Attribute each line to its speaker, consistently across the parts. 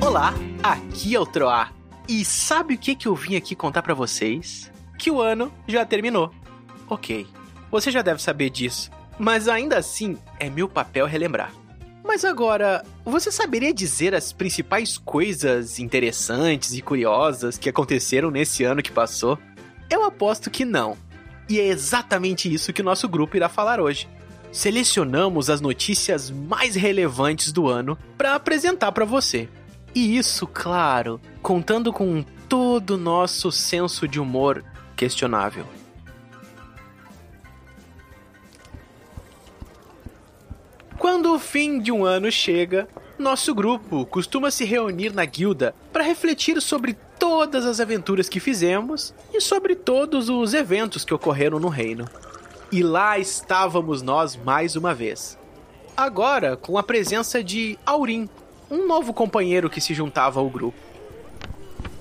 Speaker 1: Olá, aqui é o Troá. E sabe o que, que eu vim aqui contar pra vocês? Que o ano já terminou. Ok, você já deve saber disso, mas ainda assim é meu papel relembrar. Mas agora, você saberia dizer as principais coisas interessantes e curiosas que aconteceram nesse ano que passou? Eu aposto que não. E é exatamente isso que o nosso grupo irá falar hoje. Selecionamos as notícias mais relevantes do ano para apresentar para você. E isso, claro, contando com todo o nosso senso de humor questionável. Quando o fim de um ano chega, nosso grupo costuma se reunir na guilda para refletir sobre todas as aventuras que fizemos e sobre todos os eventos que ocorreram no reino. E lá estávamos nós mais uma vez. Agora com a presença de Aurim, um novo companheiro que se juntava ao grupo.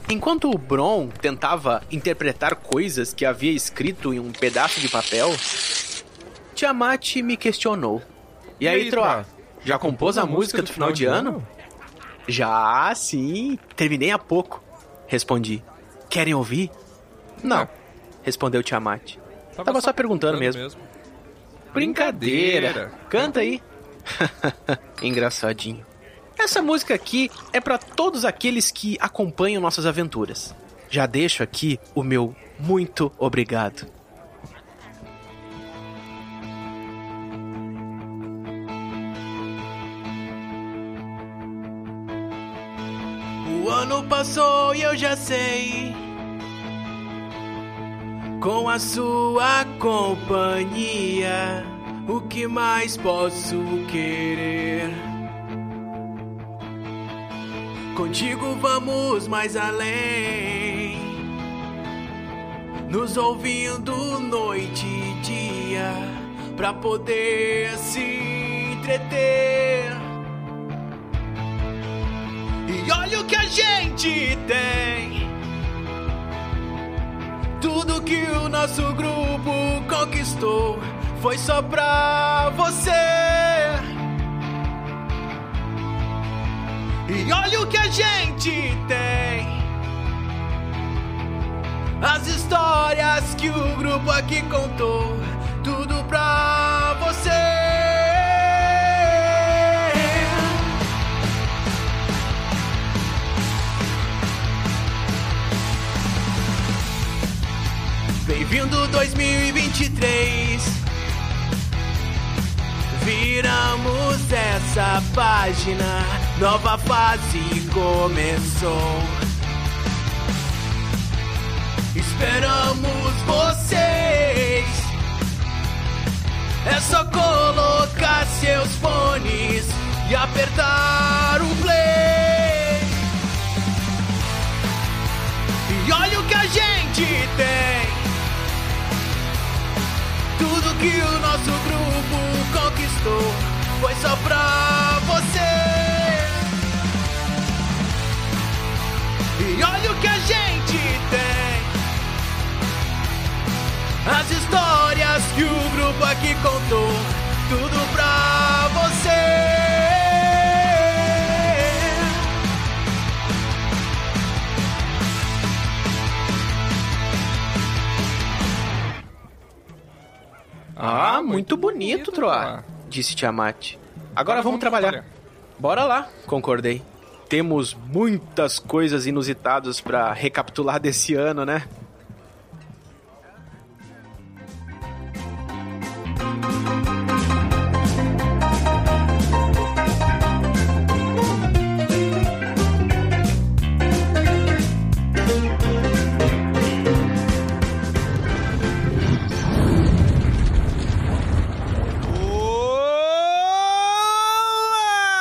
Speaker 1: Enquanto o Bron tentava interpretar coisas que havia escrito em um pedaço de papel, Tiamat me questionou. E aí, Troa, já compôs a música do final de ano? Já, sim. Terminei há pouco. Respondi. Querem ouvir? Não,
Speaker 2: Não.
Speaker 1: respondeu Tiamat. Tava só perguntando mesmo. Brincadeira. Canta aí. Engraçadinho. Essa música aqui é pra todos aqueles que acompanham nossas aventuras. Já deixo aqui o meu muito obrigado. O ano passou e eu já sei. Com a sua companhia, o que mais posso querer? Contigo vamos mais além, nos ouvindo noite e dia, pra poder se entreter. E olha o que a gente tem tudo que o nosso grupo conquistou foi só pra você. E olha o que a gente tem. As histórias que o grupo aqui contou, tudo pra você. Bem-vindo 2023. Viramos essa página, nova fase começou. Esperamos vocês. É só colocar seus fones e apertar o play. E olha o que a gente tem. Tudo que o nosso grupo conquistou foi só pra você. E olha o que a gente tem. As histórias que o grupo aqui contou, tudo pra você. Ah, muito bonito, Troá, Tá disse Tiamat. Agora vamos trabalhar. Bora lá, concordei. Temos muitas coisas inusitadas pra recapitular desse ano, né?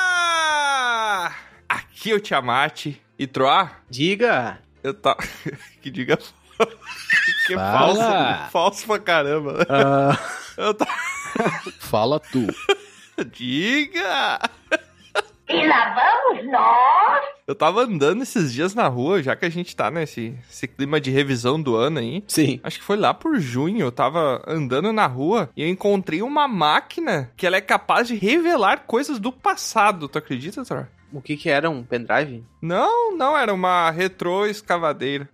Speaker 2: Olá! Aqui é o Tiamat e Troá.
Speaker 1: Diga.
Speaker 2: Eu tá. que diga. que é
Speaker 3: Fala!
Speaker 2: falso. Falso pra caramba. né?
Speaker 1: Ah,
Speaker 2: Eu tá.
Speaker 3: Fala tu.
Speaker 2: Diga!
Speaker 4: E lá vamos nós.
Speaker 2: Eu tava andando esses dias na rua, já que a gente tá nesse esse clima de revisão do ano aí.
Speaker 1: Sim.
Speaker 2: Acho que foi lá por junho, eu tava andando na rua e eu encontrei uma máquina que ela é capaz de revelar coisas do passado, tu acredita, Thor?
Speaker 1: o que que era um pendrive?
Speaker 2: Não, não, era uma retrô escavadeira.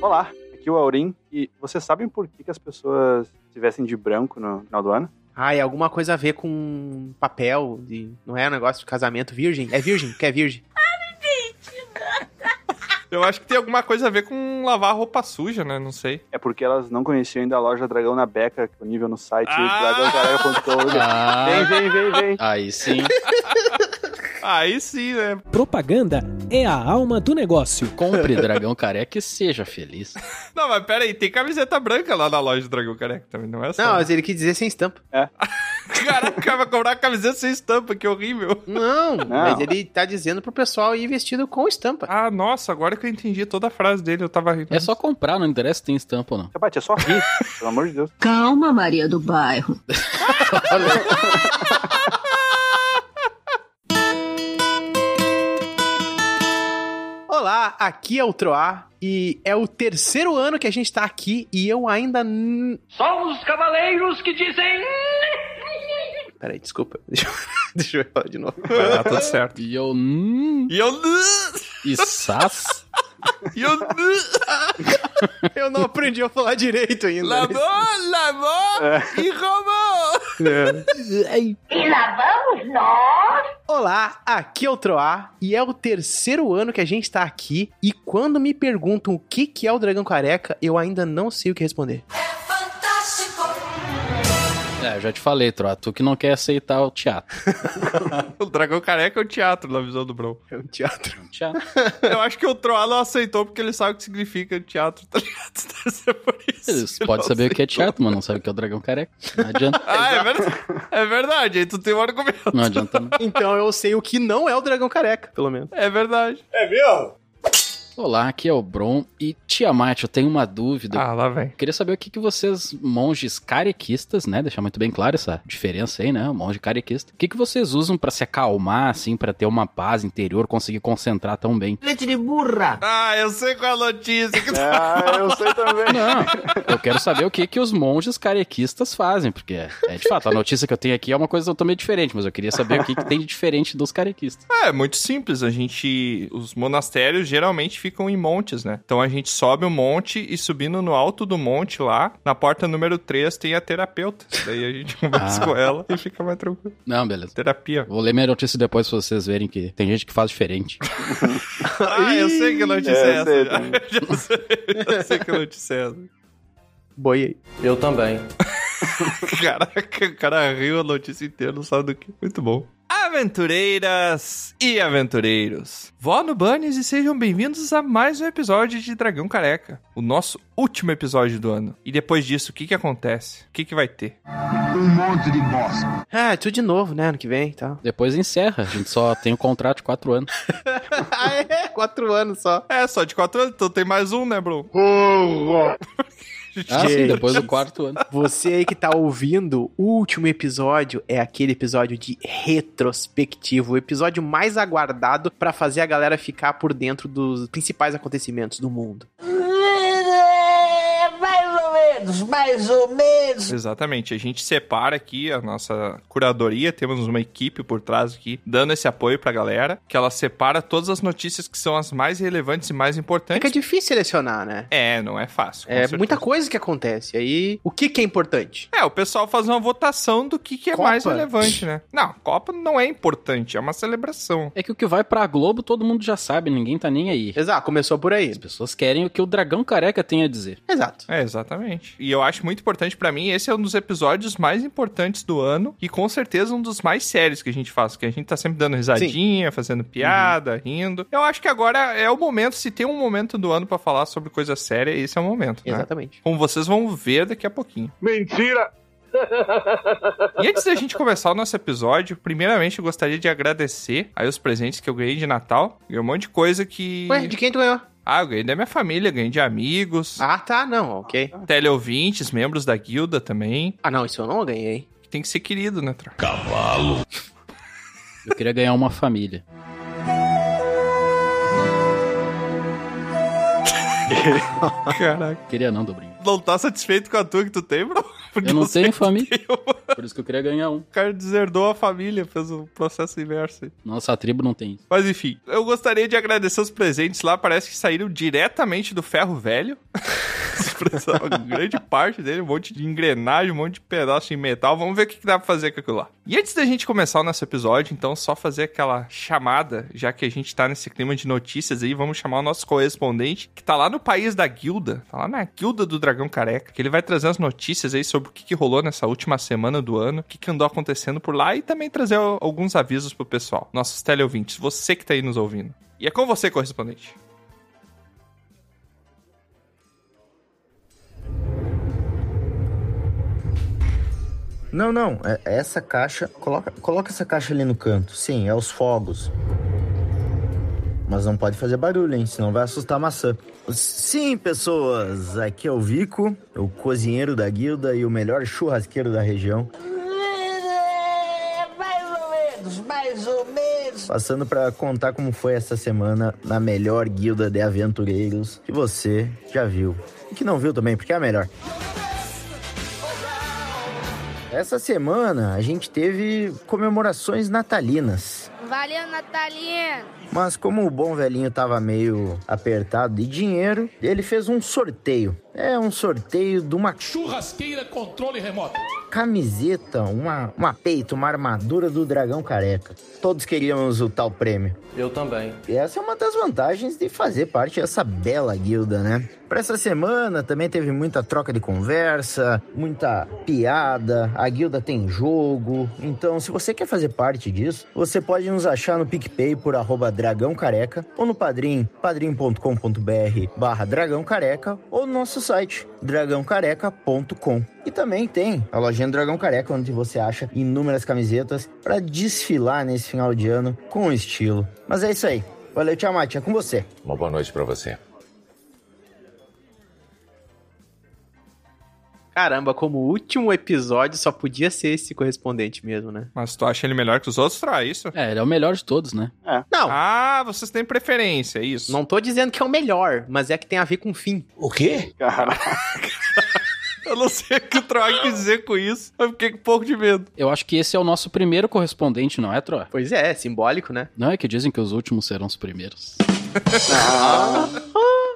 Speaker 5: Olá, aqui é o Aurim. E vocês sabem por que, que as pessoas se vestem de branco no final do ano?
Speaker 1: Ah, é alguma coisa a ver com papel, de, não é um negócio de casamento virgem? É virgem, que é virgem.
Speaker 2: Eu acho que tem alguma coisa a ver com lavar roupa suja, né? Não sei.
Speaker 5: É porque elas não conheciam ainda a loja Dragão na Beca, disponível no site
Speaker 2: Ah!
Speaker 5: dragãocareca.com. Vem,
Speaker 3: Ah,
Speaker 5: vem, vem, vem.
Speaker 3: aí sim.
Speaker 2: Aí sim, né?
Speaker 6: Propaganda é a alma do negócio.
Speaker 3: Compre dragão careca e seja feliz.
Speaker 2: Não, mas pera aí, tem camiseta branca lá na loja do Dragão Careca também, não é só.
Speaker 1: Não, mas ele quis dizer sem estampa.
Speaker 2: Caraca, vai comprar camiseta sem estampa, que horrível.
Speaker 1: Não, mas ele tá dizendo pro pessoal ir vestido com estampa.
Speaker 2: Ah, nossa, agora que eu entendi toda a frase dele, eu tava rindo.
Speaker 3: É só comprar, não interessa se tem estampa ou não.
Speaker 5: Sabate, é só rir, pelo amor de Deus.
Speaker 4: Calma, Maria do Bairro.
Speaker 1: Olá, aqui é o Troá e é o terceiro ano que a gente tá aqui e eu ainda. n-
Speaker 7: Somos cavaleiros que dizem.
Speaker 1: Peraí, desculpa. Deixa eu, deixa eu falar de novo.
Speaker 2: Vai dar tudo Ah, tá certo.
Speaker 3: E eu. hum,
Speaker 2: E eu.
Speaker 3: E sas.
Speaker 2: E eu.
Speaker 1: Eu não aprendi a falar direito ainda.
Speaker 2: Lavou, lavou
Speaker 3: É.
Speaker 2: e roubou.
Speaker 4: E lá vamos nós.
Speaker 1: Olá, aqui é o Troá e é o terceiro ano que a gente tá aqui e quando me perguntam o que que é o Dragão Careca, eu ainda não sei o que responder.
Speaker 3: É, eu já te falei, Troa, tu que não quer aceitar o teatro.
Speaker 2: O Dragão Careca é o teatro, na visão do Bro.
Speaker 1: É um teatro.
Speaker 3: Teatro.
Speaker 2: Eu acho que o Troá não aceitou porque ele sabe o que significa teatro, tá ligado? Deve ser por isso
Speaker 3: Eles
Speaker 2: que
Speaker 3: podem
Speaker 2: não
Speaker 3: saber o que é
Speaker 2: aceitou.
Speaker 3: teatro, mas não sabe o que é o dragão careca. Não adianta.
Speaker 2: Ah, é verdade. É verdade, aí tu tem um argumento.
Speaker 3: Não adianta não.
Speaker 1: Então eu sei o que não é o Dragão Careca, pelo menos.
Speaker 2: É verdade.
Speaker 3: Olá, aqui é o Bron e Tiamat, eu tenho uma dúvida.
Speaker 2: Ah, lá vem.
Speaker 3: Eu Queria saber o que, que vocês, monges carequistas, né? Deixar muito bem claro essa diferença aí, né? O monge carequista. O que, que vocês usam pra se acalmar, assim, pra ter uma paz interior, conseguir concentrar tão bem?
Speaker 7: Leite de burra!
Speaker 2: Ah, eu sei qual é a notícia. que-
Speaker 5: Ah, eu sei também.
Speaker 3: Não, eu quero saber o que, que os monges carequistas fazem, porque é, é, de fato, a notícia que eu tenho aqui é uma coisa totalmente diferente, mas eu queria saber o que, que tem de diferente dos carequistas.
Speaker 2: Ah, é muito simples. A gente. Os monastérios geralmente ficam em montes, né? Então a gente sobe um monte e subindo no alto do monte lá, na porta número 3 tem a terapeuta. Daí a gente conversa
Speaker 3: Ah.
Speaker 2: com ela e fica mais tranquilo.
Speaker 3: Não, beleza.
Speaker 2: Terapia.
Speaker 3: Vou ler minha notícia depois pra vocês verem que tem gente que faz diferente.
Speaker 2: Ah, eu sei que notícia
Speaker 5: É,
Speaker 2: é,
Speaker 5: eu
Speaker 2: essa.
Speaker 5: sei
Speaker 2: já. Já sei, já sei que notícia é essa.
Speaker 1: Boi aí.
Speaker 8: Eu também.
Speaker 2: Caraca, o cara riu a notícia inteira, não sabe do que. Muito bom. Aventureiras e aventureiros, vó no Bunnies e sejam bem-vindos a mais um episódio de Dragão Careca, o nosso último episódio do ano. E depois disso, o que que acontece? O que que vai ter?
Speaker 1: Ah, tudo de novo, né? Ano que vem e tal.
Speaker 3: Depois encerra, a gente só tem um contrato de quatro anos.
Speaker 1: ah, é? Quatro anos só.
Speaker 2: É, só de quatro anos, então tem mais um, né, bro?
Speaker 3: Ah, sim,
Speaker 1: Gente.
Speaker 3: depois do quarto ano.
Speaker 1: Você aí que tá ouvindo, o último episódio é aquele episódio de retrospectivo, o episódio mais aguardado pra fazer a galera ficar por dentro dos principais acontecimentos do mundo.
Speaker 7: É, mais ou menos, mais ou menos.
Speaker 2: Exatamente, a gente separa aqui a nossa curadoria, temos uma equipe por trás aqui dando esse apoio pra galera, que ela separa todas as notícias que são as mais relevantes e
Speaker 1: É
Speaker 2: mais
Speaker 1: que é
Speaker 2: importantes.
Speaker 1: difícil selecionar, né?
Speaker 2: É, não é fácil. com
Speaker 1: É
Speaker 2: certeza.
Speaker 1: muita coisa que acontece. Aí, o que que é importante?
Speaker 2: É, o pessoal faz uma votação do que, que é
Speaker 1: Copa?
Speaker 2: mais relevante, né? Não, Copa não é importante, é uma celebração.
Speaker 3: É que o que vai pra Globo todo mundo já sabe, ninguém tá nem aí.
Speaker 1: Exato, começou por aí.
Speaker 3: As pessoas querem o que o dragão careca tem a dizer.
Speaker 1: Exato.
Speaker 2: É, exatamente. E eu acho muito importante pra mim, esse é um dos episódios mais importantes do ano e com certeza um dos mais sérios que a gente faz, que a gente tá sempre dando risadinha, fazendo piada, rindo. Eu acho que agora é o momento, se tem um momento do ano pra falar sobre coisa séria, esse é o momento, né?
Speaker 1: Exatamente.
Speaker 2: Como vocês vão ver daqui a pouquinho. Mentira! E antes da gente começar o nosso episódio, primeiramente eu gostaria de agradecer aí os presentes que eu ganhei de Natal. Ganhei um monte de coisa que.
Speaker 1: Ué, de quem tu ganhou?
Speaker 2: Ah, eu ganhei da minha família, ganhei de amigos,
Speaker 1: Ah, tá, não, ok.
Speaker 2: teleouvintes, membros da guilda também.
Speaker 1: Ah, não, isso eu não ganhei.
Speaker 2: que Tem que ser querido, né, Tro?
Speaker 3: Eu queria ganhar uma família.
Speaker 2: Caraca.
Speaker 3: Queria não, Dobrinho.
Speaker 2: não tá satisfeito com a tua que tu tem, bro? Porque
Speaker 3: Eu não
Speaker 2: sei
Speaker 3: tenho
Speaker 2: que
Speaker 3: família.
Speaker 2: tem uma.
Speaker 3: Por isso que eu queria ganhar um.
Speaker 2: O cara deserdou a família, fez o processo inverso. aí.
Speaker 3: Nossa, a tribo não tem isso.
Speaker 2: Mas enfim, eu gostaria de agradecer os presentes lá. Parece que saíram diretamente do ferro velho. Esse pessoal, grande parte dele, um monte de engrenagem, um monte de pedaço de metal. Vamos ver o que que dá pra fazer com aquilo lá. E antes da gente começar o nosso episódio, então, só fazer aquela chamada, já que a gente tá nesse clima de notícias aí, vamos chamar o nosso correspondente, que tá lá no país da guilda, tá lá na guilda do Dragão Careca, que ele vai trazer as notícias aí sobre o que, que rolou nessa última semana do ano, o que, que andou acontecendo por lá e também trazer al- alguns avisos pro pessoal, nossos teleouvintes, você que tá aí nos ouvindo. E é com você, correspondente.
Speaker 8: Não, não. é- Essa caixa. Coloca, coloca essa caixa ali no canto. Sim, é os fogos. Mas não pode fazer barulho, hein? Senão vai assustar a maçã. Sim, pessoas. Aqui é o Vico, o cozinheiro da guilda e o melhor churrasqueiro da região.
Speaker 7: É, mais ou menos, mais ou menos.
Speaker 8: Passando pra contar como foi essa semana na melhor guilda de aventureiros que você já viu. E que não viu também, porque é a melhor. Essa semana a gente teve comemorações natalinas.
Speaker 9: Valeu, Natalino!
Speaker 8: Mas como o bom velhinho tava meio apertado de dinheiro, ele fez um sorteio. É um sorteio de uma
Speaker 10: Churrasqueira controle remoto.
Speaker 8: camiseta, uma, uma peita, uma armadura do dragão careca. Todos queríamos o tal prêmio.
Speaker 10: Eu também.
Speaker 8: E essa é uma das vantagens de fazer parte dessa bela guilda, né? Pra essa semana também teve muita troca de conversa, muita piada, a guilda tem jogo. Então, se você quer fazer parte disso, você pode nos achar no PicPay por arroba Dragão Careca ou no Padrim, padrim.com.br barra Dragão Careca ou no nosso site, dragãocareca.com. E também tem a lojinha do Dragão Careca, onde você acha inúmeras camisetas pra desfilar nesse final de ano com estilo. Mas é isso aí. Valeu, Tiamat, é com você.
Speaker 10: Uma boa noite pra você.
Speaker 1: Caramba, como o último episódio só podia ser esse correspondente mesmo, né?
Speaker 2: Mas tu acha ele melhor que os outros? Traz isso.
Speaker 3: É, ele é o melhor de todos, né?
Speaker 1: Não,
Speaker 2: Ah, vocês têm preferência, é isso.
Speaker 1: não tô dizendo que é o melhor, mas é que tem a ver com o fim.
Speaker 10: O quê?
Speaker 5: Cara,
Speaker 2: Eu não sei o que o Troy quis dizer com isso. Eu fiquei com um pouco de medo.
Speaker 3: Eu acho que esse é o nosso primeiro correspondente, não é, Tro?
Speaker 1: Pois é, simbólico, né?
Speaker 3: Não é que dizem que os últimos serão os primeiros.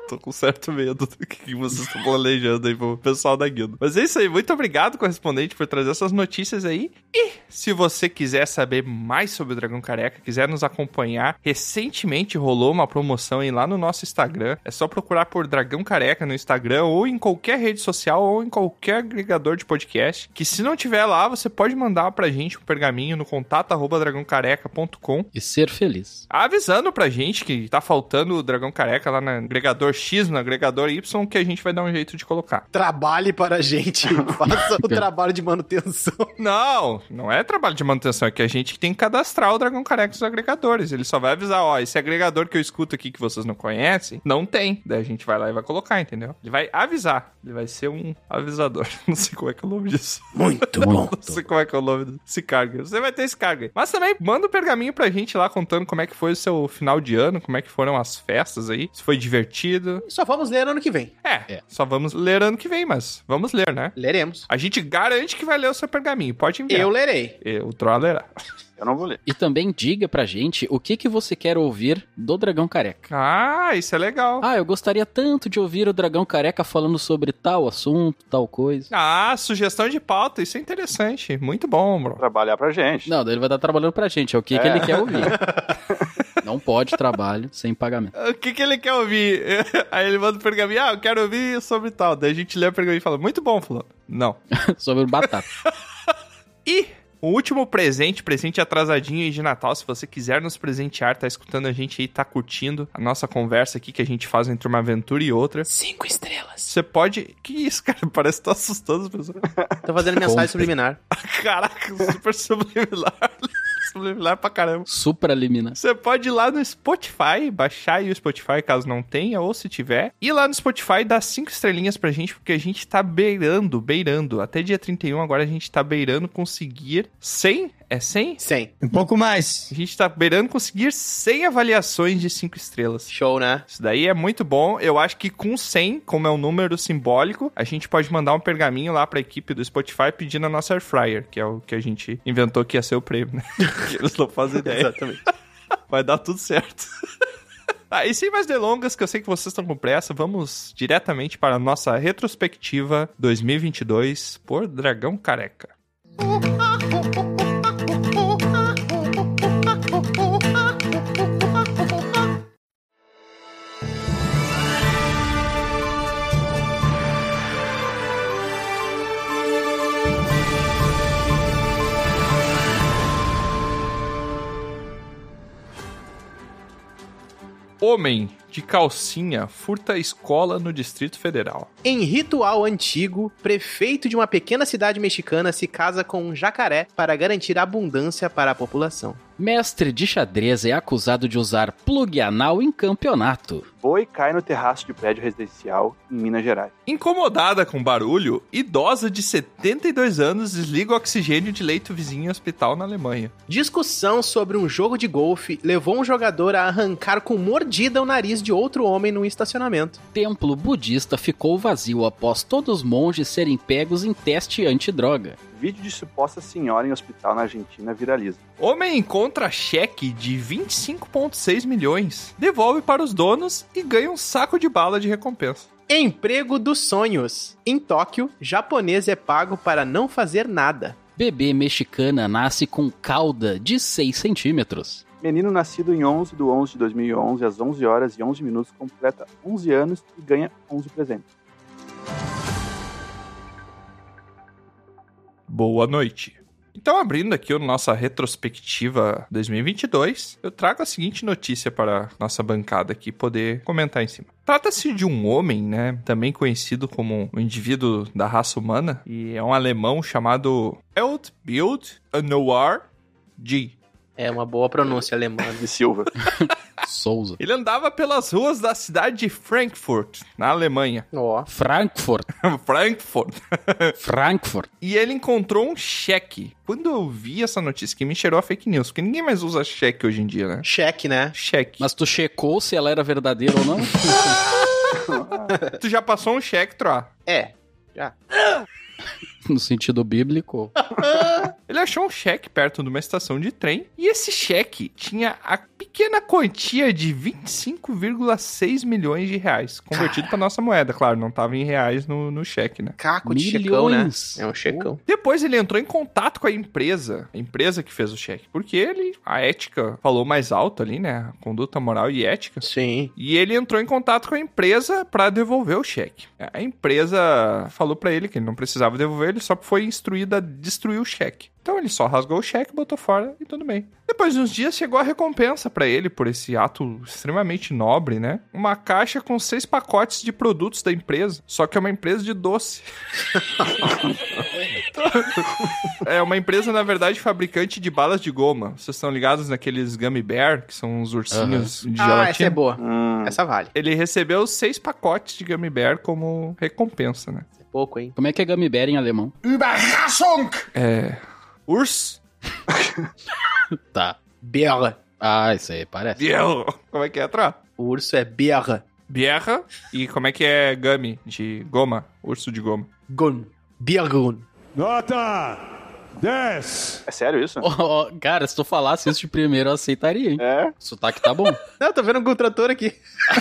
Speaker 2: Tô com certo medo do que que vocês estão planejando aí pro pessoal da guilda. Mas é isso aí. Muito obrigado, correspondente, por trazer essas notícias aí. E se você quiser saber mais sobre o Dragão Careca, quiser nos acompanhar, recentemente rolou uma promoção aí lá no nosso Instagram. É só procurar por Dragão Careca no Instagram ou em qualquer rede social ou em qualquer agregador de podcast. Que se não tiver lá, você pode mandar pra gente um pergaminho no contato arroba dragãocareca.com
Speaker 3: E ser feliz.
Speaker 2: avisando pra gente que tá faltando o Dragão Careca lá no agregador X, no agregador Y, que a gente vai dar um jeito de colocar.
Speaker 1: Trabalhe para a gente, faça o trabalho de manutenção.
Speaker 2: Não, não é trabalho de manutenção, é que a gente tem que cadastrar o Dragão Careca nos agregadores. Ele só vai avisar, ó, esse agregador que eu escuto aqui que vocês não conhecem, não tem. Daí a gente vai lá e vai colocar, entendeu? Ele vai avisar, ele vai ser um avisador. Não sei como é que é o nome disso.
Speaker 8: Muito bom.
Speaker 2: Não sei como é que é o nome desse cargo. aí. Você vai ter esse cargo aí. Mas também manda um pergaminho pra gente lá contando como é que foi o seu final de ano, como é que foram as festas aí, se foi divertido.
Speaker 1: Só vamos ler ano que vem.
Speaker 2: É,
Speaker 3: É.
Speaker 2: só vamos ler ano que vem, mas vamos ler, né?
Speaker 1: Leremos.
Speaker 2: A gente garante que vai ler o seu pergaminho, pode enviar.
Speaker 1: Eu lerei.
Speaker 2: Eu, o Troll lerá.
Speaker 5: eu não vou ler.
Speaker 3: E também diga pra gente o que, que você quer ouvir do Dragão Careca.
Speaker 2: Ah, isso é legal.
Speaker 3: Ah, eu gostaria tanto de ouvir o Dragão Careca falando sobre tal assunto, tal coisa.
Speaker 2: Ah, sugestão de pauta, isso é interessante. Muito bom, bro.
Speaker 5: Trabalhar pra gente.
Speaker 3: Não, daí ele vai estar trabalhando pra gente, é o que, que ele quer ouvir. Não pode trabalho sem pagamento.
Speaker 2: O que, que ele quer ouvir? Aí ele manda o pergaminho, ah, eu quero ouvir sobre tal. Daí a gente lê o pergaminho e fala, muito bom, fulano. Não.
Speaker 3: sobre batata.
Speaker 2: E o último presente, presente atrasadinho aí de Natal, se você quiser nos presentear, tá escutando a gente aí, tá curtindo a nossa conversa aqui que a gente faz entre uma aventura e outra.
Speaker 1: Cinco estrelas.
Speaker 2: Você pode. Que isso, cara? Parece que tá assustando as pessoas.
Speaker 1: Tô fazendo mensagem
Speaker 3: Compre.
Speaker 1: subliminar.
Speaker 2: Caraca, super subliminar. subliminar pra caramba.
Speaker 3: Supraliminar.
Speaker 2: Você pode ir lá no Spotify, baixar aí o Spotify caso não tenha, ou se tiver. E lá no Spotify dá cinco estrelinhas pra gente, porque a um, gente tá beirando, beirando. Até dia 31 agora a gente tá beirando conseguir 100 É 100?
Speaker 1: 100.
Speaker 11: Um pouco mais.
Speaker 2: A gente tá beirando conseguir 100 avaliações de 5 estrelas.
Speaker 1: Show, né?
Speaker 2: Isso daí é muito bom. Eu acho que com 100, como é um número simbólico, a gente pode mandar um pergaminho lá pra equipe do Spotify pedindo a nossa Air Fryer, que é o que a gente inventou que ia ser o prêmio, né? Que Eles não fazem ideia.
Speaker 1: Exatamente.
Speaker 2: Vai dar tudo certo. Ah, e sem mais delongas, que eu sei que vocês estão com pressa, vamos diretamente para a nossa retrospectiva 2022 por Dragão Careca. Homem de calcinha furta escola no Distrito Federal.
Speaker 1: Em ritual antigo, prefeito de uma pequena cidade mexicana se casa com um jacaré para garantir abundância para a população.
Speaker 3: Mestre de xadrez é acusado de usar plug anal em campeonato.
Speaker 5: Boi cai no terraço de prédio residencial em Minas Gerais.
Speaker 2: Incomodada com barulho, idosa de 72 anos desliga o oxigênio de leito vizinho em hospital na Alemanha.
Speaker 1: Discussão sobre um jogo de golfe levou um jogador a arrancar com mordida o nariz de outro homem num estacionamento.
Speaker 3: Templo budista ficou vazio após todos os monges serem pegos em teste antidroga.
Speaker 5: Vídeo de suposta senhora em hospital na Argentina viraliza.
Speaker 2: Homem encontra cheque de 25,6 milhões, devolve para os donos e ganha um saco de bala de recompensa.
Speaker 1: Emprego dos sonhos. Em Tóquio, japonês é pago para não fazer nada.
Speaker 3: Bebê mexicana nasce com cauda de 6 centímetros.
Speaker 5: Menino nascido em 11 de 11 de 2011, às 11 horas e 11 minutos, completa 11 anos e ganha 11 presentes.
Speaker 2: Boa noite. Então, abrindo aqui a nossa retrospectiva 2022, eu trago a seguinte notícia para a nossa bancada aqui poder comentar em cima. Trata-se de um homem, né? Também conhecido como um indivíduo da raça humana, e é um alemão chamado Eltbild Noir G.
Speaker 1: É uma boa pronúncia alemã.
Speaker 5: De Silva.
Speaker 3: Souza.
Speaker 2: Ele andava pelas ruas da cidade de Frankfurt, na Alemanha.
Speaker 1: Ó.
Speaker 3: Frankfurt.
Speaker 2: Frankfurt.
Speaker 3: Frankfurt.
Speaker 2: E ele encontrou um cheque. Quando eu vi essa notícia, que me cheirou a fake news, porque ninguém mais usa cheque hoje em dia, né?
Speaker 1: Cheque, né?
Speaker 2: Cheque.
Speaker 3: Mas tu checou se ela era verdadeira ou não?
Speaker 2: Tu já passou um cheque, Troá.
Speaker 1: É.
Speaker 3: no sentido bíblico.
Speaker 1: Ah,
Speaker 2: Ele achou um cheque perto de uma estação de trem e esse cheque tinha a pequena quantia de 25,6 milhões de reais. Convertido para nossa moeda, claro, não tava em reais no, no cheque, né?
Speaker 1: Caco de checão, né?
Speaker 3: Milhões.
Speaker 1: É um checão.
Speaker 2: Depois ele entrou em contato com a empresa, a empresa que fez o cheque, porque ele, a ética falou mais alto ali, né? A conduta moral e ética.
Speaker 1: Sim.
Speaker 2: E ele entrou em contato com a empresa para devolver o cheque. A empresa falou para ele que ele não precisava devolver, ele só foi instruído a destruir o cheque. Então ele só rasgou o cheque, botou fora e tudo bem. Depois de uns dias chegou a recompensa para ele por esse ato extremamente nobre, né? Uma caixa com seis pacotes de produtos da empresa, só que é uma empresa de doce. É uma empresa, na verdade, fabricante de balas de goma. Vocês estão ligados naqueles Gummy Bear, que são os ursinhos de
Speaker 1: Ah,
Speaker 2: gelatina?
Speaker 1: essa é boa.
Speaker 5: Hum,
Speaker 1: Essa vale.
Speaker 2: Ele recebeu seis pacotes de Gummy Bear como recompensa, né?
Speaker 1: É pouco, hein?
Speaker 3: Como é que é gummy bear em alemão?
Speaker 2: É. Urs?
Speaker 3: Tá.
Speaker 1: Berra.
Speaker 3: Ah, isso aí, parece.
Speaker 2: Biel. Como é que é, Tra?
Speaker 1: O urso é berra.
Speaker 2: Bierra. E como é que é Gummy? De goma? Urso de goma.
Speaker 1: Gun. Bergun.
Speaker 11: Nota 10.
Speaker 5: é sério isso?
Speaker 3: Ó, ó, cara, se tu falasse isso de primeiro, eu aceitaria, hein?
Speaker 5: É?
Speaker 3: O sotaque tá bom.
Speaker 1: Não, tô vendo um contrator aqui.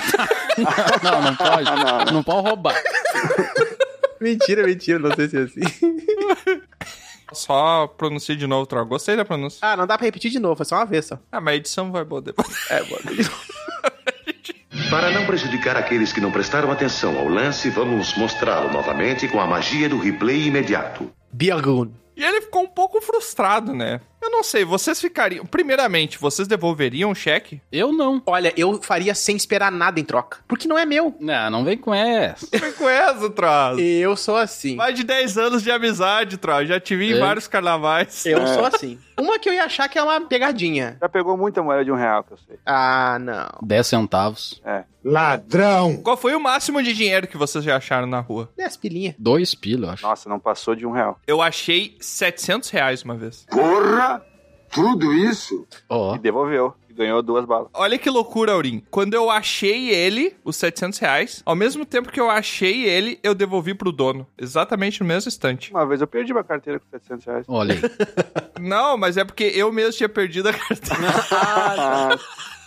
Speaker 3: não, não pode.
Speaker 5: Ah, não.
Speaker 3: Não pode roubar.
Speaker 1: mentira, mentira. Não sei se é assim.
Speaker 2: Só pronunciei de novo, Tra. Gostei da pronúncia.
Speaker 1: Ah, não dá pra repetir de novo. É só uma vez só.
Speaker 2: Ah, mas a edição vai boa depois.
Speaker 1: É, boa.
Speaker 12: Para não prejudicar aqueles que não prestaram atenção ao lance, vamos mostrá-lo novamente com a magia do replay imediato.
Speaker 1: Bergun.
Speaker 2: E ele ficou um pouco frustrado, né? Eu não sei, vocês ficariam. Primeiramente, vocês devolveriam o cheque?
Speaker 3: Eu não.
Speaker 1: Olha, eu faria sem esperar nada em troca. Porque não é meu.
Speaker 3: Não, não vem com essa.
Speaker 2: Vem com essa, Tra.
Speaker 1: Eu sou assim.
Speaker 2: Mais de 10 anos de amizade, Tra. Já te vi em
Speaker 3: É.
Speaker 2: vários carnavais.
Speaker 1: Eu sou assim. Uma que eu ia achar que é uma pegadinha.
Speaker 5: Já pegou muita moeda de um real, que eu sei.
Speaker 1: Ah, não.
Speaker 3: 10 centavos.
Speaker 11: Ladrão.
Speaker 2: Qual foi o máximo de dinheiro que vocês já acharam na rua?
Speaker 1: 10 É pilinha.
Speaker 3: Dois pila, eu acho.
Speaker 5: Nossa, não passou de um real.
Speaker 2: Eu achei 700 reais uma vez.
Speaker 12: Porra!
Speaker 11: Tudo isso?
Speaker 5: E devolveu. E ganhou duas balas.
Speaker 2: Olha que loucura, Aurim. Quando eu achei ele, os 700 reais, ao mesmo tempo que eu achei ele, eu devolvi pro dono. Exatamente no mesmo instante.
Speaker 5: Uma vez eu perdi minha carteira com 700 reais.
Speaker 3: Olha aí.
Speaker 2: Não, mas é porque eu mesmo tinha perdido a carteira.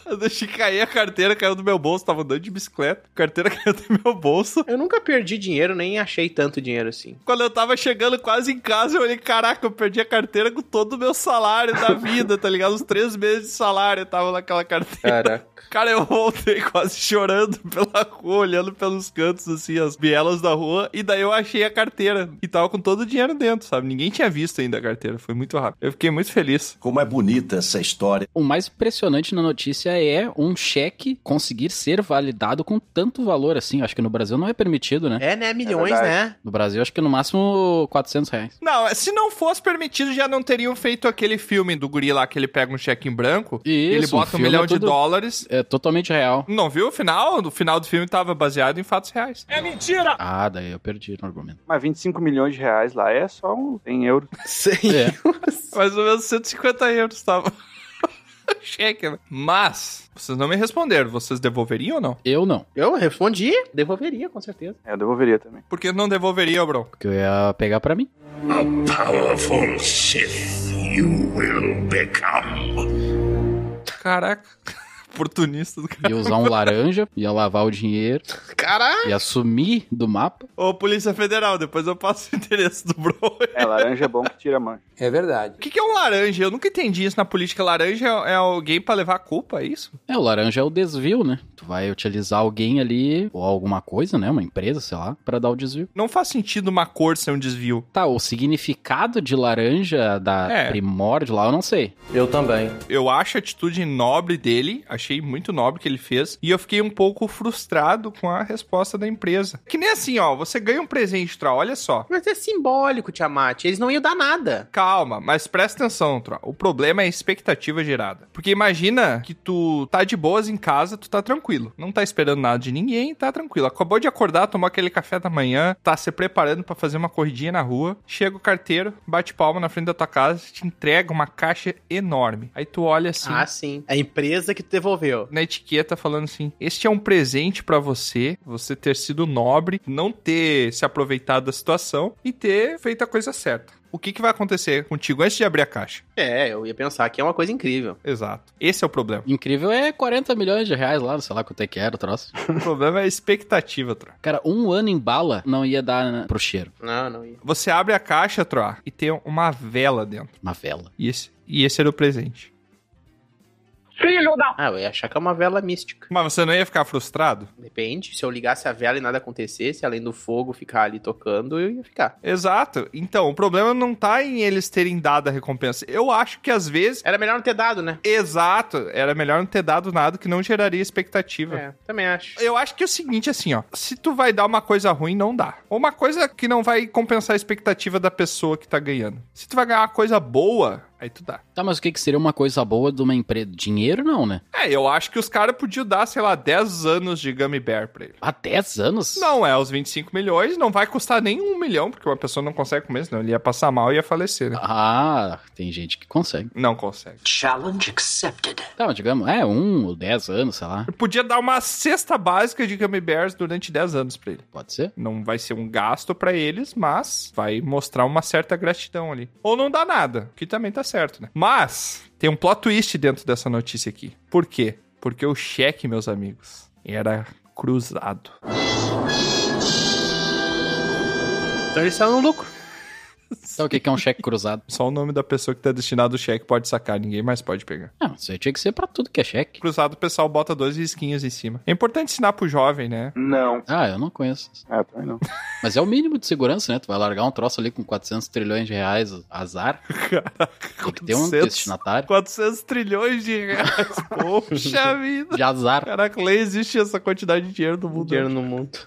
Speaker 2: Eu deixei cair a carteira, caiu do meu bolso, tava andando de bicicleta, a carteira caiu do meu bolso.
Speaker 1: Eu nunca perdi dinheiro, nem achei tanto dinheiro assim.
Speaker 2: Quando eu tava chegando quase em casa, eu olhei, caraca, eu perdi a carteira com todo o meu salário da vida, tá ligado? Uns três meses de salário eu tava naquela carteira.
Speaker 1: Caraca.
Speaker 2: Cara, eu voltei quase chorando pela rua, olhando pelos cantos, assim, as bielas da rua, e daí eu achei a carteira. E tava com todo o dinheiro dentro, sabe? Ninguém tinha visto ainda a carteira, foi muito rápido. Eu fiquei muito feliz.
Speaker 10: Como é bonita essa história.
Speaker 3: O mais impressionante na notícia é um cheque conseguir ser validado com tanto valor assim. Acho que no Brasil não é permitido, né?
Speaker 1: É, né? Milhões, É verdade. né?
Speaker 3: No Brasil, acho que no máximo 400 reais.
Speaker 2: Não, se não fosse permitido, já não teriam feito aquele filme do guri lá que ele pega um cheque em branco e ele
Speaker 3: Isso, o
Speaker 2: bota um
Speaker 3: filme
Speaker 2: milhão
Speaker 3: é
Speaker 2: de
Speaker 3: tudo-
Speaker 2: dólares.
Speaker 3: É totalmente real.
Speaker 2: Não viu o final? O final do filme tava baseado em fatos reais.
Speaker 11: É mentira!
Speaker 3: Ah, daí eu perdi no argumento.
Speaker 5: Mas 25 milhões de reais lá é só um 100 euros.
Speaker 1: 100
Speaker 3: É.
Speaker 2: Mais ou menos 150 euros tava. cheque, né? Mas, vocês não me responderam. Vocês devolveriam ou não?
Speaker 3: Eu não.
Speaker 1: Eu respondi, devolveria, com certeza.
Speaker 5: É, eu devolveria também.
Speaker 2: Por que não devolveria, bro?
Speaker 3: Porque eu ia pegar pra mim.
Speaker 13: Powerful Sith you will become.
Speaker 2: Caraca. Oportunista do cara.
Speaker 3: Ia usar um laranja, ia lavar o dinheiro,
Speaker 1: Caraca!
Speaker 3: ia sumir do mapa.
Speaker 2: Ô, Polícia Federal, depois eu passo o endereço do bro.
Speaker 5: É, laranja é bom que tira a mancha.
Speaker 2: É verdade. O que, que é um laranja? Eu nunca entendi isso na política. Laranja é é alguém pra levar a culpa, é isso?
Speaker 3: É, o laranja é o desvio, né? Tu vai utilizar alguém ali, ou alguma coisa, né? Uma empresa, sei lá, pra dar o desvio.
Speaker 2: Não faz sentido uma cor ser um desvio.
Speaker 3: Tá, o significado de laranja da
Speaker 2: É.
Speaker 3: primórdio lá, eu não sei.
Speaker 2: Eu também. Eu acho a atitude nobre dele, achei muito nobre que ele fez, e eu fiquei um pouco frustrado com a resposta da empresa. Que nem assim, ó, você ganha um presente, Troll, olha só.
Speaker 1: Mas é simbólico, Tiamat. Eles não iam dar nada.
Speaker 2: Calma, mas presta atenção, Troll. O problema é a expectativa gerada. Porque imagina que tu tá de boas em casa, tu tá tranquilo. Não tá esperando nada de ninguém, tá tranquilo. Acabou de acordar, tomou aquele café da manhã, tá se preparando pra fazer uma corridinha na rua. Chega o carteiro, bate palma na frente da tua casa, te entrega uma caixa enorme. Aí tu olha assim.
Speaker 1: Ah, sim. A empresa que te devolveu.
Speaker 2: na etiqueta falando assim: "Este é um presente pra você, você ter sido nobre, não ter se aproveitado da situação e ter feito a coisa certa". O que, que vai acontecer contigo antes de abrir a caixa?
Speaker 1: É, eu ia pensar que é uma coisa incrível.
Speaker 2: Exato. Esse é o problema.
Speaker 3: Incrível é 40 milhões de reais lá, sei lá quanto é que era o troço.
Speaker 2: O problema é a expectativa, Tro.
Speaker 3: Cara, um ano em bala não ia dar né, pro cheiro.
Speaker 1: Não, não ia.
Speaker 2: Você abre a caixa, Tro, e tem uma vela dentro.
Speaker 3: Uma vela.
Speaker 2: E esse, e esse era o presente.
Speaker 1: Filho da... Ah, eu ia achar que é uma vela mística.
Speaker 2: Mas você não ia ficar frustrado?
Speaker 1: Depende. Se eu ligasse a vela e nada acontecesse, além do fogo ficar ali tocando, eu ia ficar.
Speaker 2: Exato. Então, o problema não tá em eles terem dado a recompensa. Eu acho que às vezes.
Speaker 1: Era melhor não ter dado, né?
Speaker 2: Exato. Era melhor não ter dado nada que não geraria expectativa.
Speaker 1: É, também acho.
Speaker 2: Eu acho que é o seguinte, assim, ó. Se tu vai dar uma coisa ruim, não dá. Ou uma coisa que não vai compensar a expectativa da pessoa que tá ganhando. Se tu vai ganhar uma coisa boa, aí tu dá.
Speaker 3: Tá, mas o que, que seria uma coisa boa de uma empresa? Dinheiro não, né?
Speaker 2: É, eu acho que os caras podiam dar, sei lá, 10 anos de Gummy Bear pra ele.
Speaker 3: Há 10 anos?
Speaker 2: Não é os 25 milhões, não vai custar nem um milhão, porque uma pessoa não consegue comer, senão ele ia passar mal e ia falecer, né?
Speaker 3: Ah, tem gente que consegue.
Speaker 2: Não consegue. Tipo,
Speaker 7: Challenge accepted.
Speaker 3: Tá, mas digamos, é, um ou 10 anos, sei lá.
Speaker 2: Eu podia dar uma cesta básica de Gummy Bears durante 10 anos pra ele.
Speaker 3: Pode ser?
Speaker 2: Não vai ser um gasto pra eles, mas vai mostrar uma certa gratidão ali. Ou não dá nada, que também tá certo, né? Mas tem um plot twist dentro dessa notícia aqui. Por quê? Porque o cheque, meus amigos, era cruzado.
Speaker 1: Então eles estavam no lucro.
Speaker 3: Sabe o que, que é um cheque cruzado?
Speaker 2: Só o nome da pessoa que tá destinado o cheque pode sacar, ninguém mais pode pegar.
Speaker 3: Ah, isso aí tinha que ser pra tudo que é cheque.
Speaker 2: Cruzado, o pessoal bota dois risquinhos em cima. É importante ensinar pro jovem, né?
Speaker 5: Não.
Speaker 3: Ah, eu não conheço. isso.
Speaker 5: É, também não.
Speaker 3: Mas é o mínimo de segurança, né? Tu vai largar um troço ali com 400 trilhões de reais, azar. Tem que ter um
Speaker 2: 400.
Speaker 3: destinatário
Speaker 2: 400 trilhões de reais, poxa vida.
Speaker 3: de azar.
Speaker 2: Caraca, lá existe essa quantidade de dinheiro no mundo. né?
Speaker 1: Dinheiro no mundo.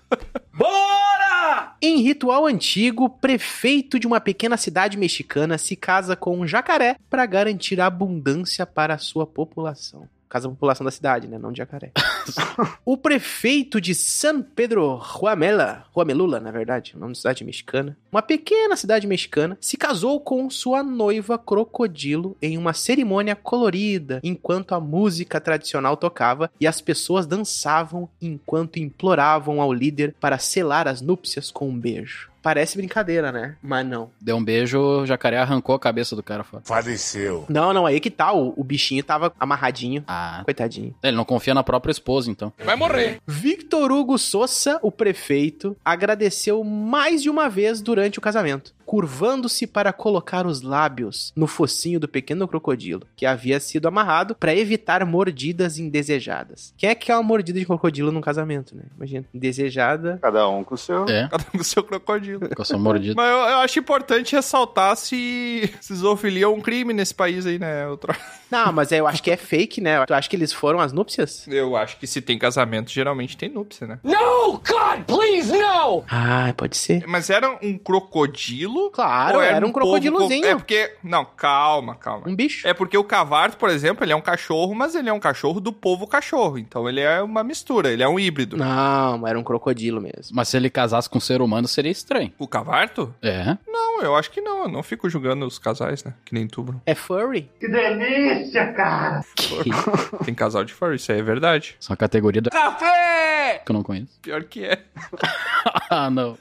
Speaker 1: Bora! Em ritual antigo, prefeito de uma pequena cidade mexicana se casa com um jacaré para garantir abundância para a sua população. Casa a população da cidade, né? Não de jacaré.
Speaker 3: Deus.
Speaker 1: O prefeito de San Pedro Juamela, Juamelula, na verdade, o nome de cidade mexicana, uma pequena cidade mexicana, se casou com sua noiva crocodilo em uma cerimônia colorida, enquanto a música tradicional tocava e as pessoas dançavam enquanto imploravam ao líder para selar as núpcias com um beijo. Parece brincadeira, né? Mas não.
Speaker 3: Deu um beijo, o jacaré arrancou a cabeça do cara fora.
Speaker 1: Faleceu. Não, não, aí que tá. O, o bichinho tava amarradinho. Ah. Coitadinho.
Speaker 3: tá. Ele não confia na própria esposa, então.
Speaker 2: Vai morrer.
Speaker 1: Victor Hugo Souza, o prefeito, agradeceu mais de uma vez durante o casamento, curvando-se para colocar os lábios no focinho do pequeno crocodilo, que havia sido amarrado para evitar mordidas indesejadas. Quem é que é uma mordida de crocodilo num casamento, né? Imagina, indesejada.
Speaker 5: Cada um com o seu.
Speaker 3: É.
Speaker 2: Cada um com seu crocodilo.
Speaker 3: Com a sua mordida.
Speaker 2: Mas eu, eu acho importante ressaltar se cisofilia é um crime nesse país aí, né? Eu, tro-
Speaker 1: Não, mas eu acho que é fake, né? Tu acha que eles foram às núpcias?
Speaker 2: eu acho que se tem casamento, geralmente tem núpcia, né?
Speaker 7: No, God, please, no!
Speaker 1: Ah, pode ser.
Speaker 2: Mas era um crocodilo?
Speaker 1: Claro,
Speaker 2: Ou
Speaker 1: era um
Speaker 2: povo com-
Speaker 1: crocodilozinho.
Speaker 2: É porque. Não, calma, calma.
Speaker 1: Um bicho.
Speaker 2: É porque o cavarto, por exemplo, ele é um cachorro, mas ele é um cachorro do povo cachorro. Então ele é uma mistura, ele é um híbrido.
Speaker 1: Não, mas era um crocodilo mesmo.
Speaker 3: Mas se ele casasse com um ser humano, seria estranho.
Speaker 2: O cavarto?
Speaker 3: É.
Speaker 2: Não, eu acho que não. Eu não fico julgando os casais, né? Que nem tu, Bruno.
Speaker 1: É furry?
Speaker 7: Que delícia, cara!
Speaker 2: Tem casal de furry, isso aí é verdade.
Speaker 3: Só uma categoria da...
Speaker 2: Café!
Speaker 3: que eu não conheço.
Speaker 2: Pior que é.
Speaker 3: ah, não.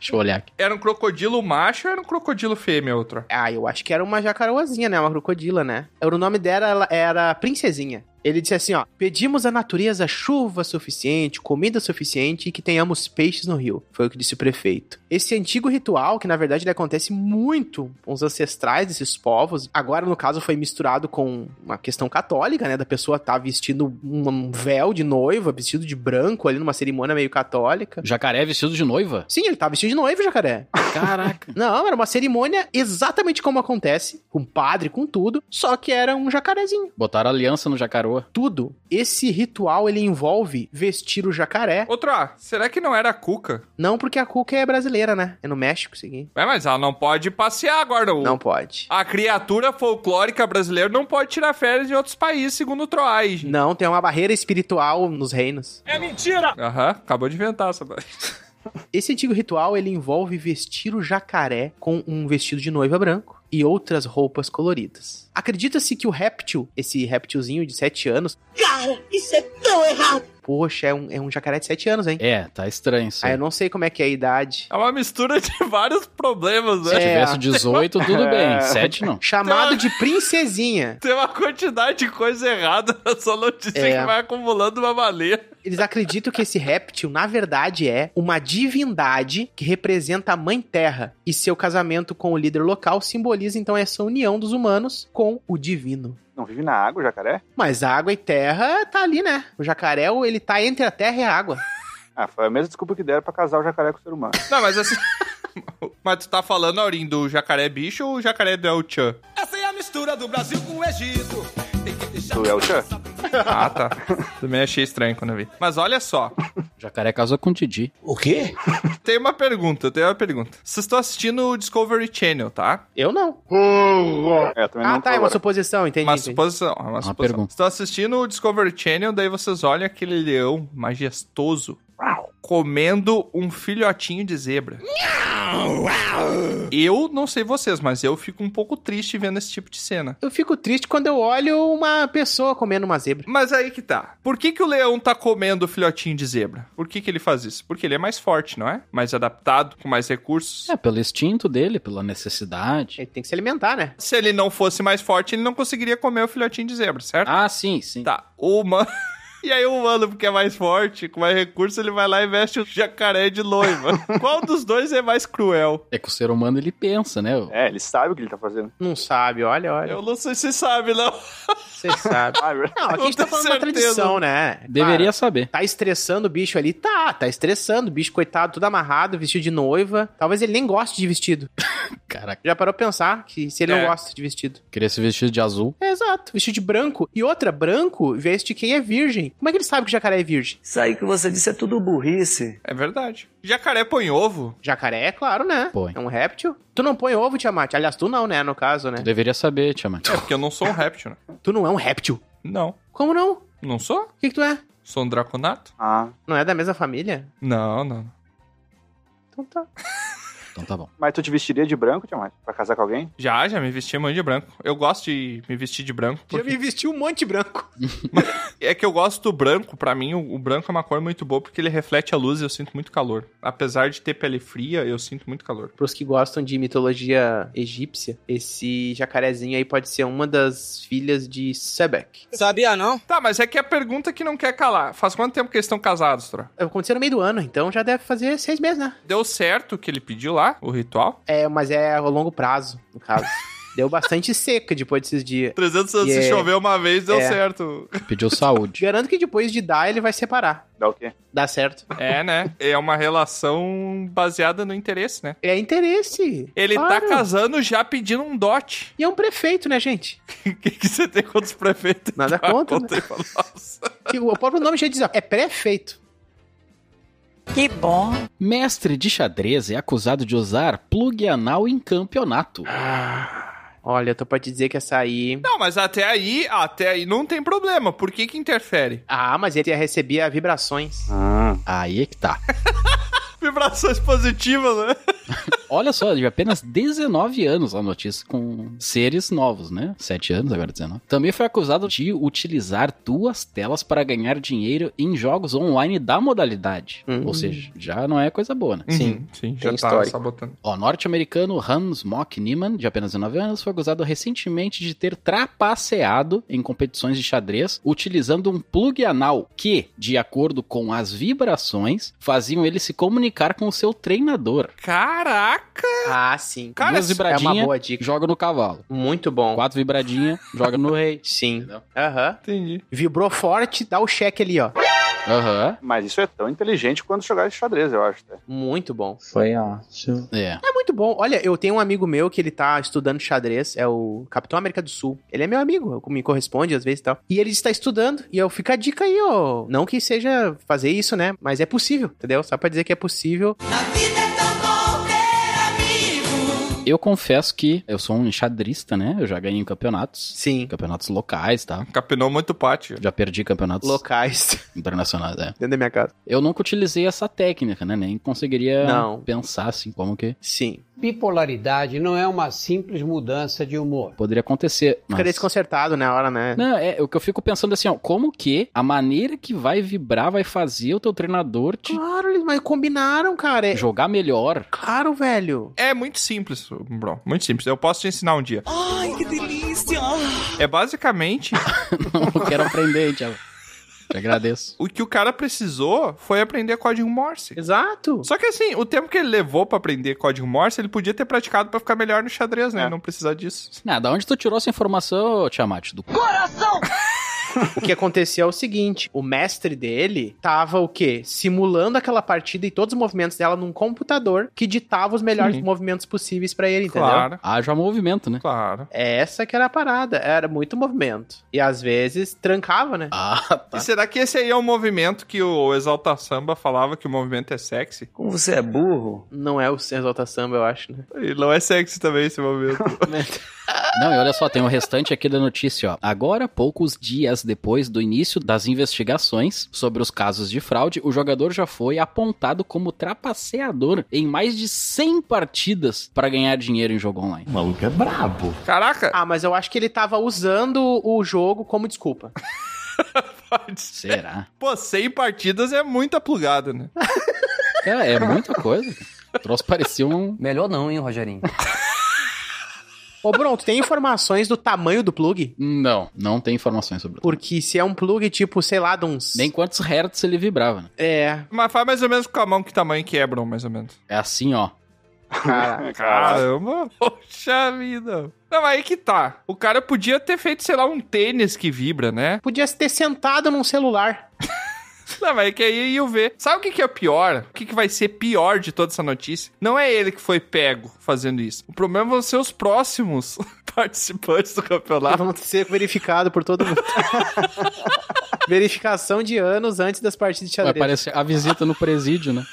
Speaker 3: Deixa eu olhar aqui.
Speaker 2: Era um crocodilo macho ou era um crocodilo fêmea, outra?
Speaker 1: Ah, eu acho que era uma jacaroazinha, né? Uma crocodila, né? Era- O nome dela ela era Princesinha. Ele disse assim, ó: "Pedimos à natureza chuva suficiente, comida suficiente e que tenhamos peixes no rio". Foi o que disse o prefeito. Esse antigo ritual, que na verdade ele acontece muito com os ancestrais desses povos, agora no caso foi misturado com uma questão católica, né, da pessoa estar vestindo um um véu de noiva, vestido de branco ali numa cerimônia meio católica.
Speaker 3: Jacaré é vestido de noiva?
Speaker 1: Sim, ele tá vestido de noivo, jacaré.
Speaker 3: Caraca.
Speaker 1: Não, era uma cerimônia exatamente como acontece, com um padre, com tudo, só que era um jacarezinho.
Speaker 3: Botaram aliança no jacaroa.
Speaker 1: Tudo. Esse ritual ele envolve vestir o jacaré.
Speaker 2: Outra, será que não era a cuca?
Speaker 1: Não porque a cuca é brasileira, né? É no México, seguinte.
Speaker 2: É, mas ela não pode passear agora. o-
Speaker 1: Não pode.
Speaker 2: A criatura folclórica brasileira não pode tirar férias de outros países, segundo o Troai.
Speaker 1: Não, tem uma barreira espiritual nos reinos.
Speaker 2: É mentira! Aham, acabou de inventar essa.
Speaker 1: Esse antigo ritual ele envolve vestir o jacaré com um vestido de noiva branco e outras roupas coloridas. Acredita-se que o réptil, esse réptilzinho de 7 anos,
Speaker 7: Cara, isso é tão errado!
Speaker 1: poxa, é um, é um jacaré de 7 anos, hein?
Speaker 3: É, tá estranho isso.
Speaker 1: Ah,
Speaker 3: aí.
Speaker 1: eu não sei como é que é a idade.
Speaker 2: É uma mistura de vários problemas,
Speaker 3: Se
Speaker 2: né?
Speaker 3: tivesse 18, tudo bem. 7 não.
Speaker 1: Chamado de princesinha.
Speaker 2: Tem uma quantidade de coisa errada nessa notícia
Speaker 1: É.
Speaker 2: que vai acumulando uma baleia.
Speaker 1: Eles acreditam que esse réptil, na verdade, é uma divindade que representa a Mãe Terra. E seu casamento com o líder local simboliza então essa união dos humanos com o divino.
Speaker 5: Não vive na água, o jacaré?
Speaker 1: Mas água e terra tá ali, né? O jacaré, ele tá entre a terra e a água.
Speaker 5: Ah, foi a mesma desculpa que deram pra casar o jacaré com o ser humano.
Speaker 2: Não, mas assim. mas tu tá falando, Aurim, do jacaré bicho ou o jacaré do El Chan?
Speaker 11: Essa é a mistura do Brasil com o Egito.
Speaker 5: Tu é o Chan?
Speaker 2: Ah, tá. Também achei estranho quando eu vi. Mas olha só,
Speaker 3: Jacaré casou com o Didi.
Speaker 11: O quê?
Speaker 2: tem uma pergunta, tem uma pergunta. Vocês estão assistindo o Discovery Channel, tá?
Speaker 1: Eu não.
Speaker 5: É, eu também
Speaker 1: Ah,
Speaker 5: não
Speaker 1: tá, é uma suposição, entendi.
Speaker 2: Uma
Speaker 1: entendi.
Speaker 2: suposição, é uma suposição.
Speaker 3: pergunta.
Speaker 2: Vocês estão assistindo o Discovery Channel, daí vocês olham aquele leão majestoso comendo um filhotinho de zebra. Eu não sei vocês, mas eu fico um pouco triste vendo esse tipo de cena.
Speaker 1: Eu fico triste quando eu olho uma pessoa comendo uma zebra.
Speaker 2: Mas aí que tá. Por que, que o leão tá comendo o filhotinho de zebra? Por que, que ele faz isso? Porque ele é mais forte, não é? Mais adaptado, com mais recursos.
Speaker 3: É, pelo instinto dele, pela necessidade.
Speaker 1: Ele tem que se alimentar, né?
Speaker 2: Se ele não fosse mais forte, ele não conseguiria comer o filhotinho de zebra, certo?
Speaker 3: Ah, sim, sim.
Speaker 2: Tá, o humano. E aí o humano, porque é mais forte, com mais recurso, ele vai lá e veste o jacaré de noiva. Qual dos dois é mais cruel?
Speaker 3: É que o ser humano, ele pensa, né?
Speaker 5: É, ele sabe o que ele tá fazendo.
Speaker 1: Não sabe, olha, olha.
Speaker 2: Eu não sei se sabe, não.
Speaker 1: Você sabe.
Speaker 5: Ah, é verdade.
Speaker 1: Não, aqui a gente tá
Speaker 2: tenho
Speaker 1: falando da
Speaker 2: certeza.
Speaker 1: tradição, né?
Speaker 3: Deveria saber.
Speaker 1: Tá estressando o bicho ali? Tá, tá estressando. O bicho, coitado, tudo amarrado, vestido de noiva. Talvez ele nem goste de vestido.
Speaker 3: Caraca,
Speaker 1: Já parou pra pensar que se ele
Speaker 2: É.
Speaker 1: não gosta de vestido?
Speaker 3: queria se vestir de azul.
Speaker 1: É, exato, vestido de branco. E outra, branco, veste quem é virgem. Como é que ele sabe que o jacaré é virgem?
Speaker 14: Isso aí que você disse é tudo burrice.
Speaker 2: É verdade. Jacaré põe ovo?
Speaker 1: Jacaré é claro, né?
Speaker 3: Põe.
Speaker 1: É um réptil. Tu não põe ovo, Tiamat. Aliás, tu não, né? No caso, né?
Speaker 3: Tu deveria saber, Tiamat.
Speaker 2: É porque eu não sou um réptil, né?
Speaker 1: Tu não é um réptil.
Speaker 2: Não.
Speaker 1: Como não?
Speaker 2: Não sou?
Speaker 1: O que, que tu é?
Speaker 2: Sondraconato?
Speaker 5: Ah.
Speaker 1: Não é da mesma família?
Speaker 2: Não, não.
Speaker 1: Então tá.
Speaker 3: Então tá bom.
Speaker 5: Mas tu te vestiria de branco, Tiamat? Pra casar com alguém?
Speaker 2: Já, já me vestia muito de branco. Eu gosto de me vestir de branco.
Speaker 1: Já me vestiu um monte de branco.
Speaker 2: É que eu gosto do branco, pra mim o, o branco é uma cor muito boa porque ele reflete a luz e eu sinto muito calor. Apesar de ter pele fria, eu sinto muito calor.
Speaker 1: Pros que gostam de mitologia egípcia, esse jacarezinho aí pode ser uma das filhas de Sebek.
Speaker 2: Sabia não? Tá, mas é que a pergunta que não quer calar. Faz quanto tempo que eles estão casados, Tro?
Speaker 1: Aconteceu no meio do ano, então já deve fazer seis meses, né?
Speaker 2: Deu certo o que ele pediu lá, o ritual?
Speaker 1: É, mas é a longo prazo, no caso. Deu bastante seca depois desses dias.
Speaker 2: 300 anos,
Speaker 1: E
Speaker 2: se
Speaker 1: é-
Speaker 2: chover uma vez, deu
Speaker 1: é.
Speaker 2: certo.
Speaker 3: Pediu saúde.
Speaker 1: Garanto que depois de dar, ele vai separar.
Speaker 5: Dá o quê?
Speaker 1: Dá certo.
Speaker 2: É, né? É uma relação baseada no interesse, né?
Speaker 1: É interesse.
Speaker 2: Ele tá
Speaker 1: Claro.
Speaker 2: casando já pedindo um dote.
Speaker 1: E é um prefeito, né, gente?
Speaker 2: O que, que você tem contra os prefeitos?
Speaker 1: Nada contra, né?
Speaker 2: Conta aí pra nós.
Speaker 1: Que o próprio nome já diz, ó, é prefeito.
Speaker 3: Que bom. Mestre de xadrez é acusado de usar plug anal em campeonato.
Speaker 1: Olha, eu tô pra te dizer que essa aí...
Speaker 2: Não, mas até aí, até aí não tem problema. Por que que interfere?
Speaker 1: Ah, mas ele ia receber a vibrações.
Speaker 5: Ah.
Speaker 3: Aí é que tá.
Speaker 2: Vibrações positivas, né?
Speaker 3: Olha só, de apenas 19 anos a notícia com seres novos, né? 7 anos, agora 19. Também foi acusado de utilizar duas telas para ganhar dinheiro em jogos online da modalidade. Ou seja, já não é coisa boa, né?
Speaker 2: Sim, Uhum. sim, já
Speaker 1: tem
Speaker 2: tá
Speaker 1: histórico.
Speaker 2: sabotando.
Speaker 3: O norte-americano Hans Mock Niemann, de apenas 19 anos, foi acusado recentemente de ter trapaceado em competições de xadrez utilizando um plug anal que, de acordo com as vibrações, faziam ele se comunicar com o seu treinador.
Speaker 2: Caraca!
Speaker 1: Ah, sim.
Speaker 2: Cara,
Speaker 3: Duas
Speaker 2: isso
Speaker 1: é
Speaker 3: vibradinhas,
Speaker 1: uma boa dica.
Speaker 3: joga no cavalo.
Speaker 1: Muito bom.
Speaker 3: Quatro vibradinhas, joga no rei.
Speaker 1: Sim. Aham.
Speaker 2: Entendi.
Speaker 1: Vibrou forte, dá o cheque ali, ó.
Speaker 3: Aham.
Speaker 5: Mas isso é tão inteligente quanto jogar xadrez, eu acho. Tá?
Speaker 1: Muito bom.
Speaker 14: Foi ótimo.
Speaker 3: É.
Speaker 1: É muito bom. Olha, eu tenho um amigo meu que ele tá estudando xadrez, é o Capitão América do Sul. Ele é meu amigo, me corresponde às vezes e tal. E ele está estudando, e eu fico a dica aí, ó. Não que seja fazer isso, né? Mas é possível, entendeu? Só pra dizer que é possível.
Speaker 3: Eu confesso que eu sou um xadrista, né? Eu já ganhei em campeonatos.
Speaker 1: Sim.
Speaker 3: Campeonatos locais, tá?
Speaker 2: Capinou muito pátio.
Speaker 3: Já perdi campeonatos
Speaker 1: Locais.
Speaker 3: internacionais, é.
Speaker 1: Dentro da minha casa.
Speaker 3: Eu nunca utilizei essa técnica, né? Nem conseguiria
Speaker 1: Não.
Speaker 3: pensar assim como que
Speaker 1: Sim.
Speaker 15: Bipolaridade não é uma simples mudança de humor.
Speaker 3: poderia acontecer. mas-
Speaker 1: Ficaria desconcertado na hora, né?
Speaker 3: Não, é o que eu fico pensando assim, ó, como que a maneira que vai vibrar vai fazer o teu treinador te
Speaker 1: Claro, eles mas combinaram, cara. Ah, É...
Speaker 3: jogar melhor?
Speaker 1: Claro, velho.
Speaker 2: É muito simples, bro. Muito simples. Eu posso te ensinar um dia.
Speaker 7: Ai, que delícia!
Speaker 2: É basicamente
Speaker 3: Não quero aprender, Thiago. Te agradeço.
Speaker 2: o que o cara precisou foi aprender código Morse.
Speaker 1: Exato.
Speaker 2: Só que assim, o tempo que ele levou pra aprender código Morse, ele podia ter praticado pra ficar melhor no xadrez, né? Não precisar disso.
Speaker 3: Ah, da onde tu tirou essa informação, ô, Tiamat? Do...
Speaker 7: Coração!
Speaker 1: O que aconteceu é o seguinte: o mestre dele tava o quê? Simulando aquela partida e todos os movimentos dela num computador que ditava os melhores
Speaker 2: Sim.
Speaker 1: movimentos possíveis pra ele, entendeu?
Speaker 2: Claro,
Speaker 3: Haja movimento, né?
Speaker 2: claro.
Speaker 1: Essa que era a parada, era muito movimento. E às vezes trancava, né?
Speaker 3: Ah,
Speaker 2: E
Speaker 3: tá.
Speaker 2: será que esse aí é o movimento que o Exalta Samba falava que o movimento é sexy?
Speaker 14: Como você é burro?
Speaker 1: Não é o Exalta Samba, eu acho, né?
Speaker 2: E não é sexy também esse movimento.
Speaker 3: Não, e olha só, tem o restante aqui da notícia, ó. Agora, poucos dias depois do início das investigações sobre os casos de fraude, o jogador já foi apontado como trapaceador em mais de 100 partidas para ganhar dinheiro em jogo online.
Speaker 2: Caraca,
Speaker 1: Ah, mas eu acho que ele tava usando o jogo como desculpa.
Speaker 2: pode ser.
Speaker 3: Será?
Speaker 2: Pô, 100 partidas é muita plugada, né?
Speaker 3: É, é muita coisa. O troço parecia um...
Speaker 14: Melhor não, hein, Rogerinho?
Speaker 1: Ô, Bruno, tu tem informações do tamanho do plug?
Speaker 3: um Não, não tem informações sobre isso.
Speaker 1: Porque se é um plug tipo, sei lá, de uns.
Speaker 3: Nem quantos hertz ele vibrava, né?
Speaker 1: É.
Speaker 2: Mas faz mais ou menos com a mão que tamanho que é, Bruno, mais ou menos.
Speaker 3: É assim, ó.
Speaker 5: Cara,
Speaker 2: Caramba, poxa vida. Não, aí que tá. O cara podia ter feito, sei lá, um tênis que vibra, né?
Speaker 1: Podia ter sentado num celular.
Speaker 2: Não, mas é que aí eu ver. Sabe o que, que é pior? O que, que vai ser pior de toda essa notícia? Não é ele que foi pego fazendo isso. O problema vão ser os próximos participantes do campeonato.
Speaker 1: Vamos ser verificado por todo mundo. Verificação de anos antes das partidas de
Speaker 3: Vai
Speaker 1: xadrez.
Speaker 3: parecer a visita no presídio, né?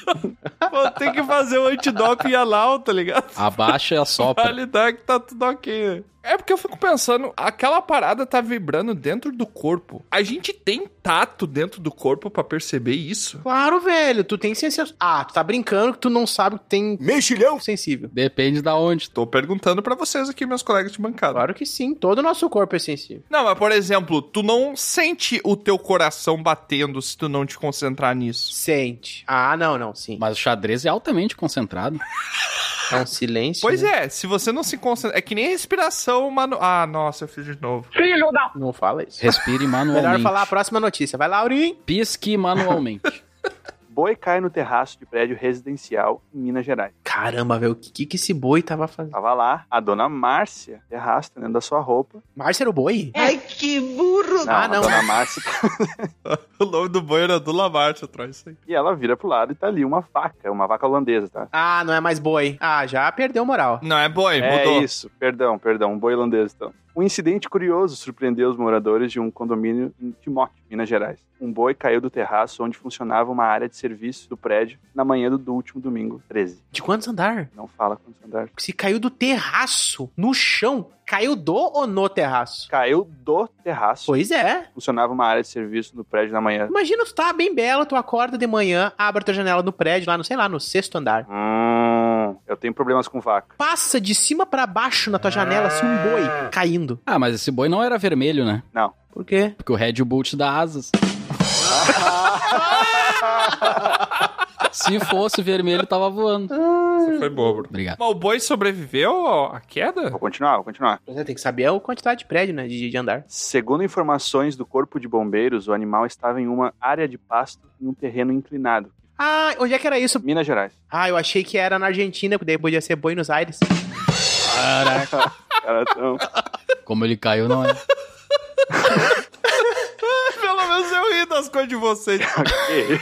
Speaker 2: Vão ter que fazer o antidoping anal, tá ligado?
Speaker 3: Abaixa e assopra.
Speaker 2: Validar que tá tudo ok. né? É porque eu fico pensando, aquela parada tá vibrando dentro do corpo. A gente tem tato dentro do corpo pra perceber isso?
Speaker 1: Claro, velho, tu tem sensível. Ah, tu tá brincando que tu não sabe que tem mexilhão sensível.
Speaker 3: Depende da onde.
Speaker 2: Tô perguntando pra vocês aqui, meus colegas de bancada.
Speaker 1: Claro que sim, todo o nosso corpo é sensível.
Speaker 2: Não, mas por exemplo, tu não sente o teu coração batendo se tu não te concentrar nisso.
Speaker 1: Sente. Ah, não, não, sim.
Speaker 3: Mas o xadrez é altamente concentrado.
Speaker 1: É um silêncio.
Speaker 2: Pois é, se você não se concentra. É que nem respiração mano. Ah, nossa, eu fiz de novo.
Speaker 1: Filho da. Não fala isso.
Speaker 3: Respire manualmente.
Speaker 1: Melhor falar a próxima notícia. Vai, Laurinho.
Speaker 3: Pisque manualmente.
Speaker 5: Boi cai no terraço de prédio residencial em Minas Gerais.
Speaker 1: Caramba, velho, o que, que esse boi tava fazendo?
Speaker 5: Tava lá a dona Márcia se arrasta dentro da sua roupa.
Speaker 1: Márcia era o boi?
Speaker 7: Ai, que burro!
Speaker 5: Não,
Speaker 1: Ah,
Speaker 5: a
Speaker 1: não.
Speaker 5: dona Márcia.
Speaker 2: o nome do banho era do Lamarche atrás isso aí.
Speaker 5: e ela vira pro lado e tá ali uma vaca, uma vaca holandesa, tá?
Speaker 1: Ah, não é mais boi. Ah, já perdeu moral.
Speaker 2: Não é boi,
Speaker 5: é
Speaker 2: mudou.
Speaker 5: isso, perdão, perdão, um boi holandês então. Um incidente curioso surpreendeu os moradores de um condomínio em Timóteo, Minas Gerais. Um boi caiu do terraço onde funcionava uma área de serviço do prédio na manhã do, do último domingo, 13.
Speaker 1: De quantos andar?
Speaker 5: Não fala quantos andares.
Speaker 1: Se caiu do terraço, no chão, caiu do ou no terraço?
Speaker 5: Caiu do terraço.
Speaker 1: Pois é.
Speaker 5: Funcionava uma área de serviço do prédio na manhã.
Speaker 1: Imagina tu tá bem bela, tu acorda de manhã, abre a tua janela no prédio, lá no, sei lá, no sexto andar.
Speaker 5: Hum, eu tenho problemas com vaca.
Speaker 1: Passa de cima pra baixo na tua janela, assim, um boi caindo.
Speaker 3: Ah, mas esse boi não era vermelho, né?
Speaker 5: Não.
Speaker 1: Por quê?
Speaker 3: Porque o Red Bull dá asas. Se fosse vermelho, tava voando.
Speaker 2: Isso foi bobo.
Speaker 3: Obrigado.
Speaker 2: Mas o boi sobreviveu à queda?
Speaker 5: Vou continuar, vou continuar.
Speaker 1: Pois é, tem que saber a quantidade de prédio, né, de, de andar.
Speaker 5: Segundo informações do Corpo de Bombeiros, o animal estava em uma área de pasto em um terreno inclinado.
Speaker 1: Ah, onde é que era isso?
Speaker 5: Minas Gerais.
Speaker 1: Ah, eu achei que era na Argentina, porque daí podia ser Buenos Aires.
Speaker 5: Cara, então,
Speaker 3: Como ele caiu, não é.
Speaker 2: Pelo menos eu ri das coisas de vocês.
Speaker 5: ok.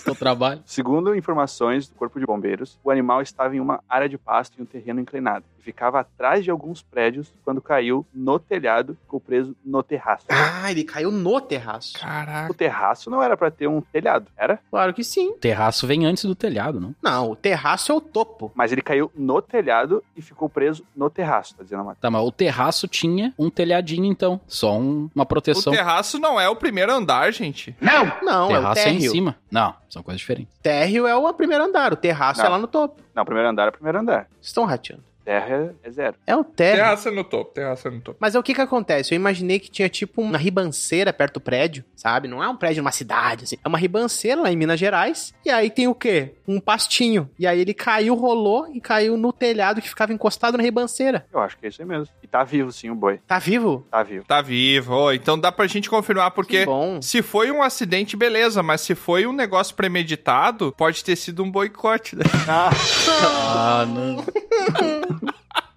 Speaker 3: Seu trabalho.
Speaker 5: Segundo informações do Corpo de Bombeiros, o animal estava em uma área de pasto em um terreno inclinado e ficava atrás de alguns prédios quando caiu no telhado e ficou preso no terraço.
Speaker 1: Ah, ele caiu no terraço.
Speaker 5: O
Speaker 2: Caraca.
Speaker 5: terraço não era pra ter um telhado, era?
Speaker 1: Claro que sim.
Speaker 3: O terraço vem antes do telhado, não?
Speaker 1: Não, o terraço é o topo.
Speaker 5: Mas ele caiu no telhado e ficou preso no terraço, tá dizendo a matéria.
Speaker 3: Tá, mas o terraço tinha um telhadinho, então. Só um- uma
Speaker 2: O
Speaker 3: proteção.
Speaker 2: terraço não é o primeiro andar, gente.
Speaker 1: Não, é o
Speaker 3: terraço é em
Speaker 1: térreo.
Speaker 3: cima. Não, são coisas diferentes.
Speaker 1: Térreo é o primeiro andar, o terraço
Speaker 5: Não.
Speaker 1: é lá no topo.
Speaker 5: Não, primeiro andar é primeiro andar.
Speaker 1: Vocês estão rateando.
Speaker 5: Terra é zero.
Speaker 1: É o térreo.
Speaker 2: Terraço é no topo, terraço é no topo.
Speaker 1: Mas é o que que acontece? Eu imaginei que tinha tipo uma ribanceira perto do prédio, sabe? Não é um prédio numa cidade, assim. É uma ribanceira lá em Minas Gerais. E aí tem o quê? Um pastinho. E aí ele caiu, rolou e caiu no telhado que ficava encostado na ribanceira.
Speaker 5: Eu acho que é isso aí mesmo. E tá vivo sim o boi.
Speaker 1: Tá vivo?
Speaker 5: Tá vivo.
Speaker 2: Tá vivo, ó, então dá pra gente confirmar,
Speaker 1: Que
Speaker 2: porque
Speaker 1: bom.
Speaker 2: se foi um acidente, beleza, mas se foi um negócio premeditado, pode ter sido um boicote, né?
Speaker 3: Ah, não.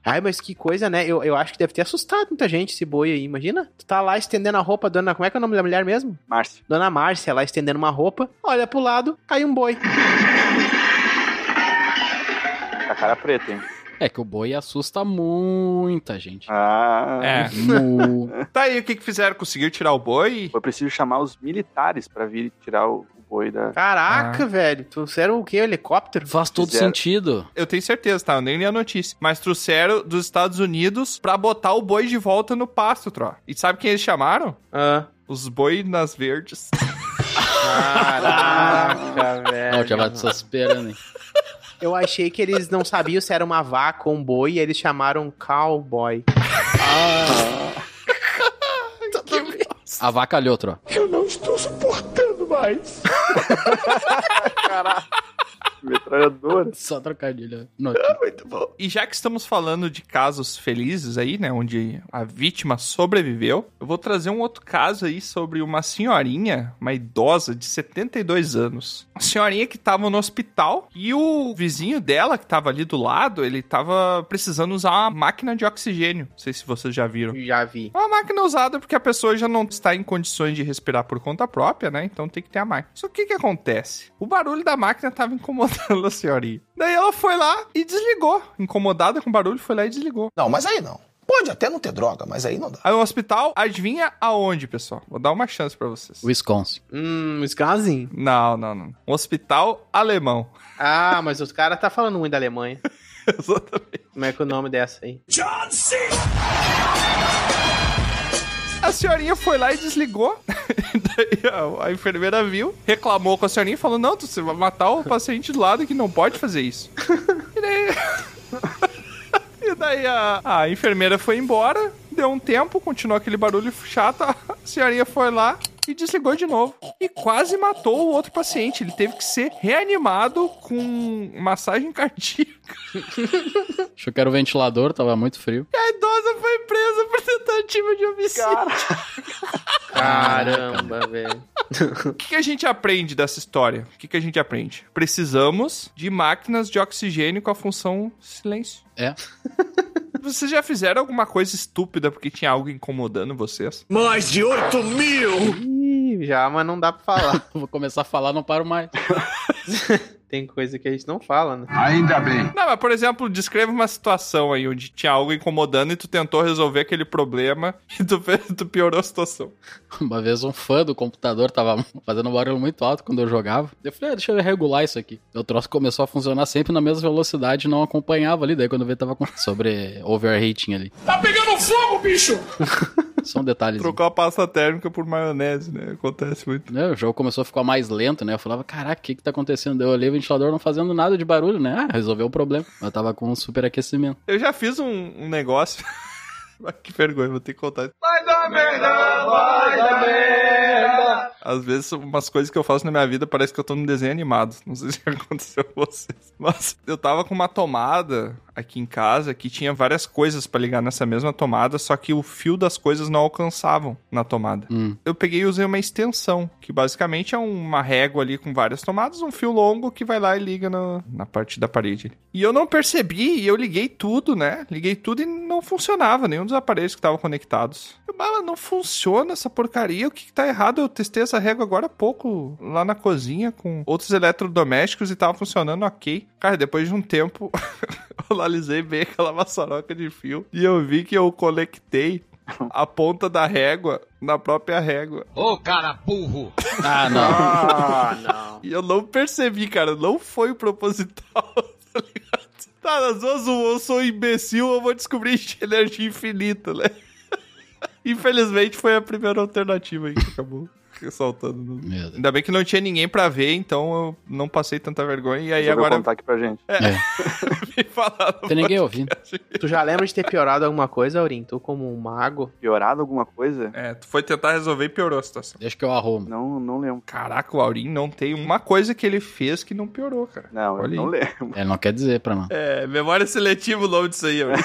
Speaker 1: Ai, mas que coisa, né? Eu, eu acho que deve ter assustado muita gente esse boi aí, imagina? Tu tá lá estendendo a roupa, dona. Como é que é o nome da mulher mesmo?
Speaker 5: Márcio.
Speaker 1: Dona Márcia lá estendendo uma roupa, olha pro lado, cai um boi.
Speaker 5: Tá cara preta, hein?
Speaker 3: É que o boi assusta muita gente.
Speaker 5: Ah.
Speaker 2: É.
Speaker 3: Mu.
Speaker 2: Tá aí, o que que fizeram? Conseguiram tirar o boi?
Speaker 5: Foi preciso chamar os militares pra vir tirar o, o boi da.
Speaker 1: Caraca, velho. Tu era o quê? O helicóptero?
Speaker 3: Faz todo
Speaker 5: Fizeram.
Speaker 3: sentido.
Speaker 2: Eu tenho certeza, tá? Eu nem li a notícia. Mas trouxeram dos Estados Unidos pra botar o boi de volta no pasto, tro. E sabe quem eles chamaram?
Speaker 1: Ah.
Speaker 2: Os boi nas verdes.
Speaker 1: Caraca,
Speaker 3: Ó,
Speaker 1: velho.
Speaker 3: já vai só esperando, hein?
Speaker 1: Eu achei que eles não sabiam se era uma vaca ou um boi, e eles chamaram cowboy.
Speaker 3: Avacalhou, tro.
Speaker 5: Metralhadora.
Speaker 3: Só trocadilho. Notícia.
Speaker 2: e já que estamos falando de casos felizes aí, né? Onde a vítima sobreviveu, eu vou trazer um outro caso aí sobre uma senhorinha, uma idosa de 72 anos. Uma senhorinha que tava no hospital e o vizinho dela, que tava ali do lado, ele tava precisando usar uma máquina de oxigênio. Não sei se vocês já viram.
Speaker 1: Já vi.
Speaker 2: É Uma máquina usada porque a pessoa já não está em condições de respirar por conta própria, né? Então tem que ter a máquina. Só que o que, que acontece? O barulho da máquina estava incomodando a senhorinha. Daí ela foi lá e desligou. Incomodada com o barulho, foi lá e desligou.
Speaker 11: Não, mas aí não. Pode até não ter droga, mas aí não dá.
Speaker 2: Aí o hospital, adivinha aonde, pessoal? Vou dar uma chance pra vocês.
Speaker 3: Wisconsin.
Speaker 1: Hum, escazinho.
Speaker 2: Não, não, não. Um hospital alemão.
Speaker 1: Ah, mas os caras tá falando muito da Alemanha.
Speaker 2: Exatamente.
Speaker 1: Como é que é o nome dessa aí?
Speaker 13: John C.
Speaker 2: A senhorinha foi lá e desligou. Daí a, a enfermeira viu, reclamou com a senhorinha e falou: Não, tu- você vai matar o paciente do lado que não pode fazer isso. E daí a, a enfermeira foi embora, deu um tempo, continuou aquele barulho chato, a senhorinha foi lá e desligou de novo. E quase matou o outro paciente. Ele teve que ser reanimado com massagem cardíaca.
Speaker 3: Achou que era o ventilador, tava muito frio.
Speaker 2: E a idosa foi presa por tentativa de homicídio.
Speaker 1: Caramba, velho.
Speaker 2: O que, que a gente aprende dessa história? O que, que a gente aprende? Precisamos de máquinas de oxigênio com a função silêncio.
Speaker 3: É.
Speaker 2: Vocês já fizeram alguma coisa estúpida porque tinha algo incomodando vocês?
Speaker 1: Mais de 8 mil! Já, mas não dá pra falar.
Speaker 3: Vou começar a falar, não paro mais.
Speaker 1: Tem coisa que a gente não fala, né?
Speaker 2: Ainda bem. Não, mas por exemplo, descreva uma situação aí onde tinha algo incomodando e tu tentou resolver aquele problema e tu, fez- tu piorou a situação.
Speaker 3: Uma vez um fã do computador tava fazendo um barulho muito alto quando eu jogava. Eu falei, ah, deixa eu regular isso aqui. O troço começou a funcionar sempre na mesma velocidade, não acompanhava ali. Daí quando eu vi, tava com... sobre overheating ali.
Speaker 13: Tá pegando fogo, bicho!
Speaker 3: Só um detalhe.
Speaker 2: Trocou a pasta térmica por maionese, né? Acontece muito.
Speaker 3: o jogo começou a ficar mais lento, né? Eu falava, caraca, o que que tá acontecendo? Daí Eu olhei o ventilador não fazendo nada de barulho, né? Ah, resolveu o problema. Eu tava com um superaquecimento.
Speaker 2: Eu já fiz um, um negócio. Mas que vergonha, vou ter que contar.
Speaker 13: Vai dar merda, vai dar merda!
Speaker 2: Às vezes, umas coisas que eu faço na minha vida parece que eu tô num desenho animado. Não sei se já aconteceu com vocês. Mas eu tava com uma tomada aqui em casa que tinha várias coisas pra ligar nessa mesma tomada, só que o fio das coisas não alcançavam na tomada.
Speaker 3: Hum.
Speaker 2: Eu peguei e usei uma extensão, que basicamente é uma régua ali com várias tomadas, um fio longo que vai lá e liga na, na parte da parede. E eu não percebi, e eu liguei tudo, né? Liguei tudo e não funcionava, nenhum dos aparelhos que estavam conectados. Eu, bala, não funciona essa porcaria, o que, que tá errado? Eu testei essa régua agora há pouco, lá na cozinha, com outros eletrodomésticos e tava funcionando ok. Cara, depois de um tempo, eu lalisei bem aquela maçaroca de fio e eu vi que eu conectei a ponta da régua na própria régua.
Speaker 13: Ô, cara burro!
Speaker 3: Ah,
Speaker 13: não.
Speaker 2: Ah,
Speaker 1: não.
Speaker 2: E eu não percebi, cara. Não foi proposital, tá ligado? Tá, nas duas, ou eu sou um imbecil ou eu vou descobrir energia infinita, né? Infelizmente foi a primeira alternativa aí que acabou ressaltando. no- Ainda bem que não tinha ninguém pra ver, então eu não passei tanta vergonha. E aí
Speaker 5: Resolveu
Speaker 2: agora.
Speaker 5: contar aqui pra gente.
Speaker 1: Tem
Speaker 3: ninguém ouvindo.
Speaker 1: Tu já lembra de ter piorado alguma coisa, Aurim? Tu como um mago?
Speaker 5: Piorado alguma coisa?
Speaker 2: É, tu foi tentar resolver e piorou a situação.
Speaker 3: Deixa que eu arrumo.
Speaker 5: Não, não lembro.
Speaker 2: Caraca, o Aurim não tem uma coisa que ele fez que não piorou, cara.
Speaker 5: Não,
Speaker 2: Olha
Speaker 5: eu não
Speaker 2: aí.
Speaker 5: lembro.
Speaker 3: Ele não quer dizer pra não.
Speaker 2: É, memória seletiva o nome disso aí, Aurim.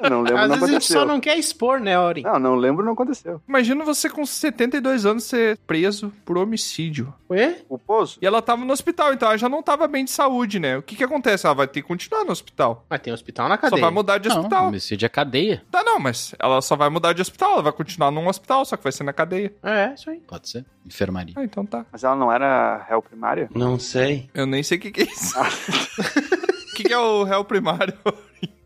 Speaker 5: Não lembro,
Speaker 1: Às vezes a
Speaker 5: não
Speaker 1: gente
Speaker 5: aconteceu. Ah.
Speaker 1: só não quer expor, né, Aurim?
Speaker 5: Não, não lembro, não aconteceu.
Speaker 2: Imagina você com 72 anos ser preso por homicídio.
Speaker 1: Ué?
Speaker 5: O Pozo?
Speaker 2: E ela tava no hospital, então ela já não tava bem de saúde, né? O que que acontece? Ela vai ter que continuar no hospital.
Speaker 1: Mas tem um hospital na cadeia.
Speaker 2: Só vai mudar de
Speaker 3: Não,
Speaker 2: hospital.
Speaker 3: homicídio é cadeia.
Speaker 2: Tá, não, mas ela só vai mudar de hospital. Ela vai continuar num hospital, só que vai ser na cadeia.
Speaker 1: É, isso aí.
Speaker 3: Pode ser. Enfermaria.
Speaker 2: Ah, então tá.
Speaker 5: Mas ela não era réu primária?
Speaker 14: Não sei.
Speaker 2: Eu nem sei o que que é isso. O que que é o réu primário?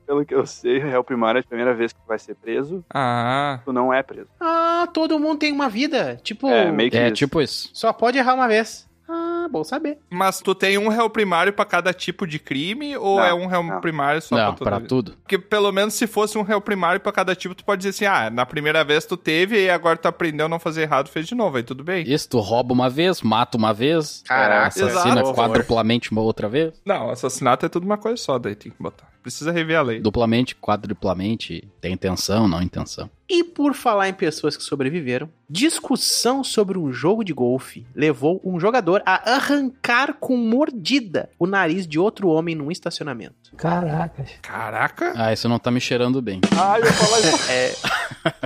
Speaker 5: Pelo que eu sei, réu primário é a primeira vez que vai ser preso.
Speaker 2: Ah.
Speaker 5: Tu não é preso.
Speaker 1: Ah, todo mundo tem uma vida. Tipo,
Speaker 5: É, meio que
Speaker 3: É,
Speaker 5: isso.
Speaker 3: tipo isso.
Speaker 1: só pode errar uma vez. Ah, bom saber.
Speaker 2: Mas tu tem um réu primário pra cada tipo de crime ou
Speaker 5: Não,
Speaker 2: é um réu
Speaker 5: não.
Speaker 2: primário só
Speaker 3: não,
Speaker 2: pra,
Speaker 3: pra
Speaker 2: tudo?
Speaker 3: tudo.
Speaker 2: Porque pelo menos se fosse um réu primário pra cada tipo, tu pode dizer assim, ah, na primeira vez tu teve e agora tu aprendeu a não fazer errado, fez de novo, aí tudo bem.
Speaker 3: Isso, tu rouba uma vez, mata uma vez,
Speaker 1: Caraca,
Speaker 3: assassina
Speaker 2: exato.
Speaker 3: quadruplamente uma outra vez.
Speaker 2: Não, assassinato é tudo uma coisa só, daí tem que botar. Precisa rever a lei.
Speaker 3: Duplamente, quadruplamente, tem intenção, não intenção.
Speaker 1: E por falar em pessoas que sobreviveram, discussão sobre um jogo de golfe levou um jogador a arrancar com mordida o nariz de outro homem num estacionamento.
Speaker 14: Caracas.
Speaker 2: Caraca!
Speaker 3: Ah, isso não tá me cheirando bem.
Speaker 5: Ah, eu ia falar isso.
Speaker 1: É,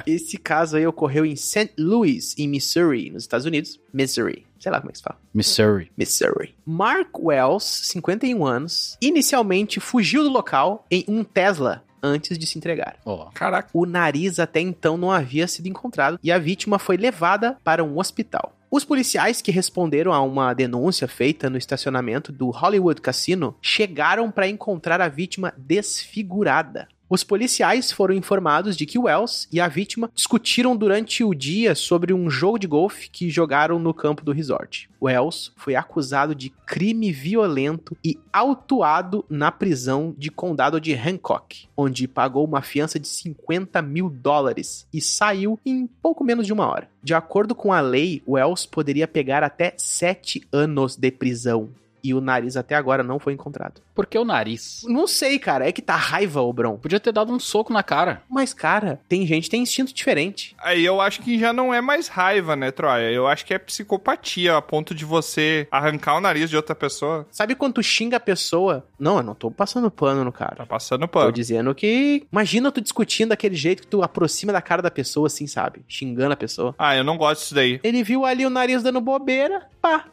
Speaker 1: esse caso aí ocorreu em St. Louis, em Missouri, nos Estados Unidos. Missouri. Sei lá como é que se fala.
Speaker 3: Missouri.
Speaker 1: Missouri. Mark Wells, 51 anos, inicialmente fugiu do local em um Tesla antes de se entregar.
Speaker 3: Ó,
Speaker 2: Caraca.
Speaker 1: O nariz até então não havia sido encontrado e a vítima foi levada para um hospital. Os policiais que responderam a uma denúncia feita no estacionamento do Hollywood Casino chegaram para encontrar a vítima desfigurada. Os policiais foram informados de que Wells e a vítima discutiram durante o dia sobre um jogo de golfe que jogaram no campo do resort. Wells foi acusado de crime violento e autuado na prisão de condado de Hancock, onde pagou uma fiança de 50 mil dólares e saiu em pouco menos de uma hora. De acordo com a lei, Wells poderia pegar até 7 anos de prisão e o nariz até agora não foi encontrado.
Speaker 3: Por que o nariz?
Speaker 1: Não sei, cara. É que tá raiva, ô Bron.
Speaker 3: Podia ter dado um soco na cara.
Speaker 1: Mas, cara, tem gente que tem instinto diferente.
Speaker 2: Aí eu acho que já não é mais raiva, né, Troia? Eu acho que é psicopatia, a ponto de você arrancar o nariz de outra pessoa.
Speaker 1: Sabe quando tu xinga a pessoa? Não, eu não tô passando pano no cara.
Speaker 2: Tá passando pano.
Speaker 1: Tô dizendo que. Imagina tu discutindo daquele jeito que tu aproxima da cara da pessoa, assim, sabe? Xingando a pessoa.
Speaker 2: Ah, eu não gosto disso daí.
Speaker 1: Ele viu ali o nariz dando bobeira, pá.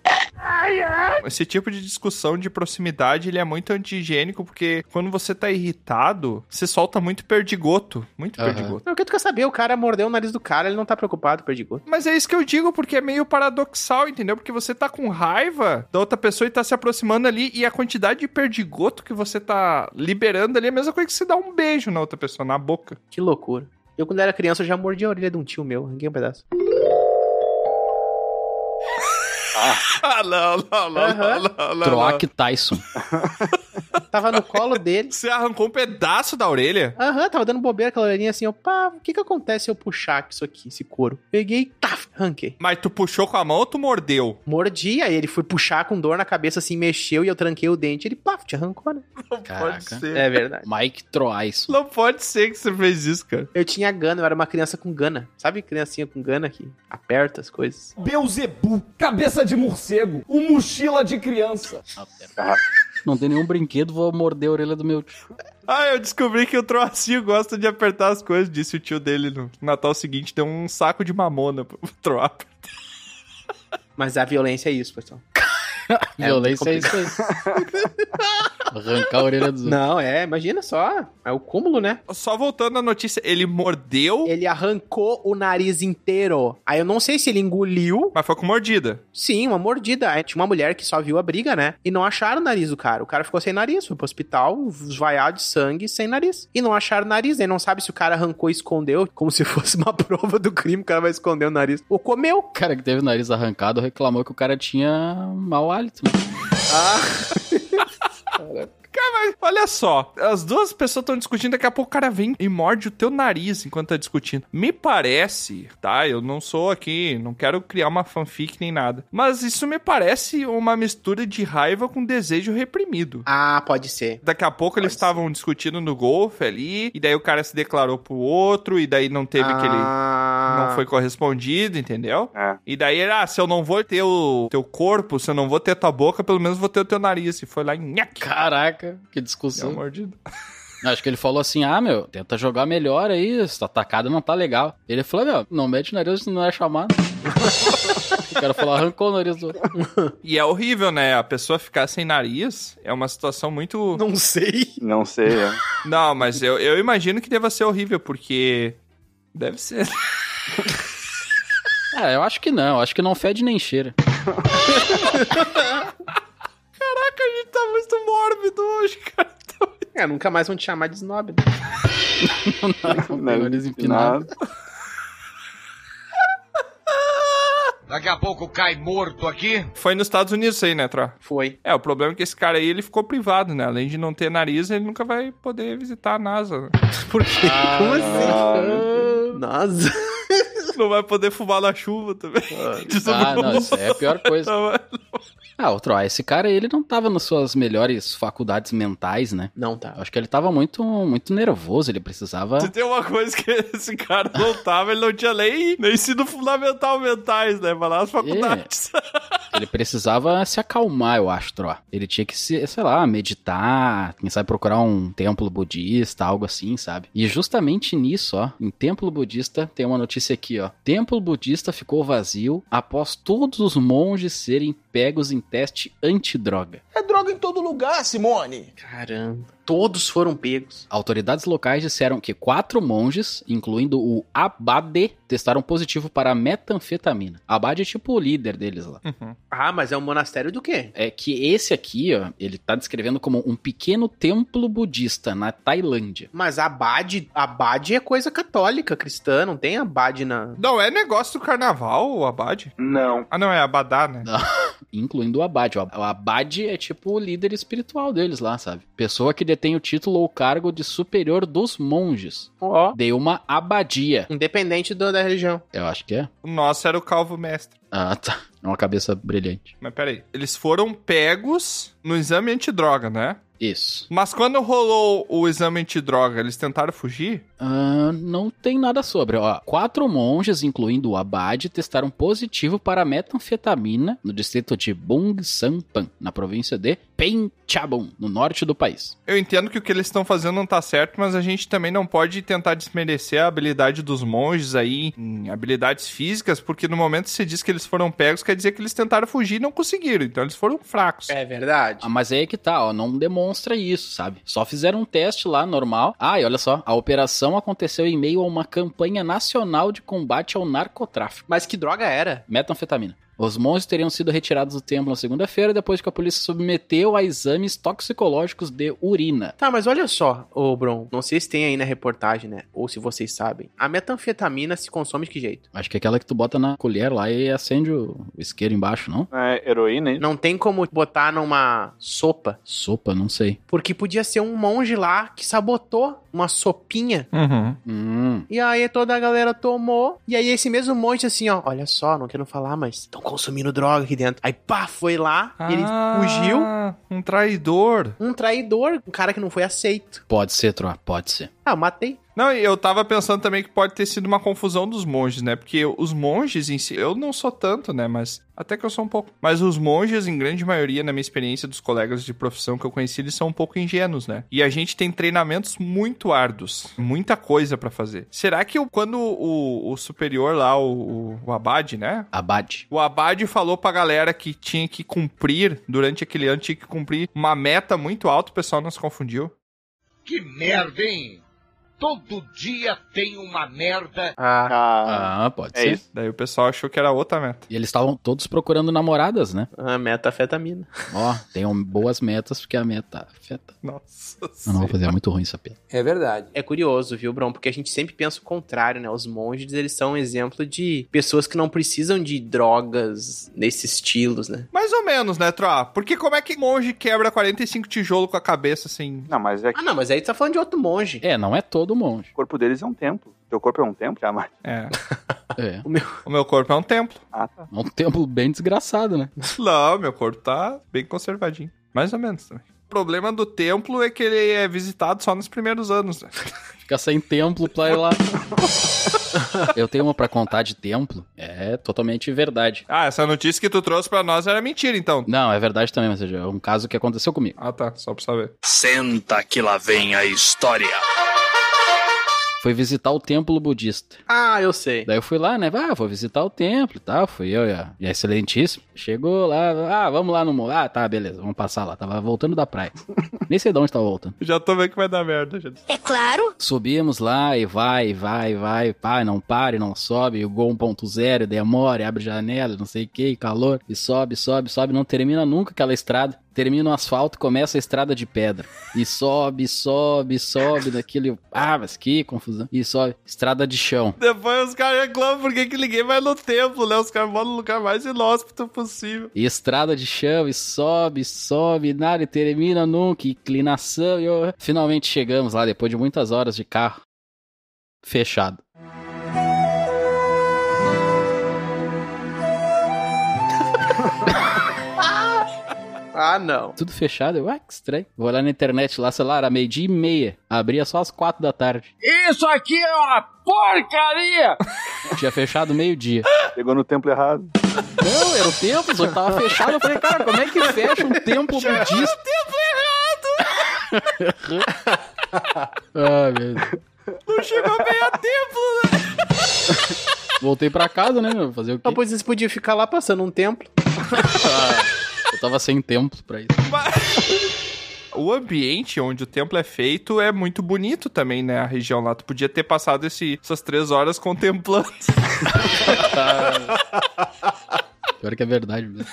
Speaker 2: Esse tipo de discussão de proximidade, ele é muito antigênico, porque quando você tá irritado, você solta muito perdigoto. Muito
Speaker 1: Aham.
Speaker 2: perdigoto.
Speaker 1: Não, É o que tu quer saber? O cara mordeu o nariz do cara, ele não tá preocupado, perdigoto.
Speaker 2: Mas é isso que eu digo, porque é meio paradoxal, entendeu? Porque você tá com raiva da outra pessoa e tá se aproximando ali, e a quantidade de perdigoto que você tá liberando ali é a mesma coisa que você dá um beijo na outra pessoa, na boca.
Speaker 1: Que loucura. Eu, quando era criança, já mordi a orelha de um tio meu. Arranquei um pedaço.
Speaker 2: Ah, não, não, não,
Speaker 1: Aham.
Speaker 2: não, não, não.
Speaker 3: Troc Tyson.
Speaker 1: Tava no colo dele.
Speaker 2: Você arrancou um pedaço da orelha?
Speaker 1: Aham, tava dando bobeira aquela orelhinha assim, ó. Pá, o que que acontece se eu puxar isso aqui, esse couro? Peguei, taf, arranquei.
Speaker 2: Mas tu puxou com a mão ou tu mordeu?
Speaker 1: Mordi, aí ele foi puxar com dor na cabeça, assim, mexeu e eu tranquei o dente. Ele, pá, te arrancou, né?
Speaker 2: Não pode
Speaker 3: Caraca.
Speaker 2: ser.
Speaker 1: É verdade.
Speaker 3: Mike Troyson.
Speaker 2: Não pode ser que você fez isso, cara.
Speaker 1: Eu tinha gana, eu era uma criança com gana. Sabe criancinha com gana que aperta as coisas?
Speaker 16: Beuzebu, cabeça de morcego, o mochila de criança.
Speaker 3: Não tem nenhum brinquedo, vou morder a orelha do meu tio.
Speaker 2: Ah, eu descobri que o Troacinho gosta de apertar as coisas, disse o tio dele no Natal seguinte. Deu um saco de mamona pro Troá.
Speaker 1: Mas a violência é isso, pessoal. É
Speaker 3: Violência é
Speaker 1: muito
Speaker 3: isso aí. Arrancar a orelha dos outros.
Speaker 1: Não, é, imagina só. É o cúmulo, né?
Speaker 2: Só voltando à notícia, ele mordeu,
Speaker 1: Ele arrancou o nariz inteiro. Aí eu não sei se ele engoliu.
Speaker 2: mas foi com mordida.
Speaker 1: Sim, uma mordida. Aí tinha uma mulher que só viu a briga, né? E não acharam o nariz do cara. O cara ficou sem nariz, foi pro hospital, vaiado de sangue, sem nariz. E não acharam o nariz. Aí não sabe se o cara arrancou e escondeu, como se fosse uma prova do crime, o cara vai esconder o nariz. Ou comeu.
Speaker 3: O cara que teve o nariz arrancado reclamou que o cara tinha mau hálito.
Speaker 2: Cara, mas olha só, as duas pessoas estão discutindo, daqui a pouco o cara vem e morde o teu nariz enquanto tá discutindo. Me parece, tá? Eu não sou aqui, não quero criar uma fanfic nem nada. Mas isso me parece uma mistura de raiva com desejo reprimido.
Speaker 1: Ah, pode ser.
Speaker 2: Daqui a pouco eles estavam discutindo no golfe ali, e daí o cara se declarou pro outro, e daí não teve que ele
Speaker 1: Ah.
Speaker 2: não foi correspondido, entendeu?
Speaker 5: É.
Speaker 2: E daí ele, ah, se eu não vou ter o teu corpo, se eu não vou ter tua boca, pelo menos vou ter o teu nariz. E foi lá em
Speaker 3: Caraca, que
Speaker 2: Deu uma
Speaker 3: discussão.
Speaker 2: mordida.
Speaker 3: Acho que ele falou assim: ah, meu, tenta jogar melhor aí, essa atacada não tá legal. Ele falou: meu, não mete o nariz, senão não é chamado. o cara falou: arrancou o nariz do outro.
Speaker 2: E é horrível, né? A pessoa ficar sem nariz é uma situação muito.
Speaker 1: Não sei.
Speaker 5: Não sei, é.
Speaker 2: Não, mas eu, eu imagino que deva ser horrível, porque. Deve ser.
Speaker 3: É, eu acho que não, acho que não fede nem cheira.
Speaker 2: Caraca, a gente tá muito mórbido hoje, cara.
Speaker 1: É, nunca mais vão te chamar de snob. né?
Speaker 3: Não, tem nariz empinado.
Speaker 13: Daqui a pouco cai morto aqui.
Speaker 2: Foi nos Estados Unidos isso aí, né, Tro?
Speaker 1: Foi.
Speaker 2: É, o problema é que esse cara aí ele ficou privado, né? Além de não ter nariz, ele nunca vai poder visitar a NASA. né?
Speaker 1: Por quê? Como
Speaker 5: Ah,
Speaker 1: assim? Nossa.
Speaker 2: Não vai poder fumar na chuva também. Diz o
Speaker 3: Ah,
Speaker 2: Bruno.
Speaker 3: não, isso aí é a pior coisa.
Speaker 2: Não, mas-
Speaker 3: Ah, outro, ah, esse cara, ele não tava nas suas melhores faculdades mentais, né?
Speaker 1: Não tá.
Speaker 3: Acho que ele tava muito, muito nervoso, ele precisava.
Speaker 2: Se tem uma coisa que esse cara não tava, ele não tinha nem, nem ensino fundamental mentais, né? Vai lá as faculdades.
Speaker 3: Ele precisava se acalmar, eu acho, Tro. Ele tinha que, se, sei lá, meditar, quem sabe procurar um templo budista, algo assim, sabe? E justamente nisso, ó, em templo budista, tem uma notícia aqui, ó. Templo budista ficou vazio após todos os monges serem pegos em teste antidroga.
Speaker 11: É droga em todo lugar, Simone.
Speaker 3: Caramba. Todos foram pegos. Autoridades locais disseram que quatro monges, incluindo o Abade, testaram positivo para metanfetamina. Abade é tipo o líder deles lá.
Speaker 1: Ah, mas é um monastério do quê?
Speaker 3: É que esse aqui, ó, ele tá descrevendo como um pequeno templo budista na Tailândia.
Speaker 1: Mas abade, abade é coisa católica, cristã, não tem abade na...
Speaker 2: Não, é negócio do carnaval, o abade?
Speaker 5: Não.
Speaker 2: Ah, não, é abadá, né?
Speaker 3: Incluindo o Abade. O Ab- o Abade é tipo o líder espiritual deles lá, sabe? Pessoa que detém o título ou cargo de superior dos monges.
Speaker 1: Ó,
Speaker 3: De uma abadia.
Speaker 1: independente do- da religião.
Speaker 3: Eu acho que é.
Speaker 2: O nosso era o calvo mestre.
Speaker 3: Ah, tá. É uma cabeça brilhante.
Speaker 2: Mas peraí. Eles foram pegos no exame antidroga, né?
Speaker 3: Isso.
Speaker 2: Mas quando rolou o exame antidroga, eles tentaram fugir?
Speaker 3: Ah, não tem nada sobre. Ó, quatro monges, incluindo o Abade, testaram positivo para metanfetamina no distrito de Bung Sampan, na província de Penchabun, no norte do país.
Speaker 2: Eu entendo que o que eles estão fazendo não tá certo, mas a gente também não pode tentar desmerecer a habilidade dos monges aí em habilidades físicas, porque no momento que se diz que eles foram pegos, quer dizer que eles tentaram fugir e não conseguiram. Então eles foram fracos.
Speaker 1: É verdade.
Speaker 3: Ah, mas é aí que tá, ó, não demonstra isso, sabe? Só fizeram um teste lá normal. Ah, e olha só, a operação aconteceu em meio a uma campanha nacional de combate ao narcotráfico.
Speaker 1: Mas que droga era?
Speaker 3: metanfetamina. Os monges teriam sido retirados do templo na segunda-feira depois que a polícia submeteu a exames toxicológicos de urina.
Speaker 1: Tá, mas olha só, ô Bron, não sei se tem aí na reportagem, né? Ou se vocês sabem. A metanfetamina se consome de que jeito?
Speaker 3: Acho que é aquela que tu bota na colher lá e acende o o isqueiro embaixo, não?
Speaker 5: É heroína, hein?
Speaker 1: Não tem como botar numa sopa,
Speaker 3: Sopa, não sei.
Speaker 1: porque podia ser um monge lá que sabotou uma sopinha.
Speaker 2: Uhum.
Speaker 3: Hum.
Speaker 1: E aí toda a galera tomou, e aí esse mesmo monge assim, ó, olha só, não quero falar, mas estão consumindo droga aqui dentro. Aí pá, foi lá, ele fugiu.
Speaker 2: Ah, Um traidor.
Speaker 1: Um traidor, um cara que não foi aceito.
Speaker 3: Pode ser, Troa, pode ser.
Speaker 1: Ah, matei.
Speaker 2: Não, e eu tava pensando também que pode ter sido uma confusão dos monges, né? Porque os monges em si, eu não sou tanto, né? Mas até que eu sou um pouco. Mas os monges, em grande maioria, na minha experiência dos colegas de profissão que eu conheci, eles são um pouco ingênuos, né? E a gente tem treinamentos muito árduos, muita coisa pra fazer. Será que eu- quando o, o superior lá, o, o- o Abade, né?
Speaker 3: Abade.
Speaker 2: O Abade falou pra galera que tinha que cumprir, durante aquele ano, tinha que cumprir uma meta muito alta, o pessoal não se confundiu.
Speaker 13: Que merda, hein? Todo dia tem uma merda.
Speaker 1: Ah,
Speaker 5: Ah,
Speaker 3: Ah, pode
Speaker 5: É
Speaker 3: ser.
Speaker 5: isso.
Speaker 2: Daí o pessoal achou que era outra meta.
Speaker 3: E eles estavam todos procurando namoradas, né?
Speaker 1: a metanfetamina.
Speaker 3: Ó, tenham boas metas, porque a meta afeta.
Speaker 2: Nossa
Speaker 3: Não, não vou fazer, é muito ruim essa piada.
Speaker 15: É verdade.
Speaker 1: É curioso, viu, Bron? Porque a gente sempre pensa o contrário, né? Os monges, eles são um exemplo de pessoas que não precisam de drogas nesses estilos, né?
Speaker 2: Mais ou menos, né, Troa? Porque como é que monge quebra 45 tijolo com a cabeça, assim?
Speaker 5: Não, mas é que
Speaker 1: Ah, não, mas aí tu tá falando de outro monge.
Speaker 3: É, não é todo monge.
Speaker 5: o corpo deles é um templo. Teu corpo é um templo, jamais.
Speaker 2: É.
Speaker 3: É.
Speaker 2: O meu corpo é um templo.
Speaker 5: Ah, tá.
Speaker 3: É um tempo bem desgraçado, né?
Speaker 2: Não, meu corpo tá bem conservadinho. Mais ou menos também. O problema do templo é que ele é visitado só nos primeiros anos. né?
Speaker 3: Fica sem templo pra ir lá. Eu tenho uma pra contar de templo. É totalmente verdade.
Speaker 2: Ah, essa notícia que tu trouxe pra nós era mentira, então.
Speaker 3: Não, é verdade também, mas é um caso que aconteceu comigo.
Speaker 2: Ah, tá. Só pra saber.
Speaker 10: Senta que lá vem a história.
Speaker 3: Foi visitar o templo budista.
Speaker 1: Ah, eu sei.
Speaker 3: Daí eu fui lá, né? Ah, vou visitar o templo e tal. Fui eu e a, e a excelentíssima. Chegou lá, ah, vamos lá no... mu- Ah, tá, beleza, vamos passar lá. Tava voltando da praia. Nem sei de onde tava voltando.
Speaker 2: Já tô vendo que vai dar merda. Já...
Speaker 9: É claro.
Speaker 3: Subimos lá e vai, vai, vai, pá, não pare, não sobe, o gol 1.0, demora, e abre janela, não sei o que, calor, e sobe, sobe, sobe, não termina nunca aquela estrada. Termina o asfalto, começa a estrada de pedra. E sobe, sobe, sobe, daquele. Ah, mas que confusão. E sobe, estrada de chão.
Speaker 2: Depois os caras reclamam porque que ninguém vai no templo, né? Os caras moram no lugar mais inóspito possível.
Speaker 3: E estrada de chão, e sobe, sobe, nada, e termina nunca, e inclinação, e eu... finalmente chegamos lá, depois de muitas horas de carro. Fechado.
Speaker 1: Ah, não.
Speaker 3: Tudo fechado, eu, ué, que estranho. Vou olhar na internet lá, sei lá, era meio-dia e meia. Abria só às quatro da tarde.
Speaker 16: Isso aqui é uma porcaria!
Speaker 3: Tinha fechado meio-dia.
Speaker 5: Chegou no templo errado.
Speaker 3: Não, era o templo, só que tava fechado. Eu falei, cara, como é que fecha um templo budista? Ai, meu Deus.
Speaker 2: Não chegou bem a templo, né?
Speaker 3: Voltei pra casa, né, meu? Fazer o quê?
Speaker 1: Ah, Mas, pois eles podiam ficar lá passando um templo.
Speaker 3: Eu tava sem tempo pra isso.
Speaker 2: O ambiente onde o templo é feito é muito bonito também, né? A região lá. Tu podia ter passado esse- essas três horas contemplando.
Speaker 3: Pior que é verdade mesmo.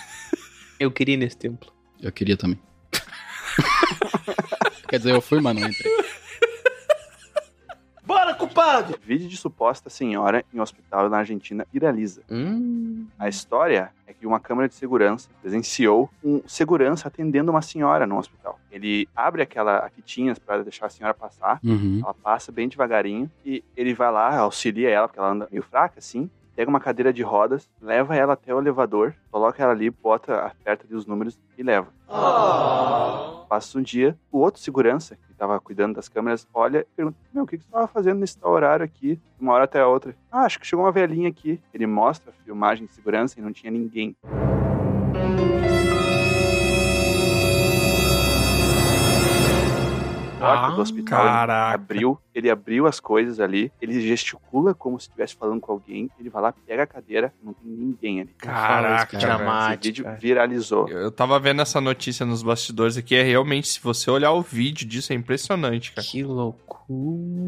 Speaker 1: Eu queria ir nesse templo.
Speaker 3: Eu queria também. Quer dizer, eu fui, mas não entrei.
Speaker 5: Bora, culpado! Vídeo de suposta senhora em hospital na Argentina viraliza.
Speaker 1: Hum,
Speaker 5: A história é que uma câmera de segurança presenciou um segurança atendendo uma senhora num hospital. Ele abre aquela fitinhas para deixar a senhora passar,
Speaker 4: Uhum.
Speaker 5: ela passa bem devagarinho e ele vai lá, auxilia ela, porque ela anda meio fraca assim. Pega uma cadeira de rodas, leva ela até o elevador, coloca ela ali, bota, aperta ali os números e leva. Passa um dia, o outro segurança, que tava cuidando das câmeras, olha e pergunta: Meu, o que, que você tava fazendo nesse tal horário aqui? De Uma hora até a outra. Ah, acho que chegou uma velhinha aqui. Ele mostra a filmagem de segurança e não tinha ninguém. porta do hospital. ele
Speaker 2: Ah.
Speaker 5: Abriu, ele abriu as coisas ali, ele gesticula como se estivesse falando com alguém, ele vai lá, pega a cadeira, não tem ninguém ali.
Speaker 2: Caraca,
Speaker 5: Esse vídeo viralizou.
Speaker 2: Eu tava vendo essa notícia nos bastidores aqui. É realmente, se você olhar o vídeo disso, é impressionante, cara.
Speaker 1: Que loucura.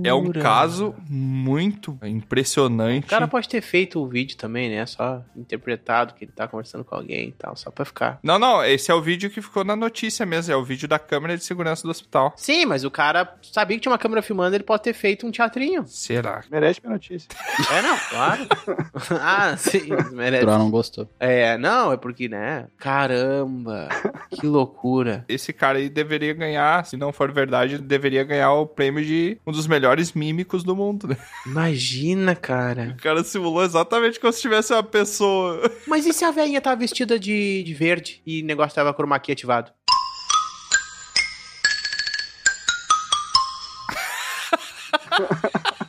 Speaker 2: É um caso muito impressionante.
Speaker 1: O cara pode ter feito o vídeo também, né? Só interpretado que ele tá conversando com alguém e tal, só pra ficar.
Speaker 2: Não, não, esse é o vídeo que ficou na notícia mesmo. É o vídeo da câmera de segurança do hospital.
Speaker 1: Sim, mas o cara sabia que tinha uma câmera filmando, ele pode ter feito um teatrinho.
Speaker 2: Será?
Speaker 5: Merece minha notícia.
Speaker 1: É, não, claro. ah, sim, merece.
Speaker 3: Troll não gostou.
Speaker 1: É, não, é porque, né? Caramba, que loucura.
Speaker 2: Esse cara aí deveria ganhar, se não for verdade, ele deveria ganhar o prêmio de um dos melhores mímicos do mundo, né?
Speaker 1: Imagina, cara.
Speaker 2: O cara simulou exatamente como se tivesse uma pessoa.
Speaker 1: Mas e se a velhinha tava vestida de, de verde e o negócio tava chroma key ativado?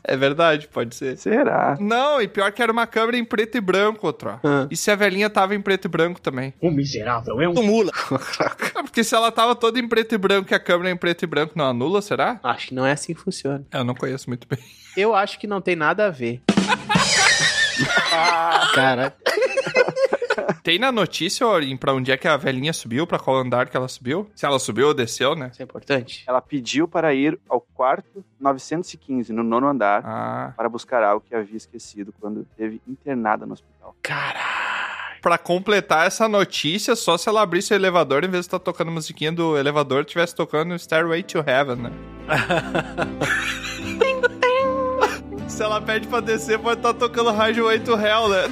Speaker 2: É verdade, pode ser.
Speaker 5: Será?
Speaker 2: Não, e pior que era uma câmera em preto e branco, outra. E se a velhinha tava em preto e branco também?
Speaker 13: O miserável é um mula.
Speaker 2: É porque se ela tava toda em preto e branco e a câmera em preto e branco não anula, será?
Speaker 1: Acho que não é assim que funciona.
Speaker 2: Eu não conheço muito bem.
Speaker 1: Eu acho que não tem nada a ver.
Speaker 3: Cara,
Speaker 2: Tem na notícia, Orin, pra onde é que a velhinha subiu, pra qual andar que ela subiu? Se ela subiu ou desceu, né?
Speaker 1: Isso é importante.
Speaker 5: Ela pediu para ir ao quarto 915, no nono andar,
Speaker 2: Ah.
Speaker 5: para buscar algo que havia esquecido quando esteve internada no hospital.
Speaker 2: Pra completar essa notícia, só se ela abrisse o elevador, em vez de estar tocando a musiquinha do elevador, tivesse tocando Stairway to Heaven, né? se ela pede pra descer, pode estar tocando Highway to Hell, né?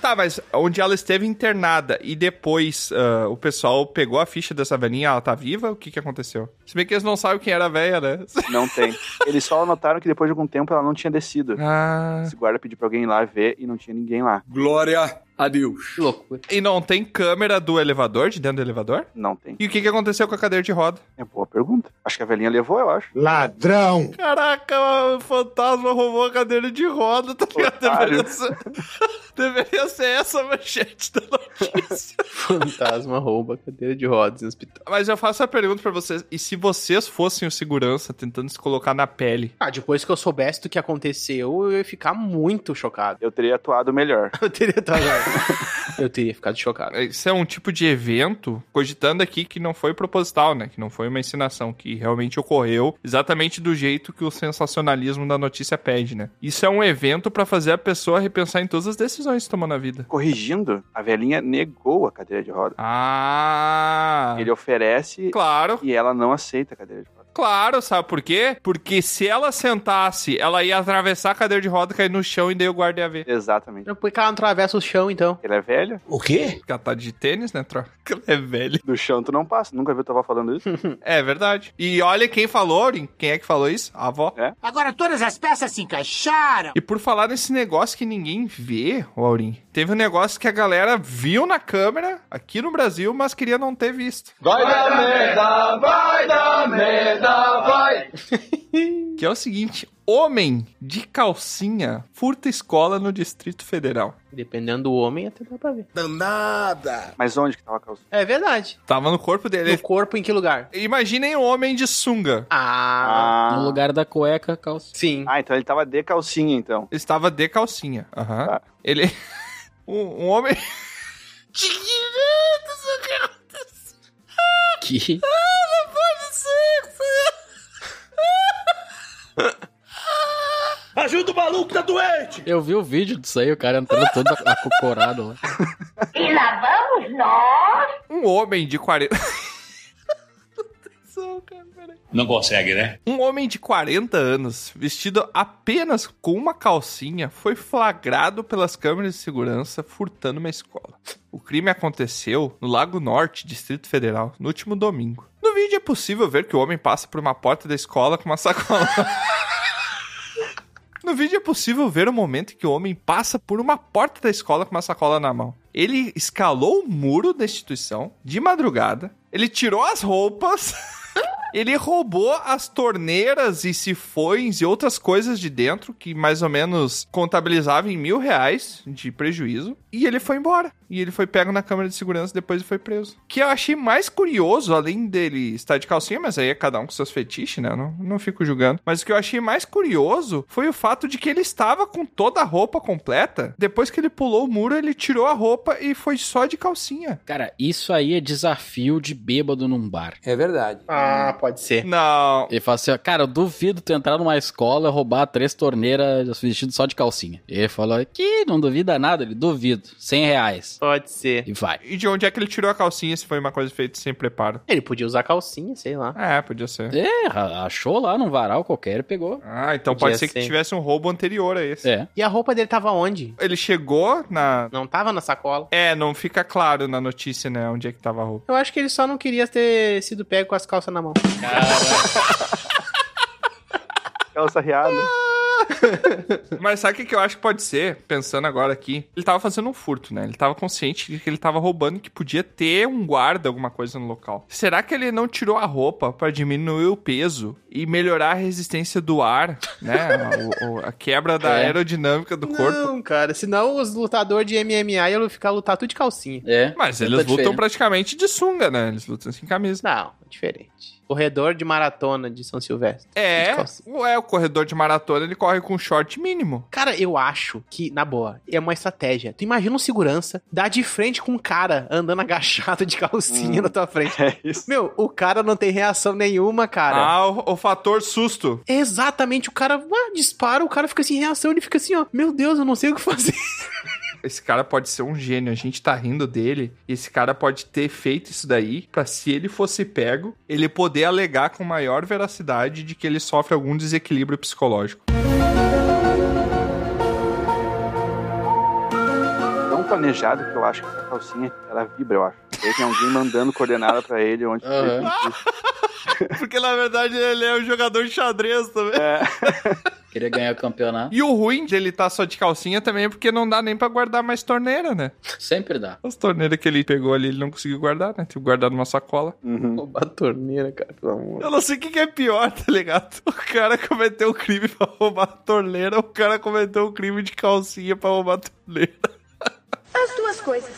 Speaker 2: Tá, mas onde ela esteve internada e depois ah, o pessoal pegou a ficha dessa velhinha, ela tá viva? O que que aconteceu? Se bem que eles não sabem quem era a velha, né?
Speaker 5: Não tem. Eles só notaram que depois de algum tempo ela não tinha descido.
Speaker 2: Ah.
Speaker 5: Esse guarda pediu pra alguém ir lá ver e não tinha ninguém lá.
Speaker 2: Glória a Deus.
Speaker 1: Loucura.
Speaker 2: E não tem câmera do elevador, de dentro do elevador?
Speaker 5: Não tem.
Speaker 2: E o que, que aconteceu com a cadeira de roda?
Speaker 5: É boa pergunta. Acho que a velhinha levou, eu acho.
Speaker 13: Ladrão!
Speaker 2: Caraca, o fantasma roubou a cadeira de roda, tá ligado? Deveria ser... Deveria ser essa a manchete da notícia.
Speaker 1: Fantasma rouba a cadeira de rodas no hospital.
Speaker 2: Mas eu faço a pergunta pra vocês, e se vocês fossem o segurança tentando se colocar na pele?
Speaker 1: Ah, depois que eu soubesse do que aconteceu, eu ia ficar muito chocado.
Speaker 5: Eu teria atuado melhor.
Speaker 1: Eu teria atuado melhor. Eu teria ficado chocado.
Speaker 2: Isso é um tipo de evento, cogitando aqui que não foi proposital, né? Que não foi uma ensinação, que realmente ocorreu exatamente do jeito que o sensacionalismo da notícia pede, né? Isso é um evento pra fazer a pessoa repensar em todas as decisões que tomou na vida.
Speaker 5: Corrigindo, a velhinha negou a cadeira de roda.
Speaker 2: Ah!
Speaker 5: Ele oferece
Speaker 2: Claro.
Speaker 5: e ela não aceita a cadeira de roda.
Speaker 2: Claro, sabe por quê? Porque se ela sentasse, ela ia atravessar a cadeira de roda, cair no chão e daí o guarda ia ver.
Speaker 5: Exatamente.
Speaker 1: Então, Por que ela não atravessa o chão, então?
Speaker 5: Ele é velho?
Speaker 2: O quê? Porque ela tá de tênis, né, troca? Ela é velha.
Speaker 5: Do chão tu não passa. Nunca viu eu tava falando isso?
Speaker 2: É verdade. E olha quem falou, Aurim. Quem é que falou isso? A avó.
Speaker 7: Agora todas as peças se encaixaram.
Speaker 2: E por falar nesse negócio que ninguém vê, ô, Aurim, teve um negócio que a galera viu na câmera aqui no Brasil, mas queria não ter visto.
Speaker 13: Vai dar merda, vai dar merda, vai!
Speaker 2: Que é o seguinte: homem de calcinha furta escola no Distrito Federal.
Speaker 1: Dependendo do homem, até dá pra ver.
Speaker 13: Danada!
Speaker 5: Mas onde que tava a calcinha?
Speaker 1: É verdade.
Speaker 2: Tava no corpo dele.
Speaker 1: No corpo em que lugar?
Speaker 2: Imaginem um homem de sunga.
Speaker 1: Ah,
Speaker 5: Ah,
Speaker 3: no lugar da cueca, calça.
Speaker 1: sim.
Speaker 5: Ah, então ele tava de calcinha, então.
Speaker 2: Estava de calcinha. Aham.
Speaker 5: Tá.
Speaker 2: Ele. um, um homem.
Speaker 3: Que?
Speaker 4: Ah, não pode ser!
Speaker 13: Ajuda o maluco, tá doente!
Speaker 3: Eu vi o vídeo disso aí, o cara entrando todo acocorado lá.
Speaker 4: E lá vamos nós!
Speaker 2: Um homem de 40.
Speaker 10: Não consegue, né?
Speaker 2: Um homem de 40 anos, vestido apenas com uma calcinha, foi flagrado pelas câmeras de segurança furtando uma escola. O crime aconteceu no Lago Norte, Distrito Federal, no último domingo. No vídeo é possível ver que o homem passa por uma porta da escola com uma sacola. No vídeo é possível ver o momento em que o homem passa por uma porta da escola com uma sacola na mão. Ele escalou o muro da instituição de madrugada, ele tirou as roupas, ele roubou as torneiras e sifões e outras coisas de dentro, que mais ou menos contabilizava em mil reais de prejuízo, e ele foi embora. E ele foi pego na câmera de segurança depois e foi preso. O que eu achei mais curioso, além dele estar de calcinha, mas aí é cada um com seus fetiches, né? Eu Não, não fico julgando. Mas o que eu achei mais curioso foi o fato de que ele estava com toda a roupa completa. Depois que ele pulou o muro, ele tirou a roupa e foi só de calcinha.
Speaker 3: Cara, isso aí é desafio de bêbado num bar.
Speaker 15: É verdade.
Speaker 1: Ah, pode ser.
Speaker 2: Não.
Speaker 3: Ele fala assim, ó, cara, eu duvido tu entrar numa escola e roubar três torneiras vestido só de calcinha. Ele falou, que não duvida nada, ele duvido. Cem reais.
Speaker 1: Pode ser.
Speaker 3: E vai.
Speaker 2: E de onde é que ele tirou a calcinha se foi uma coisa feita sem preparo?
Speaker 1: Ele podia usar calcinha, sei lá.
Speaker 2: É, podia ser.
Speaker 3: É, a- achou lá num varal qualquer e pegou.
Speaker 2: Ah, então
Speaker 1: Podia
Speaker 2: pode ser que
Speaker 1: ser.
Speaker 2: tivesse um roubo anterior a esse.
Speaker 3: É.
Speaker 1: E a roupa dele tava onde?
Speaker 2: Ele chegou na.
Speaker 1: Não tava na sacola?
Speaker 2: É, não fica claro na notícia, né? Onde é que tava a roupa.
Speaker 1: Eu acho que ele só não queria ter sido pego com as calças na mão.
Speaker 5: Calça riada.
Speaker 2: Mas sabe o que que eu acho que pode ser? Pensando agora aqui. Ele tava fazendo um furto, né? Ele tava consciente de que ele tava roubando e que podia ter um guarda, alguma coisa no local. Será que ele não tirou a roupa pra diminuir o peso e melhorar a resistência do ar, né? O- o- a quebra da
Speaker 3: É.
Speaker 2: aerodinâmica do corpo.
Speaker 1: Não, cara, senão os lutadores de MMA iam ficar lutar tudo de calcinha.
Speaker 3: É.
Speaker 2: Mas
Speaker 3: Ele
Speaker 2: eles
Speaker 3: tá
Speaker 2: lutam
Speaker 3: diferente.
Speaker 2: praticamente de sunga, né? Eles lutam sem camisa.
Speaker 1: Não, é diferente. Corredor de maratona de São Silvestre.
Speaker 2: É,
Speaker 1: De calcinha.
Speaker 2: é, o corredor de maratona ele corre com short mínimo.
Speaker 1: Cara, eu acho que, na boa, é uma estratégia. Tu imagina um segurança dar de frente com um cara andando agachado de
Speaker 2: Hum.
Speaker 1: calcinha na tua frente.
Speaker 5: É isso.
Speaker 1: Meu, o cara não tem reação nenhuma, cara.
Speaker 2: Ah, o, o fator susto.
Speaker 1: É Exatamente, o cara ué, dispara, o cara fica sem reação, ele fica assim, ó, meu Deus, eu não sei o que fazer.
Speaker 2: Esse cara pode ser um gênio, a gente tá rindo dele. E esse cara pode ter feito isso daí pra se ele fosse pego, ele poder alegar com maior veracidade de que ele sofre algum desequilíbrio psicológico.
Speaker 5: Tão planejado que eu acho que essa calcinha, ela vibra, eu acho. Tem alguém mandando coordenada pra ele onde
Speaker 3: Aham.
Speaker 2: Porque na verdade ele é um jogador de xadrez também.
Speaker 5: É.
Speaker 3: Queria ganhar o campeonato.
Speaker 2: E o ruim dele tá só de calcinha também é porque não dá nem pra guardar mais torneira, né?
Speaker 3: Sempre dá.
Speaker 2: As torneiras que ele pegou ali ele não conseguiu guardar, né? Teve que guardar numa sacola.
Speaker 5: Uhum.
Speaker 1: Roubar a torneira, cara, pelo amor.
Speaker 2: Eu não sei o que, que é pior, tá ligado? O cara cometeu um crime pra roubar a torneira, o cara cometeu um crime de calcinha pra roubar a torneira.
Speaker 4: As duas coisas.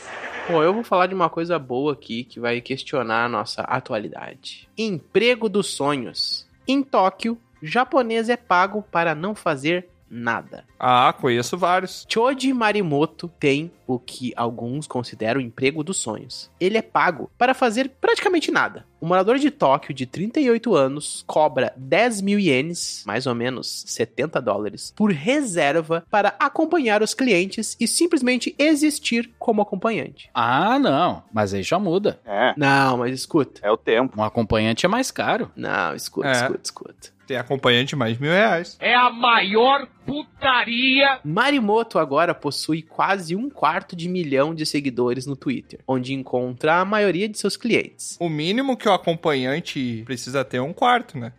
Speaker 1: Bom, eu vou falar de uma coisa boa aqui que vai questionar a nossa atualidade. Emprego dos sonhos. Em Tóquio, japonês é pago para não fazer nada.
Speaker 2: Ah, conheço vários.
Speaker 1: Choji Marimoto tem o que alguns consideram o emprego dos sonhos. Ele é pago para fazer praticamente nada. O morador de Tóquio, de 38 anos, cobra 10 mil ienes, mais ou menos 70 dólares, por reserva para acompanhar os clientes e simplesmente existir como acompanhante.
Speaker 3: Ah, não. Mas aí já muda.
Speaker 5: É,
Speaker 1: Não, mas escuta.
Speaker 5: é o tempo.
Speaker 3: Um acompanhante é mais caro.
Speaker 1: Não, escuta,
Speaker 2: É.
Speaker 1: escuta, escuta.
Speaker 2: Tem acompanhante mais de mil reais.
Speaker 13: É a maior putaria.
Speaker 1: Marimoto agora possui quase um quarto de milhão de seguidores no Twitter, onde encontra a maioria de seus clientes.
Speaker 2: O mínimo que o acompanhante precisa ter é um quarto, né?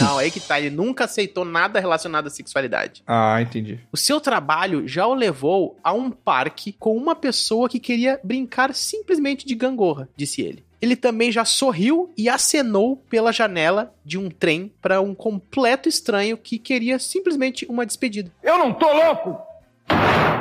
Speaker 1: Não, aí que tá. Ele nunca aceitou nada relacionado à sexualidade.
Speaker 2: Ah, entendi.
Speaker 1: O seu trabalho já o levou a um parque com uma pessoa que queria brincar simplesmente de gangorra, disse ele. Ele também já sorriu e acenou pela janela de um trem para um completo estranho que queria simplesmente uma despedida.
Speaker 11: Eu não tô louco!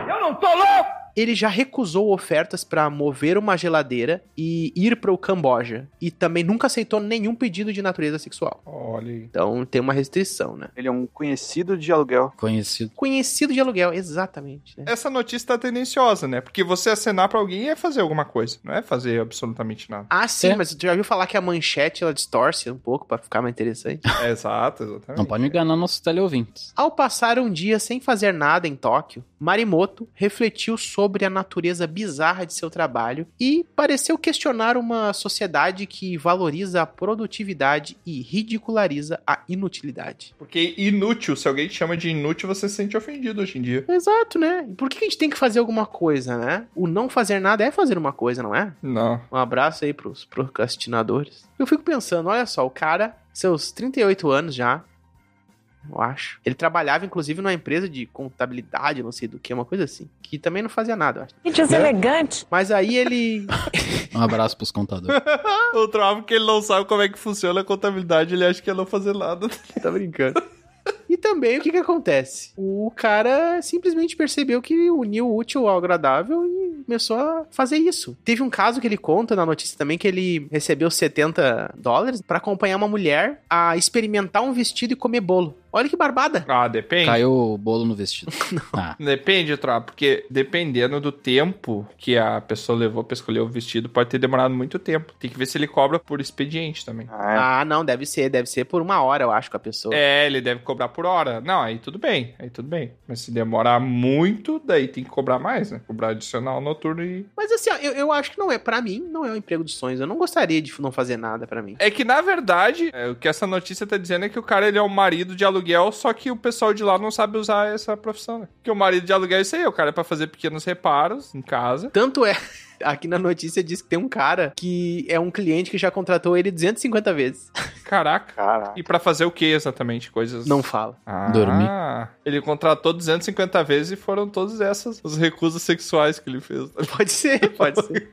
Speaker 11: Eu não tô louco!
Speaker 1: ele já recusou ofertas pra mover uma geladeira e ir pro Camboja. E também nunca aceitou nenhum pedido de natureza sexual.
Speaker 2: Olha aí.
Speaker 1: Então tem uma restrição, né?
Speaker 5: Ele é um conhecido de aluguel.
Speaker 3: Conhecido.
Speaker 1: Conhecido de aluguel, exatamente. Né?
Speaker 2: Essa notícia tá tendenciosa, né? Porque você acenar pra alguém é fazer alguma coisa, não é fazer absolutamente nada.
Speaker 1: Ah, sim, mas tu já ouviu falar que a manchete ela distorce um pouco pra ficar mais interessante?
Speaker 2: É, exato, exatamente.
Speaker 3: Não pode enganar nossos teleouvintes.
Speaker 1: Ao passar um dia sem fazer nada em Tóquio, Marimoto refletiu sobre a natureza bizarra de seu trabalho e pareceu questionar uma sociedade que valoriza a produtividade e ridiculariza a inutilidade.
Speaker 2: Porque inútil, se alguém te chama de inútil, você se sente ofendido hoje em dia.
Speaker 1: Exato, né? Por que a gente tem que fazer alguma coisa, né? O não fazer nada é fazer uma coisa, não é?
Speaker 2: Não.
Speaker 1: Um abraço aí pros procrastinadores. Eu fico pensando, olha só, o cara, seus 38 anos já, eu acho. Ele trabalhava, inclusive, numa empresa de contabilidade, não sei do que, uma coisa assim. Que também não fazia nada, eu acho.
Speaker 17: Gente, é elegante.
Speaker 1: Mas aí ele.
Speaker 3: Um abraço pros contadores.
Speaker 2: o trauma que ele não sabe como é que funciona a contabilidade, ele acha que é não fazer nada.
Speaker 1: tá brincando. E também o que que acontece? O cara simplesmente percebeu que uniu o útil ao agradável e começou a fazer isso. Teve um caso que ele conta na notícia também que ele recebeu 70 dólares pra acompanhar uma mulher a experimentar um vestido e comer bolo. Olha que barbada.
Speaker 2: Ah, depende.
Speaker 3: Caiu o bolo no vestido. Ah,
Speaker 2: Depende, Tropa, porque dependendo do tempo que a pessoa levou pra escolher o vestido, pode ter demorado muito tempo. Tem que ver se ele cobra por expediente também.
Speaker 5: É.
Speaker 1: Ah, não, deve ser, deve ser por uma hora, eu acho, com a pessoa.
Speaker 2: É, ele deve cobrar por hora. Não, aí tudo bem, aí tudo bem. Mas se demorar muito, daí tem que cobrar mais, né? Cobrar adicional noturno e.
Speaker 1: Mas assim, ó, eu, eu acho que não é, pra mim, não é um emprego dos sonhos. Eu não gostaria de não fazer nada pra mim.
Speaker 2: É que na verdade, é, o que essa notícia tá dizendo é que o cara ele é um marido de aluguel, só que o pessoal de lá não sabe usar essa profissão, né? Porque o marido de aluguel é isso aí, o cara é pra fazer pequenos reparos em casa.
Speaker 1: Tanto é. Aqui na notícia diz que tem um cara que é um cliente que já contratou ele 250 vezes.
Speaker 2: Caraca.
Speaker 5: Caraca.
Speaker 2: E pra fazer o que exatamente? Coisas.
Speaker 1: Não fala.
Speaker 2: Ah,
Speaker 3: Dormir.
Speaker 2: Ele contratou 250 vezes e foram todas essas os recusas sexuais que ele fez.
Speaker 1: Pode ser, pode ser.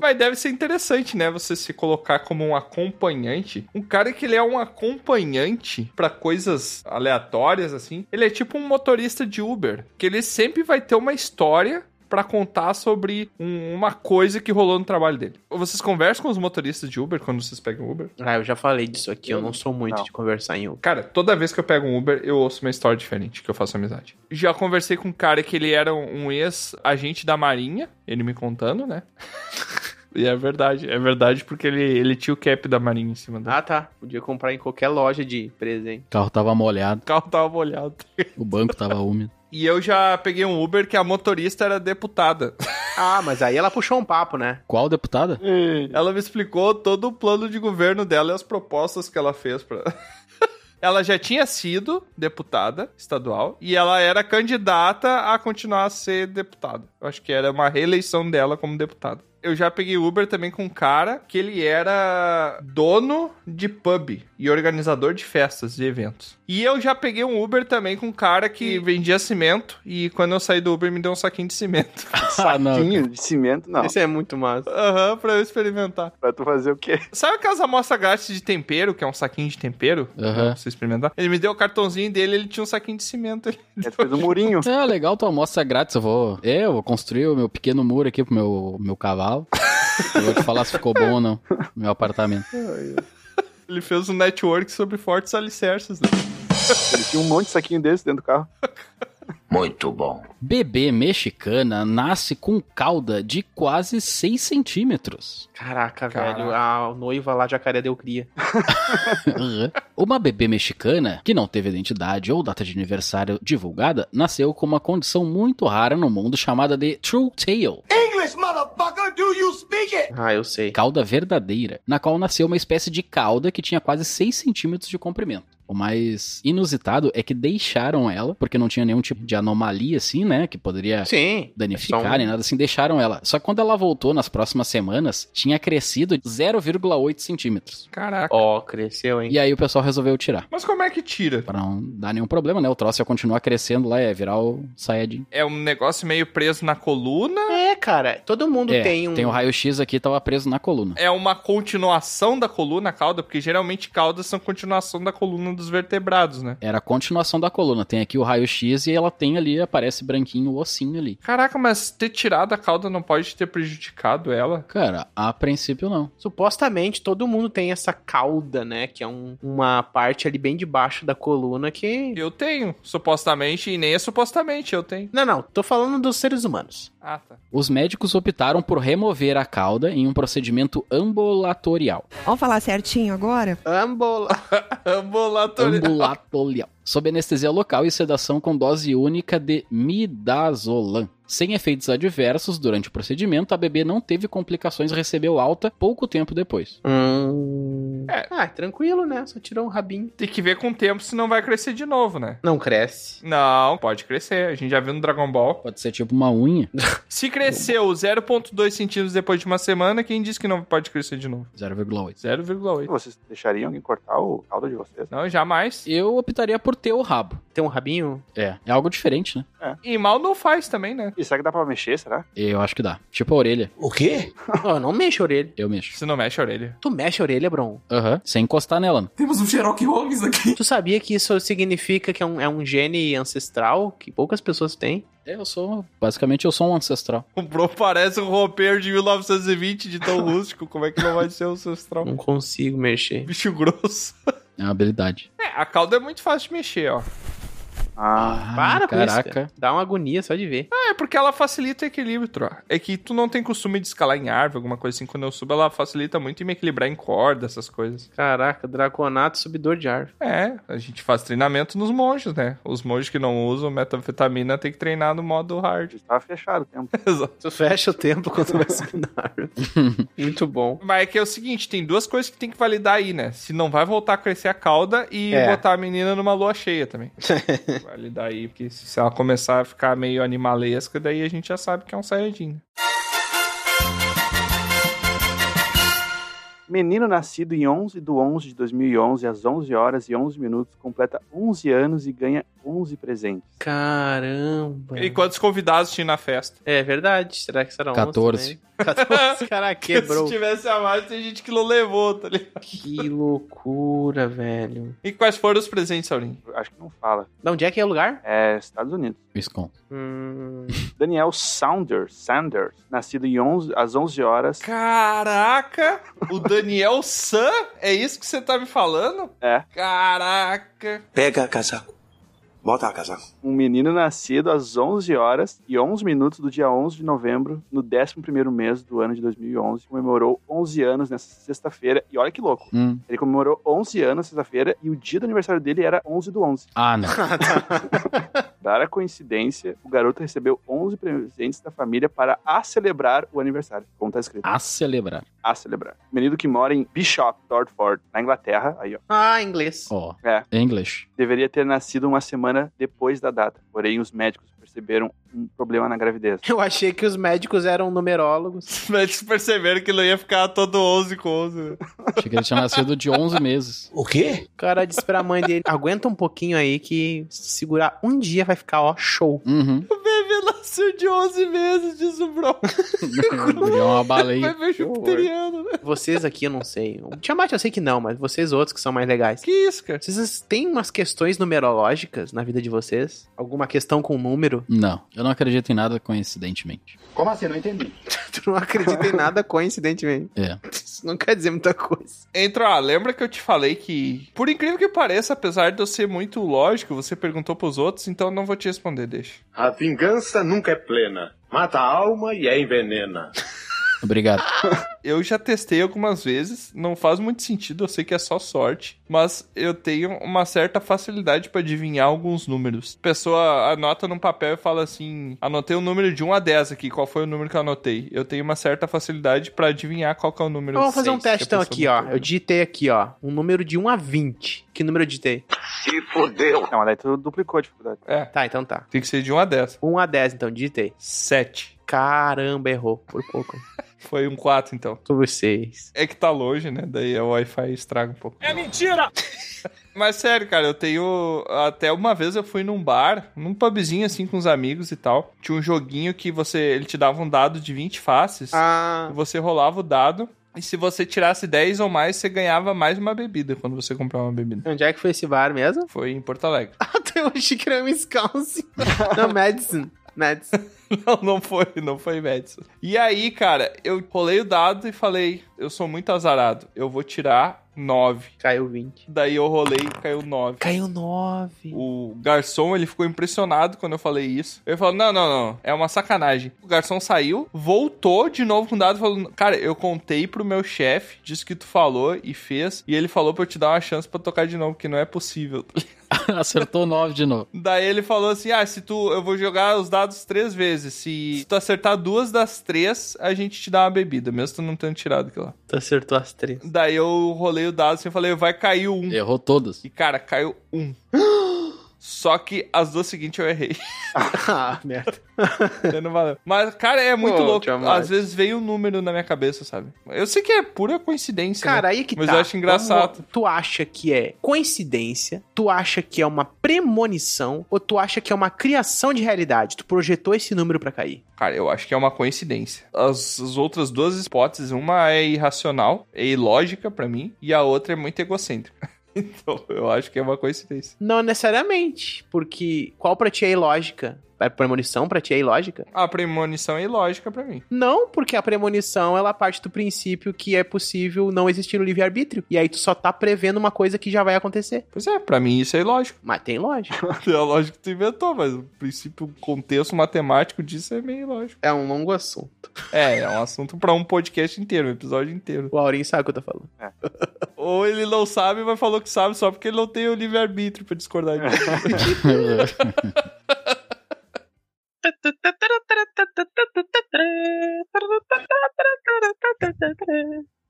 Speaker 2: Mas deve ser interessante, né? Você se colocar como um acompanhante. Um cara que ele é um acompanhante pra coisas aleatórias, assim. Ele é tipo um motorista de Uber. Que ele sempre vai ter uma história pra contar sobre um- uma coisa que rolou no trabalho dele. Vocês conversam com os motoristas de Uber quando vocês pegam Uber?
Speaker 1: Ah, eu já falei disso aqui, eu não sou muito
Speaker 2: Não.
Speaker 1: de conversar em um.
Speaker 2: Cara, toda vez que eu pego um Uber, eu ouço uma história diferente, que eu faço amizade. Já conversei com um cara que ele era um ex-agente da Marinha, ele me contando, né? e é verdade, é verdade, porque ele, ele tinha o cap da Marinha em cima dele.
Speaker 1: Ah, tá. Podia comprar em qualquer loja de presente.
Speaker 3: o carro tava molhado,
Speaker 2: O carro tava molhado.
Speaker 3: o banco tava úmido.
Speaker 2: E eu já peguei um Uber que a motorista era deputada.
Speaker 1: Ah, mas aí ela puxou um papo, né?
Speaker 3: Qual deputada?
Speaker 2: ela me explicou todo o plano de governo dela e as propostas que ela fez pra. Ela já tinha sido deputada estadual e ela era candidata a continuar a ser deputada. Eu acho que era uma reeleição dela como deputada. Eu já peguei Uber também com um cara que ele era dono de pub e organizador de festas e eventos. E eu já peguei um Uber também com um cara que vendia cimento e quando eu saí do Uber me deu um saquinho de cimento.
Speaker 3: Ah, não.
Speaker 5: Tinho de cimento, não.
Speaker 1: Esse é muito massa.
Speaker 2: Aham, pra eu experimentar.
Speaker 5: Pra tu fazer o quê?
Speaker 2: Sabe aquelas amostras grátis de tempero, que é um saquinho de tempero?
Speaker 3: Aham.
Speaker 2: Pra você experimentar. Ele me deu o cartãozinho dele, ele tinha um saquinho de cimento. Ele
Speaker 5: É, tu fez um murinho.
Speaker 3: É, legal tua amostra grátis, eu vou... É, eu vou construir o meu pequeno muro aqui pro meu, meu cavalo. Eu vou te falar se ficou bom ou não, meu apartamento.
Speaker 2: Ele fez um network sobre fortes alicerces. Né?
Speaker 5: Ele tinha um monte de saquinho desse dentro do carro.
Speaker 13: Muito bom.
Speaker 3: Bebê mexicana nasce com cauda de quase 6 centímetros.
Speaker 1: Caraca,
Speaker 2: Caraca.
Speaker 1: velho. A noiva lá de Jacaré deu cria.
Speaker 3: Aham. Uhum. Uma bebê mexicana, que não teve identidade ou data de aniversário divulgada, nasceu com uma condição muito rara no mundo chamada de True Tail,
Speaker 7: English, motherfucker, do you speak it?
Speaker 1: Ah, eu sei.
Speaker 3: cauda verdadeira, na qual nasceu uma espécie de cauda que tinha quase 6 centímetros de comprimento. O mais inusitado é que deixaram ela, porque não tinha nenhum tipo de anomalia assim, né? Que poderia
Speaker 1: Sim.
Speaker 3: danificar
Speaker 1: É só um-
Speaker 3: nem nada assim, deixaram ela. Só que quando ela voltou nas próximas semanas, tinha crescido 0,8 centímetros.
Speaker 2: Caraca.
Speaker 1: Ó, cresceu, hein?
Speaker 3: E aí o pessoal resolveu tirar.
Speaker 2: Mas como é que tira?
Speaker 3: Pra não dar nenhum problema, né? O troço ia continuar crescendo lá, ia virar o Saiyajin.
Speaker 2: É um negócio meio preso na coluna?
Speaker 1: É, é, cara. Todo mundo
Speaker 3: É,
Speaker 1: tem um.
Speaker 3: Tem o raio-x aqui, tava preso na coluna.
Speaker 2: É uma continuação da coluna, a cauda, porque geralmente caudas são continuação da coluna dos vertebrados, né?
Speaker 3: Era a continuação da coluna. Tem aqui o raio-x e ela tem ali, aparece branquinho o ossinho ali.
Speaker 2: Caraca, mas ter tirado a cauda não pode ter prejudicado ela?
Speaker 3: Cara, a princípio não.
Speaker 1: Supostamente todo mundo tem essa cauda, né? Que é um- uma parte ali bem debaixo da coluna que.
Speaker 2: Eu tenho, supostamente, e nem é supostamente, eu tenho.
Speaker 1: Não, não, tô falando dos seres humanos.
Speaker 2: Ah, tá.
Speaker 3: Os médicos optaram por remover a cauda em um procedimento ambulatorial.
Speaker 17: Vamos falar certinho agora?
Speaker 1: Ambola.
Speaker 2: Ambulatorial.
Speaker 3: Ambulatorial. Sob anestesia local e sedação com dose única de midazolam. Sem efeitos adversos durante o procedimento, a bebê não teve complicações e recebeu alta pouco tempo depois.
Speaker 1: Ah, tranquilo, né? Só tirou um rabinho.
Speaker 2: Tem que ver com o tempo se não vai crescer de novo, né?
Speaker 1: Não cresce.
Speaker 2: Não, pode crescer. A gente já viu no Dragon Ball.
Speaker 3: Pode ser tipo uma unha.
Speaker 2: Se cresceu 0,2 centímetros depois de uma semana, quem disse que não pode crescer de novo?
Speaker 3: 0,8.
Speaker 2: 0,8.
Speaker 5: Vocês deixariam alguém cortar o caldo de vocês? né?
Speaker 2: Não, jamais.
Speaker 3: Eu optaria por ter o rabo.
Speaker 1: Tem um rabinho?
Speaker 3: É, é algo diferente, né?
Speaker 2: E mal não faz também, né?
Speaker 5: E será que dá pra mexer, será?
Speaker 3: Eu acho que dá. Tipo a orelha.
Speaker 1: O quê? Não, não mexe a orelha.
Speaker 3: Eu mexo.
Speaker 2: Se não mexe a orelha.
Speaker 1: Tu mexe a orelha, Bron.
Speaker 3: Aham. Sem encostar nela. né?
Speaker 1: Temos um Sherlock Holmes aqui. Tu sabia que isso significa que é um, é um gene ancestral que poucas pessoas têm?
Speaker 3: É, eu sou. Basicamente, eu sou um ancestral.
Speaker 2: O Bro parece um roupeiro de 1920 de tão rústico. Como é que não vai ser ancestral?
Speaker 1: Não consigo mexer.
Speaker 2: Bicho grosso.
Speaker 3: É uma habilidade.
Speaker 2: É, a cauda é muito fácil de mexer, ó.
Speaker 5: Ah,
Speaker 1: Para com isso.
Speaker 3: caraca.
Speaker 1: cara. Dá uma agonia só de ver.
Speaker 2: Ah, é porque ela facilita o equilíbrio, tro. É que tu não tem costume de escalar em árvore, alguma coisa assim. Quando eu subo, ela facilita muito em me equilibrar em corda, essas coisas.
Speaker 1: Caraca, draconato subidor de árvore.
Speaker 2: É, a gente faz treinamento nos monges, né? Os monges que não usam metanfetamina tem que treinar no modo hard.
Speaker 5: Tá fechado o tempo.
Speaker 2: Exato.
Speaker 1: Tu fecha o tempo quando tu vai subindo a árvore. Muito bom.
Speaker 2: Mas é que é o seguinte, tem duas coisas que tem que validar aí, né? Se não vai voltar a crescer a cauda e
Speaker 1: É.
Speaker 2: botar a menina numa lua cheia também. validar aí, porque se ela começar a ficar meio animalesca, daí a gente já sabe que é um saiyajin.
Speaker 5: Menino nascido em 11 de 11 de 2011, às 11 horas e 11 minutos, completa 11 anos e ganha 11 presentes.
Speaker 1: Caramba.
Speaker 2: E quantos convidados tinha na festa?
Speaker 1: É verdade. Será que será 11
Speaker 3: 14.
Speaker 1: também? 14. Caraca, quebrou.
Speaker 2: Se tivesse a mais, tem gente que não levou, tá ligado?
Speaker 1: Que loucura, velho.
Speaker 2: E quais foram os presentes, Saulinho?
Speaker 5: Acho que não fala.
Speaker 1: De onde é que é o lugar?
Speaker 5: É Estados Unidos.
Speaker 3: Viscon.
Speaker 1: Hum,
Speaker 5: Daniel Saunders, Sanders, nascido em 11, às 11 horas.
Speaker 2: Caraca! O Daniel Sam? É isso que você tá me falando?
Speaker 5: É.
Speaker 2: Caraca!
Speaker 5: Pega casaco. Bota casaco. Um menino nascido às 11 horas e 11 minutos do dia 11 de novembro, no 11º mês do ano de 2011, comemorou 11 anos nessa sexta-feira. E olha que louco.
Speaker 3: Hum.
Speaker 5: Ele comemorou 11 anos sexta-feira e o dia do aniversário dele era 11 do 11.
Speaker 3: Ah, não.
Speaker 5: Rara coincidência, o garoto recebeu 11 presentes da família para a celebrar o aniversário. Como tá escrito?
Speaker 3: A celebrar.
Speaker 5: A celebrar. Menino que mora em Bishop, Dortford, na Inglaterra. Aí, ó.
Speaker 1: Ah, inglês.
Speaker 3: Ó.
Speaker 5: É.
Speaker 3: É inglês.
Speaker 5: Deveria ter nascido uma semana depois da data. Porém, os médicos perceberam um problema na gravidez.
Speaker 1: Eu achei que os médicos eram numerólogos.
Speaker 2: Os médicos perceberam que não ia ficar todo 11 com né? 11.
Speaker 3: Achei que ele tinha nascido de 11 meses.
Speaker 1: O quê? O cara disse pra mãe dele: aguenta um pouquinho aí que se segurar um dia vai ficar, ó, show.
Speaker 3: Uhum.
Speaker 2: O bebê nasceu de 11 meses, diz o Bro.
Speaker 3: Ele é uma
Speaker 2: Vai
Speaker 3: baleia.
Speaker 2: ver jupiteriano, né?
Speaker 1: Vocês aqui, eu não sei. O Tiamat eu sei que não, mas vocês outros que são mais legais.
Speaker 2: Que isso, cara?
Speaker 1: Vocês têm umas questões numerológicas na vida de vocês? Alguma questão com número?
Speaker 3: Não, eu não acredito em nada coincidentemente.
Speaker 13: Como assim? Não entendi.
Speaker 1: Tu não acredita em nada coincidentemente.
Speaker 3: É.
Speaker 1: Isso não quer dizer muita coisa.
Speaker 2: Entra, ah, lembra que eu te falei que, por incrível que pareça, apesar de eu ser muito lógico, você perguntou pros outros, então eu não vou te responder, deixa.
Speaker 13: A vingança nunca é plena. Mata a alma e a envenena.
Speaker 3: Obrigado.
Speaker 2: Eu já testei algumas vezes, não faz muito sentido, eu sei que é só sorte, mas eu tenho uma certa facilidade pra adivinhar alguns números. Pessoa anota num papel e fala assim: "Anotei o número de 1 a 10 aqui, qual foi o número que eu anotei?". Eu tenho uma certa facilidade pra adivinhar qual que é o número.
Speaker 1: Vamos fazer um
Speaker 2: seis que a
Speaker 1: teste então
Speaker 2: pessoa
Speaker 1: aqui, ó.
Speaker 2: botou.
Speaker 1: Eu digitei aqui, ó. Um número de 1 a 20. Que número eu digitei?
Speaker 13: Se fodeu.
Speaker 5: Não, mas daí tu duplicou a dificuldade.
Speaker 2: É,
Speaker 1: Tá, então tá.
Speaker 2: tem que ser de 1 a 10.
Speaker 1: 1 a 10, então, digitei.
Speaker 2: 7.
Speaker 1: Caramba, errou. Por pouco.
Speaker 2: Foi um 4 então.
Speaker 1: Sobre 6.
Speaker 2: É que tá longe, né? Daí o Wi-Fi estraga um pouco.
Speaker 16: É mentira!
Speaker 2: Mas sério, cara, eu tenho. Até uma vez eu fui num bar, num pubzinho assim com os amigos e tal. Tinha um joguinho que você. Ele te dava um dado de 20 faces.
Speaker 1: Ah.
Speaker 2: E você rolava o dado. E se você tirasse 10 ou mais, você ganhava mais uma bebida quando você comprava uma bebida.
Speaker 1: Onde é que foi esse bar mesmo?
Speaker 2: Foi em Porto Alegre.
Speaker 1: Até eu achei que era Wisconsin. Não, Madison. Madison.
Speaker 2: não, não foi, não foi Madison. E aí, cara, eu rolei o dado e falei: eu sou muito azarado, eu vou tirar 9.
Speaker 1: Caiu 20.
Speaker 2: Daí eu rolei e caiu 9.
Speaker 1: Caiu 9.
Speaker 2: O garçom, ele ficou impressionado quando eu falei isso. Ele falou: não, não, não, é uma sacanagem. O garçom saiu, voltou de novo com o dado, falou: cara, eu contei pro meu chefe, disse que tu falou e fez, e ele falou pra eu te dar uma chance pra tocar de novo, que não é possível.
Speaker 3: Acertou 9 de novo.
Speaker 2: Daí ele falou assim: Ah, se tu. Eu vou jogar os dados três vezes. Se, se tu acertar duas das três, a gente te dá uma bebida, mesmo tu não tendo tirado aquilo lá.
Speaker 1: Tu acertou as três.
Speaker 2: Daí eu rolei o dado assim e falei: Vai cair um.
Speaker 3: Errou todas.
Speaker 2: E cara, caiu um. Só que as duas seguintes eu errei.
Speaker 1: ah, merda.
Speaker 2: Eu não valeu. Mas, cara, é muito
Speaker 1: Pô,
Speaker 2: louco.
Speaker 1: te amo mais.
Speaker 2: Às vezes vem um número na minha cabeça, sabe? Eu sei que é pura coincidência.
Speaker 1: Cara,
Speaker 2: né?
Speaker 1: aí que
Speaker 2: Mas
Speaker 1: tá.
Speaker 2: eu acho engraçado.
Speaker 1: Vamos- Tu acha que é coincidência? Tu acha que é uma premonição? Ou tu acha que é uma criação de realidade? Tu projetou esse número pra cair?
Speaker 2: Cara, eu acho que é uma coincidência. As, as outras duas hipóteses, uma é irracional, é ilógica pra mim, e a outra é muito egocêntrica. Então, eu acho que é uma coincidência.
Speaker 1: Não necessariamente, porque qual pra ti é ilógica? A premonição pra ti é ilógica?
Speaker 2: A premonição é ilógica pra mim.
Speaker 1: Não, porque a premonição ela parte do princípio que é possível não existir o livre-arbítrio. E aí tu só tá prevendo uma coisa que já vai acontecer.
Speaker 2: Pois é, pra mim isso é ilógico.
Speaker 1: Mas tem lógica.
Speaker 2: É a lógica que tu inventou, mas o princípio, o contexto matemático disso é meio ilógico.
Speaker 1: É um longo assunto.
Speaker 2: É, é um assunto pra um podcast inteiro, um episódio inteiro.
Speaker 1: O Aurinho sabe o que eu tô falando.
Speaker 2: Ou ele não sabe, mas falou que sabe só porque ele não tem o livre-arbítrio pra discordar disso.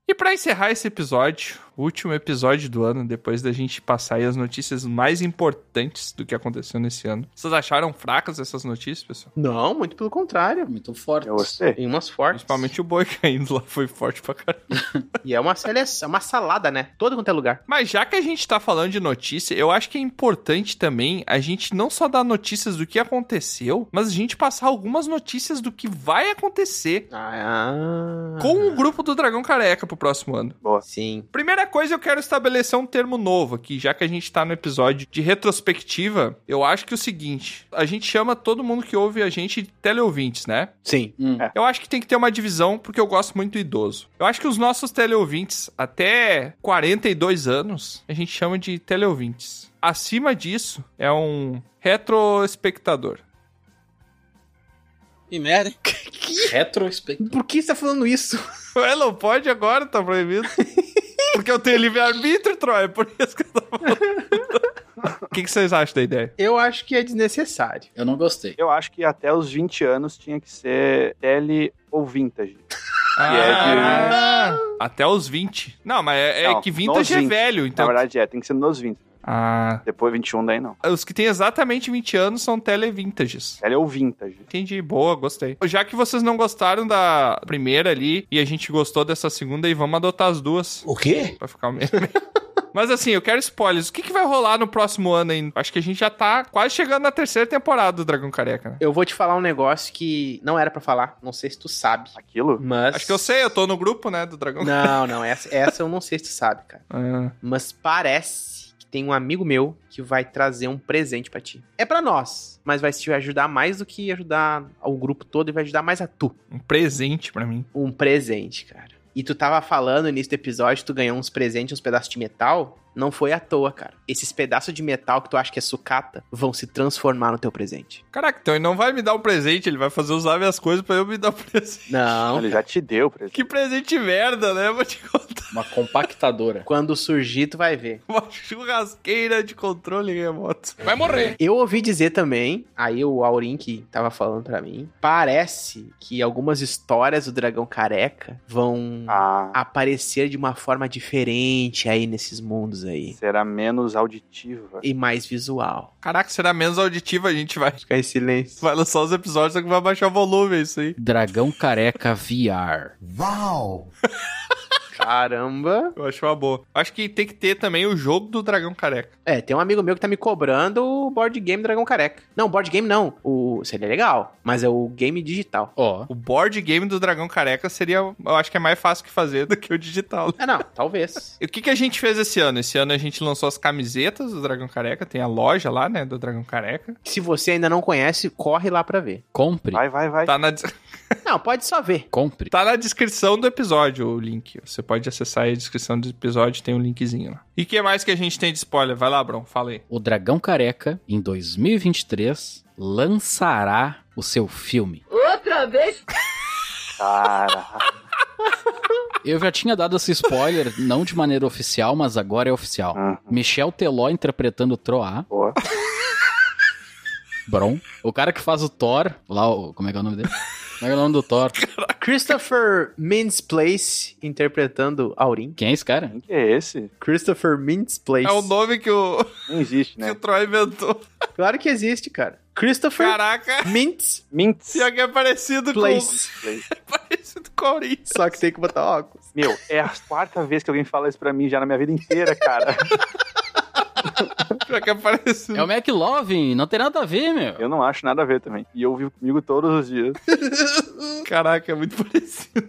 Speaker 2: E pra encerrar esse episódio, o último episódio do ano, depois da gente passar aí as notícias mais importantes do que aconteceu nesse ano. Vocês acharam fracas essas notícias, pessoal?
Speaker 1: Não, muito pelo contrário.
Speaker 3: Muito forte.
Speaker 5: Eu gostei.
Speaker 1: Tem umas fortes.
Speaker 2: Principalmente o boi caindo lá foi forte pra caramba.
Speaker 1: E é uma seleção, uma salada, né? Todo quanto é lugar.
Speaker 2: Mas já que a gente tá falando de notícia, eu acho que é importante também a gente não só dar notícias do que aconteceu, mas a gente passar algumas notícias do que vai acontecer
Speaker 1: Ah,
Speaker 2: com o grupo do Dragão Careca pro próximo ano.
Speaker 5: Boa.
Speaker 1: sim.
Speaker 2: Primeira coisa, eu quero estabelecer um termo novo aqui, já que a gente tá no episódio de retrospectiva. Eu acho que é o seguinte: a gente chama todo mundo que ouve a gente de teleouvintes, né?
Speaker 1: Sim.
Speaker 3: Hum.
Speaker 2: Eu acho que tem que ter uma divisão, porque eu gosto muito do idoso. Eu acho que os nossos teleouvintes, até 42 anos, a gente chama de teleouvintes. Acima disso, é um retroespectador.
Speaker 14: Que merda, hein?
Speaker 3: Retrospectiva.
Speaker 1: Por que você tá falando isso?
Speaker 2: Ué, não pode agora, tá proibido. Porque eu tenho livre-arbítrio, Troy, é por isso que eu tô falando. O que, que vocês acham da ideia?
Speaker 1: Eu acho que é desnecessário.
Speaker 3: Eu não gostei.
Speaker 5: Eu acho que até os 20 anos tinha que ser tele ou vintage.
Speaker 2: Ah, Até os 20. é Não, mas é, é
Speaker 5: Não,
Speaker 2: que
Speaker 5: nos
Speaker 2: vintage é
Speaker 5: 20.
Speaker 2: velho, então.
Speaker 5: Na verdade é, tem que ser nos 20.
Speaker 2: Ah.
Speaker 5: Depois 21 daí não.
Speaker 2: Os que têm exatamente 20 anos são televintages.
Speaker 5: Tele ou vintage.
Speaker 2: Entendi, boa, gostei. Já que vocês não gostaram da primeira ali e a gente gostou dessa segunda, aí vamos adotar as duas.
Speaker 15: O quê?
Speaker 2: Pra ficar o mesmo. Mas assim, eu quero spoilers. O que, que vai rolar no próximo ano aí? Acho que a gente já tá quase chegando na terceira temporada do Dragão Careca, né?
Speaker 1: Eu vou te falar um negócio que não era pra falar. Não sei se tu sabe.
Speaker 5: Aquilo?
Speaker 1: Mas.
Speaker 2: Acho que eu sei, eu tô no grupo, né, do Dragão
Speaker 1: Não, não. Essa, essa eu não sei se tu sabe, cara.
Speaker 2: Ah,
Speaker 1: Mas parece que tem um amigo meu que vai trazer um presente pra ti. É pra nós, mas vai te ajudar mais do que ajudar ao grupo todo e vai ajudar mais a tu.
Speaker 2: um presente pra mim.
Speaker 1: Um presente, cara. E tu tava falando no início do episódio, tu ganhou uns presentes, uns pedaços de metal. Não foi à toa, cara. Esses pedaços de metal que tu acha que é sucata vão se transformar no teu presente.
Speaker 2: Caraca, então ele não vai me dar um presente, ele vai fazer usar minhas coisas pra eu me dar um presente.
Speaker 1: Não.
Speaker 5: Ele já te deu pra
Speaker 2: Que presente merda, né? Vou te contar.
Speaker 3: Uma compactadora.
Speaker 1: Quando surgir, tu vai ver.
Speaker 2: Uma churrasqueira de controle remoto. Vai morrer.
Speaker 1: Eu ouvi dizer também, aí o Aurim que tava falando pra mim, parece que algumas histórias do Dragão Careca vão
Speaker 5: Ah,
Speaker 1: aparecer de uma forma diferente aí nesses mundos aí.
Speaker 5: será menos auditiva.
Speaker 1: E mais visual.
Speaker 2: Caraca, será menos auditiva, a gente vai,
Speaker 1: Ficar em silêncio.
Speaker 2: vai lançar os episódios, só que vai baixar o volume, é isso aí.
Speaker 3: Dragão Careca VR.
Speaker 13: Uau!
Speaker 1: Caramba.
Speaker 2: Eu acho uma boa. Acho que tem que ter também o jogo do Dragão Careca.
Speaker 1: É, tem um amigo meu que tá me cobrando o board game Dragão Careca. Não, board game não. O... Seria legal, mas é o game digital.
Speaker 2: Ó. O board game do Dragão Careca seria, eu acho que é mais fácil que fazer do que o digital.
Speaker 1: Ah, não, talvez.
Speaker 2: E o que, que a gente fez esse ano? Esse ano a gente lançou as camisetas do Dragão Careca, tem a loja lá, né, do Dragão Careca.
Speaker 1: Se você ainda não conhece, corre lá pra ver.
Speaker 3: Compre.
Speaker 1: Vai, vai, vai.
Speaker 2: Tá na,
Speaker 1: Não, pode só ver.
Speaker 3: Compre.
Speaker 2: tá na descrição do episódio o link. Você pode acessar aí a descrição do episódio, tem um linkzinho lá. E o que mais que a gente tem de spoiler? Vai lá, Bron, fala aí.
Speaker 3: O Dragão Careca, em 2023, lançará o seu filme.
Speaker 4: Outra vez?
Speaker 5: Cara.
Speaker 3: Eu já tinha dado esse spoiler, não de maneira oficial, mas agora é oficial.
Speaker 5: Ah.
Speaker 3: Michel Teló interpretando Troá. Bron. O cara que faz o Thor, lá, o- como é que é o nome dele? Como é que é o nome do Thor?
Speaker 1: Christopher Mintz-Place interpretando Aurim.
Speaker 3: Quem é esse cara?
Speaker 5: Que é esse?
Speaker 1: Christopher Mintz-Place.
Speaker 2: É o nome que o,
Speaker 5: Não existe,
Speaker 2: que
Speaker 5: né?
Speaker 2: o Troy inventou.
Speaker 1: Claro que existe, cara. Christopher
Speaker 2: Caraca,
Speaker 1: Mintz
Speaker 5: Mintz.
Speaker 2: pior que é parecido
Speaker 1: Place.
Speaker 2: com... Parecido com o Aurim.
Speaker 1: Só que tem que botar óculos.
Speaker 5: Meu, é a quarta vez que alguém fala isso pra mim já na minha vida inteira, cara.
Speaker 2: Pior que é parecido.
Speaker 3: É o McLovin, não tem nada a ver, meu.
Speaker 5: Eu não acho nada a ver também. E eu vivo comigo todos os dias.
Speaker 2: Caraca, é muito parecido.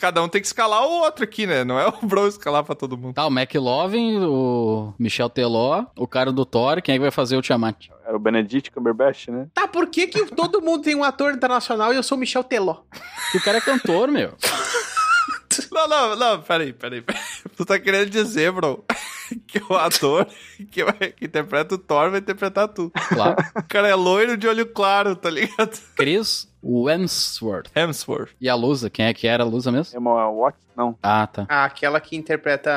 Speaker 2: Cada um tem que escalar o outro aqui, né? Não é o Bron escalar pra todo mundo.
Speaker 3: Tá, o McLovin, o Michel Teló, o cara do Thor, quem é que vai fazer o Tiamat?
Speaker 5: Era o Benedict Cumberbatch, né?
Speaker 1: Tá, por que, que todo mundo tem um ator internacional e eu sou Michel Teló?
Speaker 3: E o cara é cantor, meu.
Speaker 2: Não, não, não, peraí, peraí. peraí. Tu tá querendo dizer, Bron, que o ator que, vai- que interpreta o Thor vai interpretar tu.
Speaker 3: Claro.
Speaker 2: O cara é loiro de olho claro, tá ligado?
Speaker 3: Chris Hemsworth.
Speaker 2: Hemsworth.
Speaker 3: E a Lusa, quem é que era a Lusa mesmo?
Speaker 5: É uma Watts? Não.
Speaker 3: Ah, tá.
Speaker 1: Ah, aquela que interpreta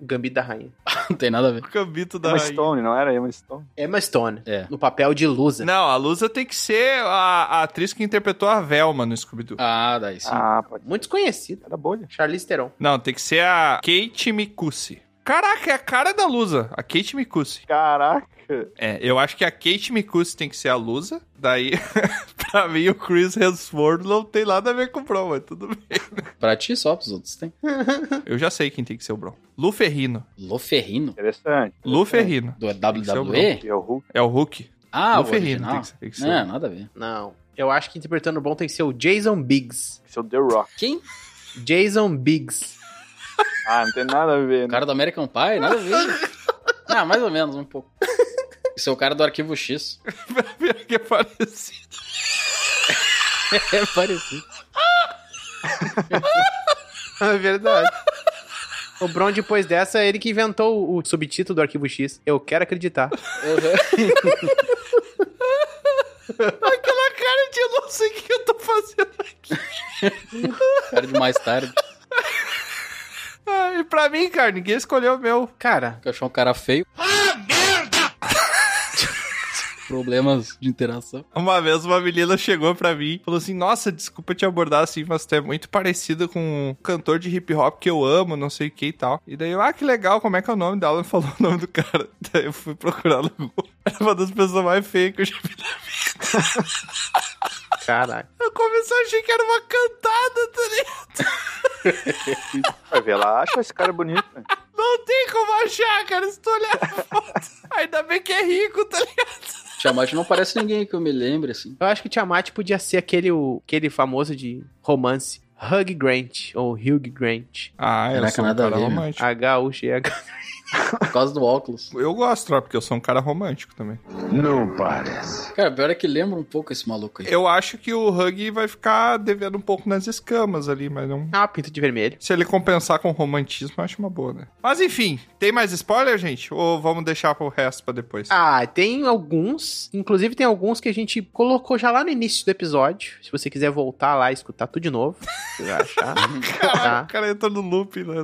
Speaker 1: Gambito da Rainha.
Speaker 3: Não tem nada a ver.
Speaker 2: O cambito da
Speaker 5: Emma
Speaker 2: rainha.
Speaker 5: Stone, não era Emma Stone?
Speaker 1: Emma Stone.
Speaker 3: É.
Speaker 1: No papel de Lusa.
Speaker 2: Não, a Lusa tem que ser a, a atriz que interpretou a Velma no Scooby-Doo.
Speaker 3: Ah, daí sim.
Speaker 5: Ah, pode.
Speaker 1: Muito desconhecida.
Speaker 5: Era bolha.
Speaker 1: Charlize Theron.
Speaker 2: Não, tem que ser a Kate Mikusi. Caraca, é a cara da Lusa, a Kate Mikusi.
Speaker 5: Caraca.
Speaker 2: É, eu acho que a Kate Mikusi tem que ser a Lusa. Daí, pra mim, o Chris Hemsworth não tem nada a ver com o Bron, mas tudo bem.
Speaker 3: Pra ti só, pros outros tem.
Speaker 2: Eu já sei quem tem que ser o Bron. Lu Ferrino.
Speaker 3: Loferrino?
Speaker 5: Interessante.
Speaker 2: Lu Ferrino.
Speaker 3: Do
Speaker 2: ser o
Speaker 3: WWE?
Speaker 5: Que é o Hulk.
Speaker 2: É o Hulk.
Speaker 3: Ah,
Speaker 2: Lu
Speaker 3: o
Speaker 2: Ferrino,
Speaker 3: original.
Speaker 2: tem que ser- tem que ser.
Speaker 3: Não, nada a ver.
Speaker 1: Não. Eu acho que interpretando bom tem que ser o Jason Biggs.
Speaker 5: Esse é o The Rock.
Speaker 3: Quem?
Speaker 1: Jason Biggs.
Speaker 5: Ah, não tem nada a ver,
Speaker 3: O
Speaker 5: né?
Speaker 3: cara do American Pie? Nada a ver. ah, mais ou menos, um pouco. Esse é o cara do Arquivo X.
Speaker 2: Pior que é parecido.
Speaker 3: É parecido.
Speaker 1: É verdade. O Bron, depois dessa, é ele que inventou o subtítulo do Arquivo X. Eu quero acreditar.
Speaker 2: Aquela cara de eu não sei o que eu tô fazendo aqui.
Speaker 3: cara de mais tarde.
Speaker 2: Ah, e pra mim, cara, ninguém escolheu o meu.
Speaker 1: Cara,
Speaker 3: que achou um cara feio. Problemas de interação.
Speaker 2: Uma vez uma menina chegou pra mim e falou assim: Nossa, desculpa te abordar assim, mas tu é muito parecido com um cantor de hip hop que eu amo, não sei o que e tal. E daí eu, ah, que legal, como é que é o nome dela? Ela falou o nome do cara. Daí eu fui procurar no Google. Era uma das pessoas mais feias que eu já vi.
Speaker 1: caralho.
Speaker 2: Eu comecei a achar que era uma cantada, tá ligado?
Speaker 5: Vai ver lá, acha esse cara bonito. né?
Speaker 2: Não tem como achar, cara, se tu olhar a foto. Ainda bem que é rico, tá ligado?
Speaker 3: Tiamat não parece ninguém que eu me lembre, assim.
Speaker 1: Eu acho que o Tiamat podia ser aquele, o- aquele famoso de romance. Hug Grant, ou Hugh Grant.
Speaker 2: Ah,
Speaker 3: Caraca,
Speaker 2: sou um
Speaker 3: nada a
Speaker 2: cara
Speaker 3: ver, né?
Speaker 2: romântico.
Speaker 1: H-U-G-H.
Speaker 3: Por causa do óculos.
Speaker 2: Eu gosto, Tropa, porque eu sou um cara romântico também.
Speaker 13: Não parece.
Speaker 3: Cara, pior é que lembra um pouco esse maluco aí.
Speaker 2: Eu acho que o Hug vai ficar devendo um pouco nas escamas ali, mas não.
Speaker 1: Ah, pinto de vermelho.
Speaker 2: Se ele compensar com romantismo, eu acho uma boa, né? Mas enfim, tem mais spoiler, gente? Ou vamos deixar pro resto pra depois?
Speaker 1: Ah, tem alguns. Inclusive, tem alguns que a gente colocou já lá no início do episódio. Se você quiser voltar lá e escutar tudo de novo, você vai achar.
Speaker 2: Caralho,
Speaker 1: tá.
Speaker 2: o cara entra no loop, né?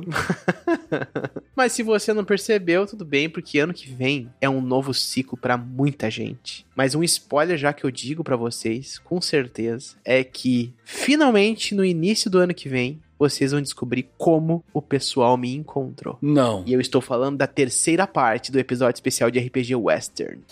Speaker 1: Mas se você não percebeu, tudo bem, porque ano que vem é um novo ciclo pra muita gente. Mas um spoiler já que eu digo pra vocês, com certeza, é que finalmente no início do ano que vem, vocês vão descobrir como o pessoal me encontrou.
Speaker 3: Não.
Speaker 1: E eu estou falando da terceira parte do episódio especial de RPG Western.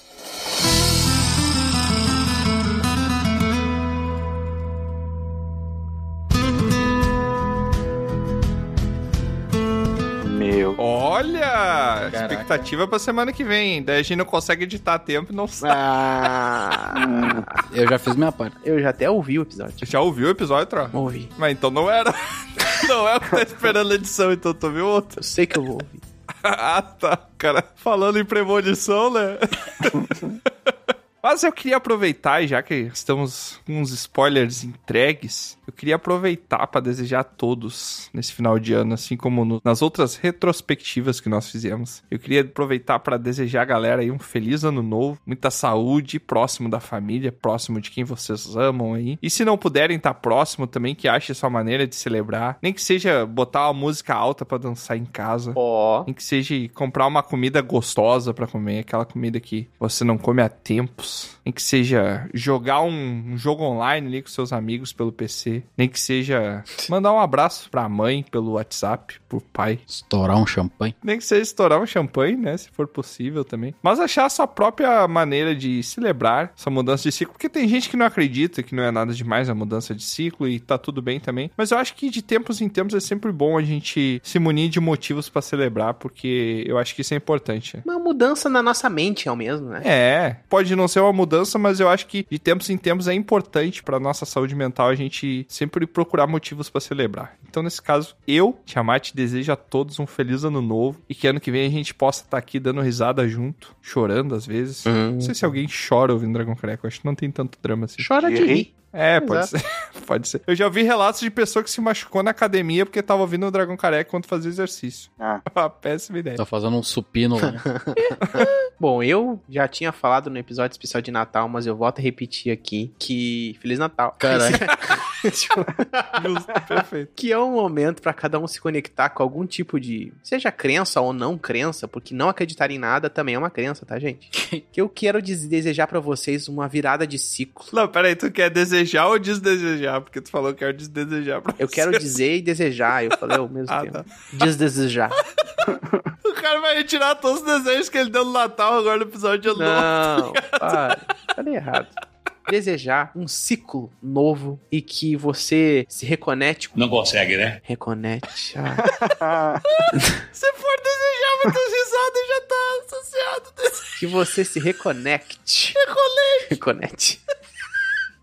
Speaker 2: a expectativa pra semana que vem. Daí a gente não consegue editar a tempo e não sabe.
Speaker 3: Eu já fiz minha parte.
Speaker 1: Eu já até ouvi o episódio.
Speaker 2: Já ouviu o episódio, Tro?
Speaker 1: Ouvi.
Speaker 2: Mas então não era. Não é o que tá esperando a edição, então tu viu outro.
Speaker 1: Eu sei que eu vou ouvir.
Speaker 2: ah, tá, cara. Falando em premonição, né? Mas eu queria aproveitar, e já que estamos com uns spoilers entregues, eu queria aproveitar para desejar a todos nesse final de ano, assim como no- nas outras retrospectivas que nós fizemos. Eu queria aproveitar para desejar a galera aí um feliz ano novo, muita saúde, próximo da família, próximo de quem vocês amam aí. E se não puderem estar próximo também, que ache a sua maneira de celebrar, nem que seja botar uma música alta para dançar em casa. Nem que seja comprar uma comida gostosa pra comer, aquela comida que você não come há tempos. Nem que seja jogar um, um jogo online ali com seus amigos pelo PC. Nem que seja mandar um abraço pra mãe pelo WhatsApp, pro pai.
Speaker 3: Estourar um champanhe.
Speaker 2: Nem que seja estourar um champanhe, né? Se for possível também. Mas achar a sua própria maneira de celebrar essa mudança de ciclo. Porque tem gente que não acredita que não é nada demais a mudança de ciclo e tá tudo bem também. Mas eu acho que de tempos em tempos é sempre bom a gente se munir de motivos pra celebrar, porque eu acho que isso é importante. né?
Speaker 1: Uma mudança na nossa mente é o mesmo, né?
Speaker 2: É, pode não ser uma mudança, mas eu acho que de tempos em tempos é importante pra nossa saúde mental a gente sempre procurar motivos pra celebrar. Então, nesse caso, eu, Tiamat, desejo a todos um feliz ano novo e que ano que vem a gente possa estar aqui dando risada junto, chorando às vezes. Não sei se alguém chora ouvindo Dragon Careca, eu acho que não tem tanto drama assim.
Speaker 1: Chora de rir.
Speaker 2: É, pode
Speaker 1: Exato.
Speaker 2: ser, pode ser. Eu já vi relatos de pessoa que se machucou na academia porque tava ouvindo o Dragão Careca quando fazia exercício.
Speaker 5: Ah.
Speaker 2: Uma péssima ideia.
Speaker 3: Tá fazendo um supino lá.
Speaker 1: Bom, eu já tinha falado no episódio especial de Natal, mas eu volto a repetir aqui que Feliz Natal.
Speaker 3: Caralho.
Speaker 2: perfeito.
Speaker 1: Que é um momento pra cada um se conectar com algum tipo de, seja crença ou não crença, porque não acreditar em nada também é uma crença, tá, gente? que eu quero des- desejar pra vocês uma virada de ciclo.
Speaker 2: Não, peraí, tu quer desejar ou desdesejar? Porque tu falou que quer desdesejar pra
Speaker 1: Eu quero
Speaker 2: você.
Speaker 1: dizer e desejar, eu falei ao mesmo
Speaker 2: Ah,
Speaker 1: tempo.
Speaker 2: tá.
Speaker 1: Desdesejar.
Speaker 2: O cara vai retirar todos os desejos que ele deu no Natal agora no episódio de ano
Speaker 1: Não,
Speaker 2: novo.
Speaker 1: para. Falei errado. Desejar um ciclo novo e que você se reconecte.
Speaker 10: Não consegue, né?
Speaker 1: Reconecte. Ah.
Speaker 2: Se for desejar, mas tuas risadas já tá associado.
Speaker 1: que você se reconecte. Reconecte.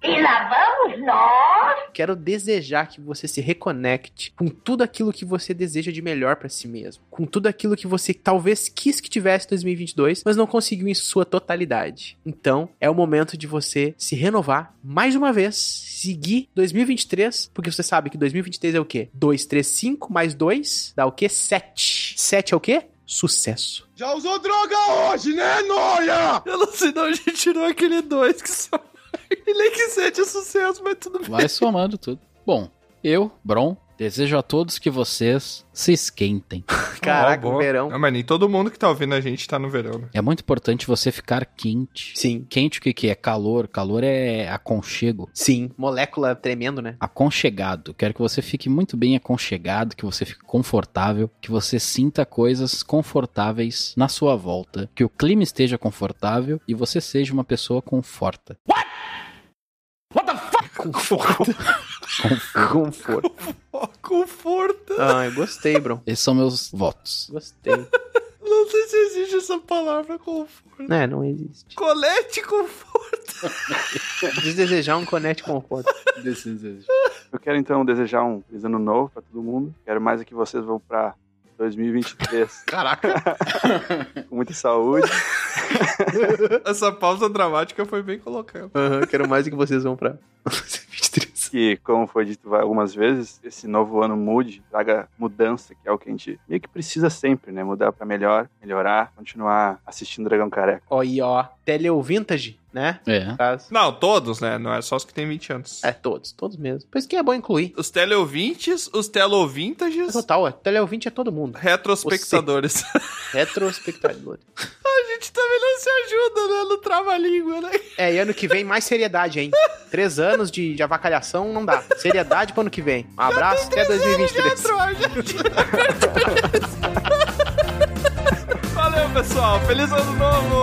Speaker 4: E lá vamos nós.
Speaker 1: Quero desejar que você se reconecte com tudo aquilo que você deseja de melhor pra si mesmo, com tudo aquilo que você talvez quis que tivesse em 2022, mas não conseguiu em sua totalidade. Então, é o momento de você se renovar mais uma vez, seguir 2023, porque você sabe que 2023 é o quê? 2 3 5 mais 2 dá o quê? 7. 7 é o quê? Sucesso.
Speaker 11: Já usou droga hoje, né, Noia?
Speaker 2: Eu não sei de onde tirou aquele dois que só. E nem que sete é sucesso, mas tudo bem.
Speaker 3: Vai somando tudo. Bom, eu, Bron, desejo a todos que vocês se esquentem.
Speaker 1: Caraca,
Speaker 2: o verão. Não, mas nem todo mundo que tá ouvindo a gente tá no verão, né?
Speaker 3: É muito importante você ficar quente.
Speaker 1: um- Sim.
Speaker 3: Quente o que, que é? Calor. Calor é aconchego.
Speaker 1: Sim, molécula tremendo, né?
Speaker 3: Aconchegado. Quero que você fique muito bem aconchegado, que você fique confortável, que você sinta coisas confortáveis na sua volta, que o clima esteja confortável e você seja uma pessoa conforta.
Speaker 1: Conforto. Conforto.
Speaker 2: Conforto.
Speaker 1: Ah, eu gostei, bro.
Speaker 3: Esses são meus votos.
Speaker 1: Gostei.
Speaker 2: Não sei se existe essa palavra conforto.
Speaker 1: Né, não existe.
Speaker 2: Colete conforto.
Speaker 1: Desdesejar um conete conforto.
Speaker 5: Eu quero então desejar um feliz ano novo pra todo mundo. Quero mais é que vocês vão pra 2023
Speaker 2: Caraca.
Speaker 5: com muita saúde.
Speaker 2: Essa pausa dramática foi bem colocada.
Speaker 1: quero mais que vocês vão pra.
Speaker 5: que, como foi dito algumas vezes, esse novo ano mude, traga mudança, que é o que a gente meio que precisa sempre, né? Mudar pra melhor, melhorar, continuar assistindo Dragão Careca.
Speaker 1: Ó, e ó, teleovintage, né?
Speaker 3: É.
Speaker 1: Caso.
Speaker 2: Não, todos, né? Não é só os que têm 20 anos.
Speaker 1: É, todos, todos mesmo. Por isso que é bom incluir.
Speaker 2: Os teleouvintes, os teleouvintages,
Speaker 1: Total, é. teleouvinte é todo mundo.
Speaker 2: retrospectadores.
Speaker 1: Retrospectador.
Speaker 2: A gente também não se ajuda, né? No trava-língua, né?
Speaker 1: É, e ano que vem mais seriedade, hein? Três anos de, de avacalhação não dá. Seriedade pro ano que vem. Um abraço, até 2023.
Speaker 2: Valeu, pessoal. Feliz ano novo!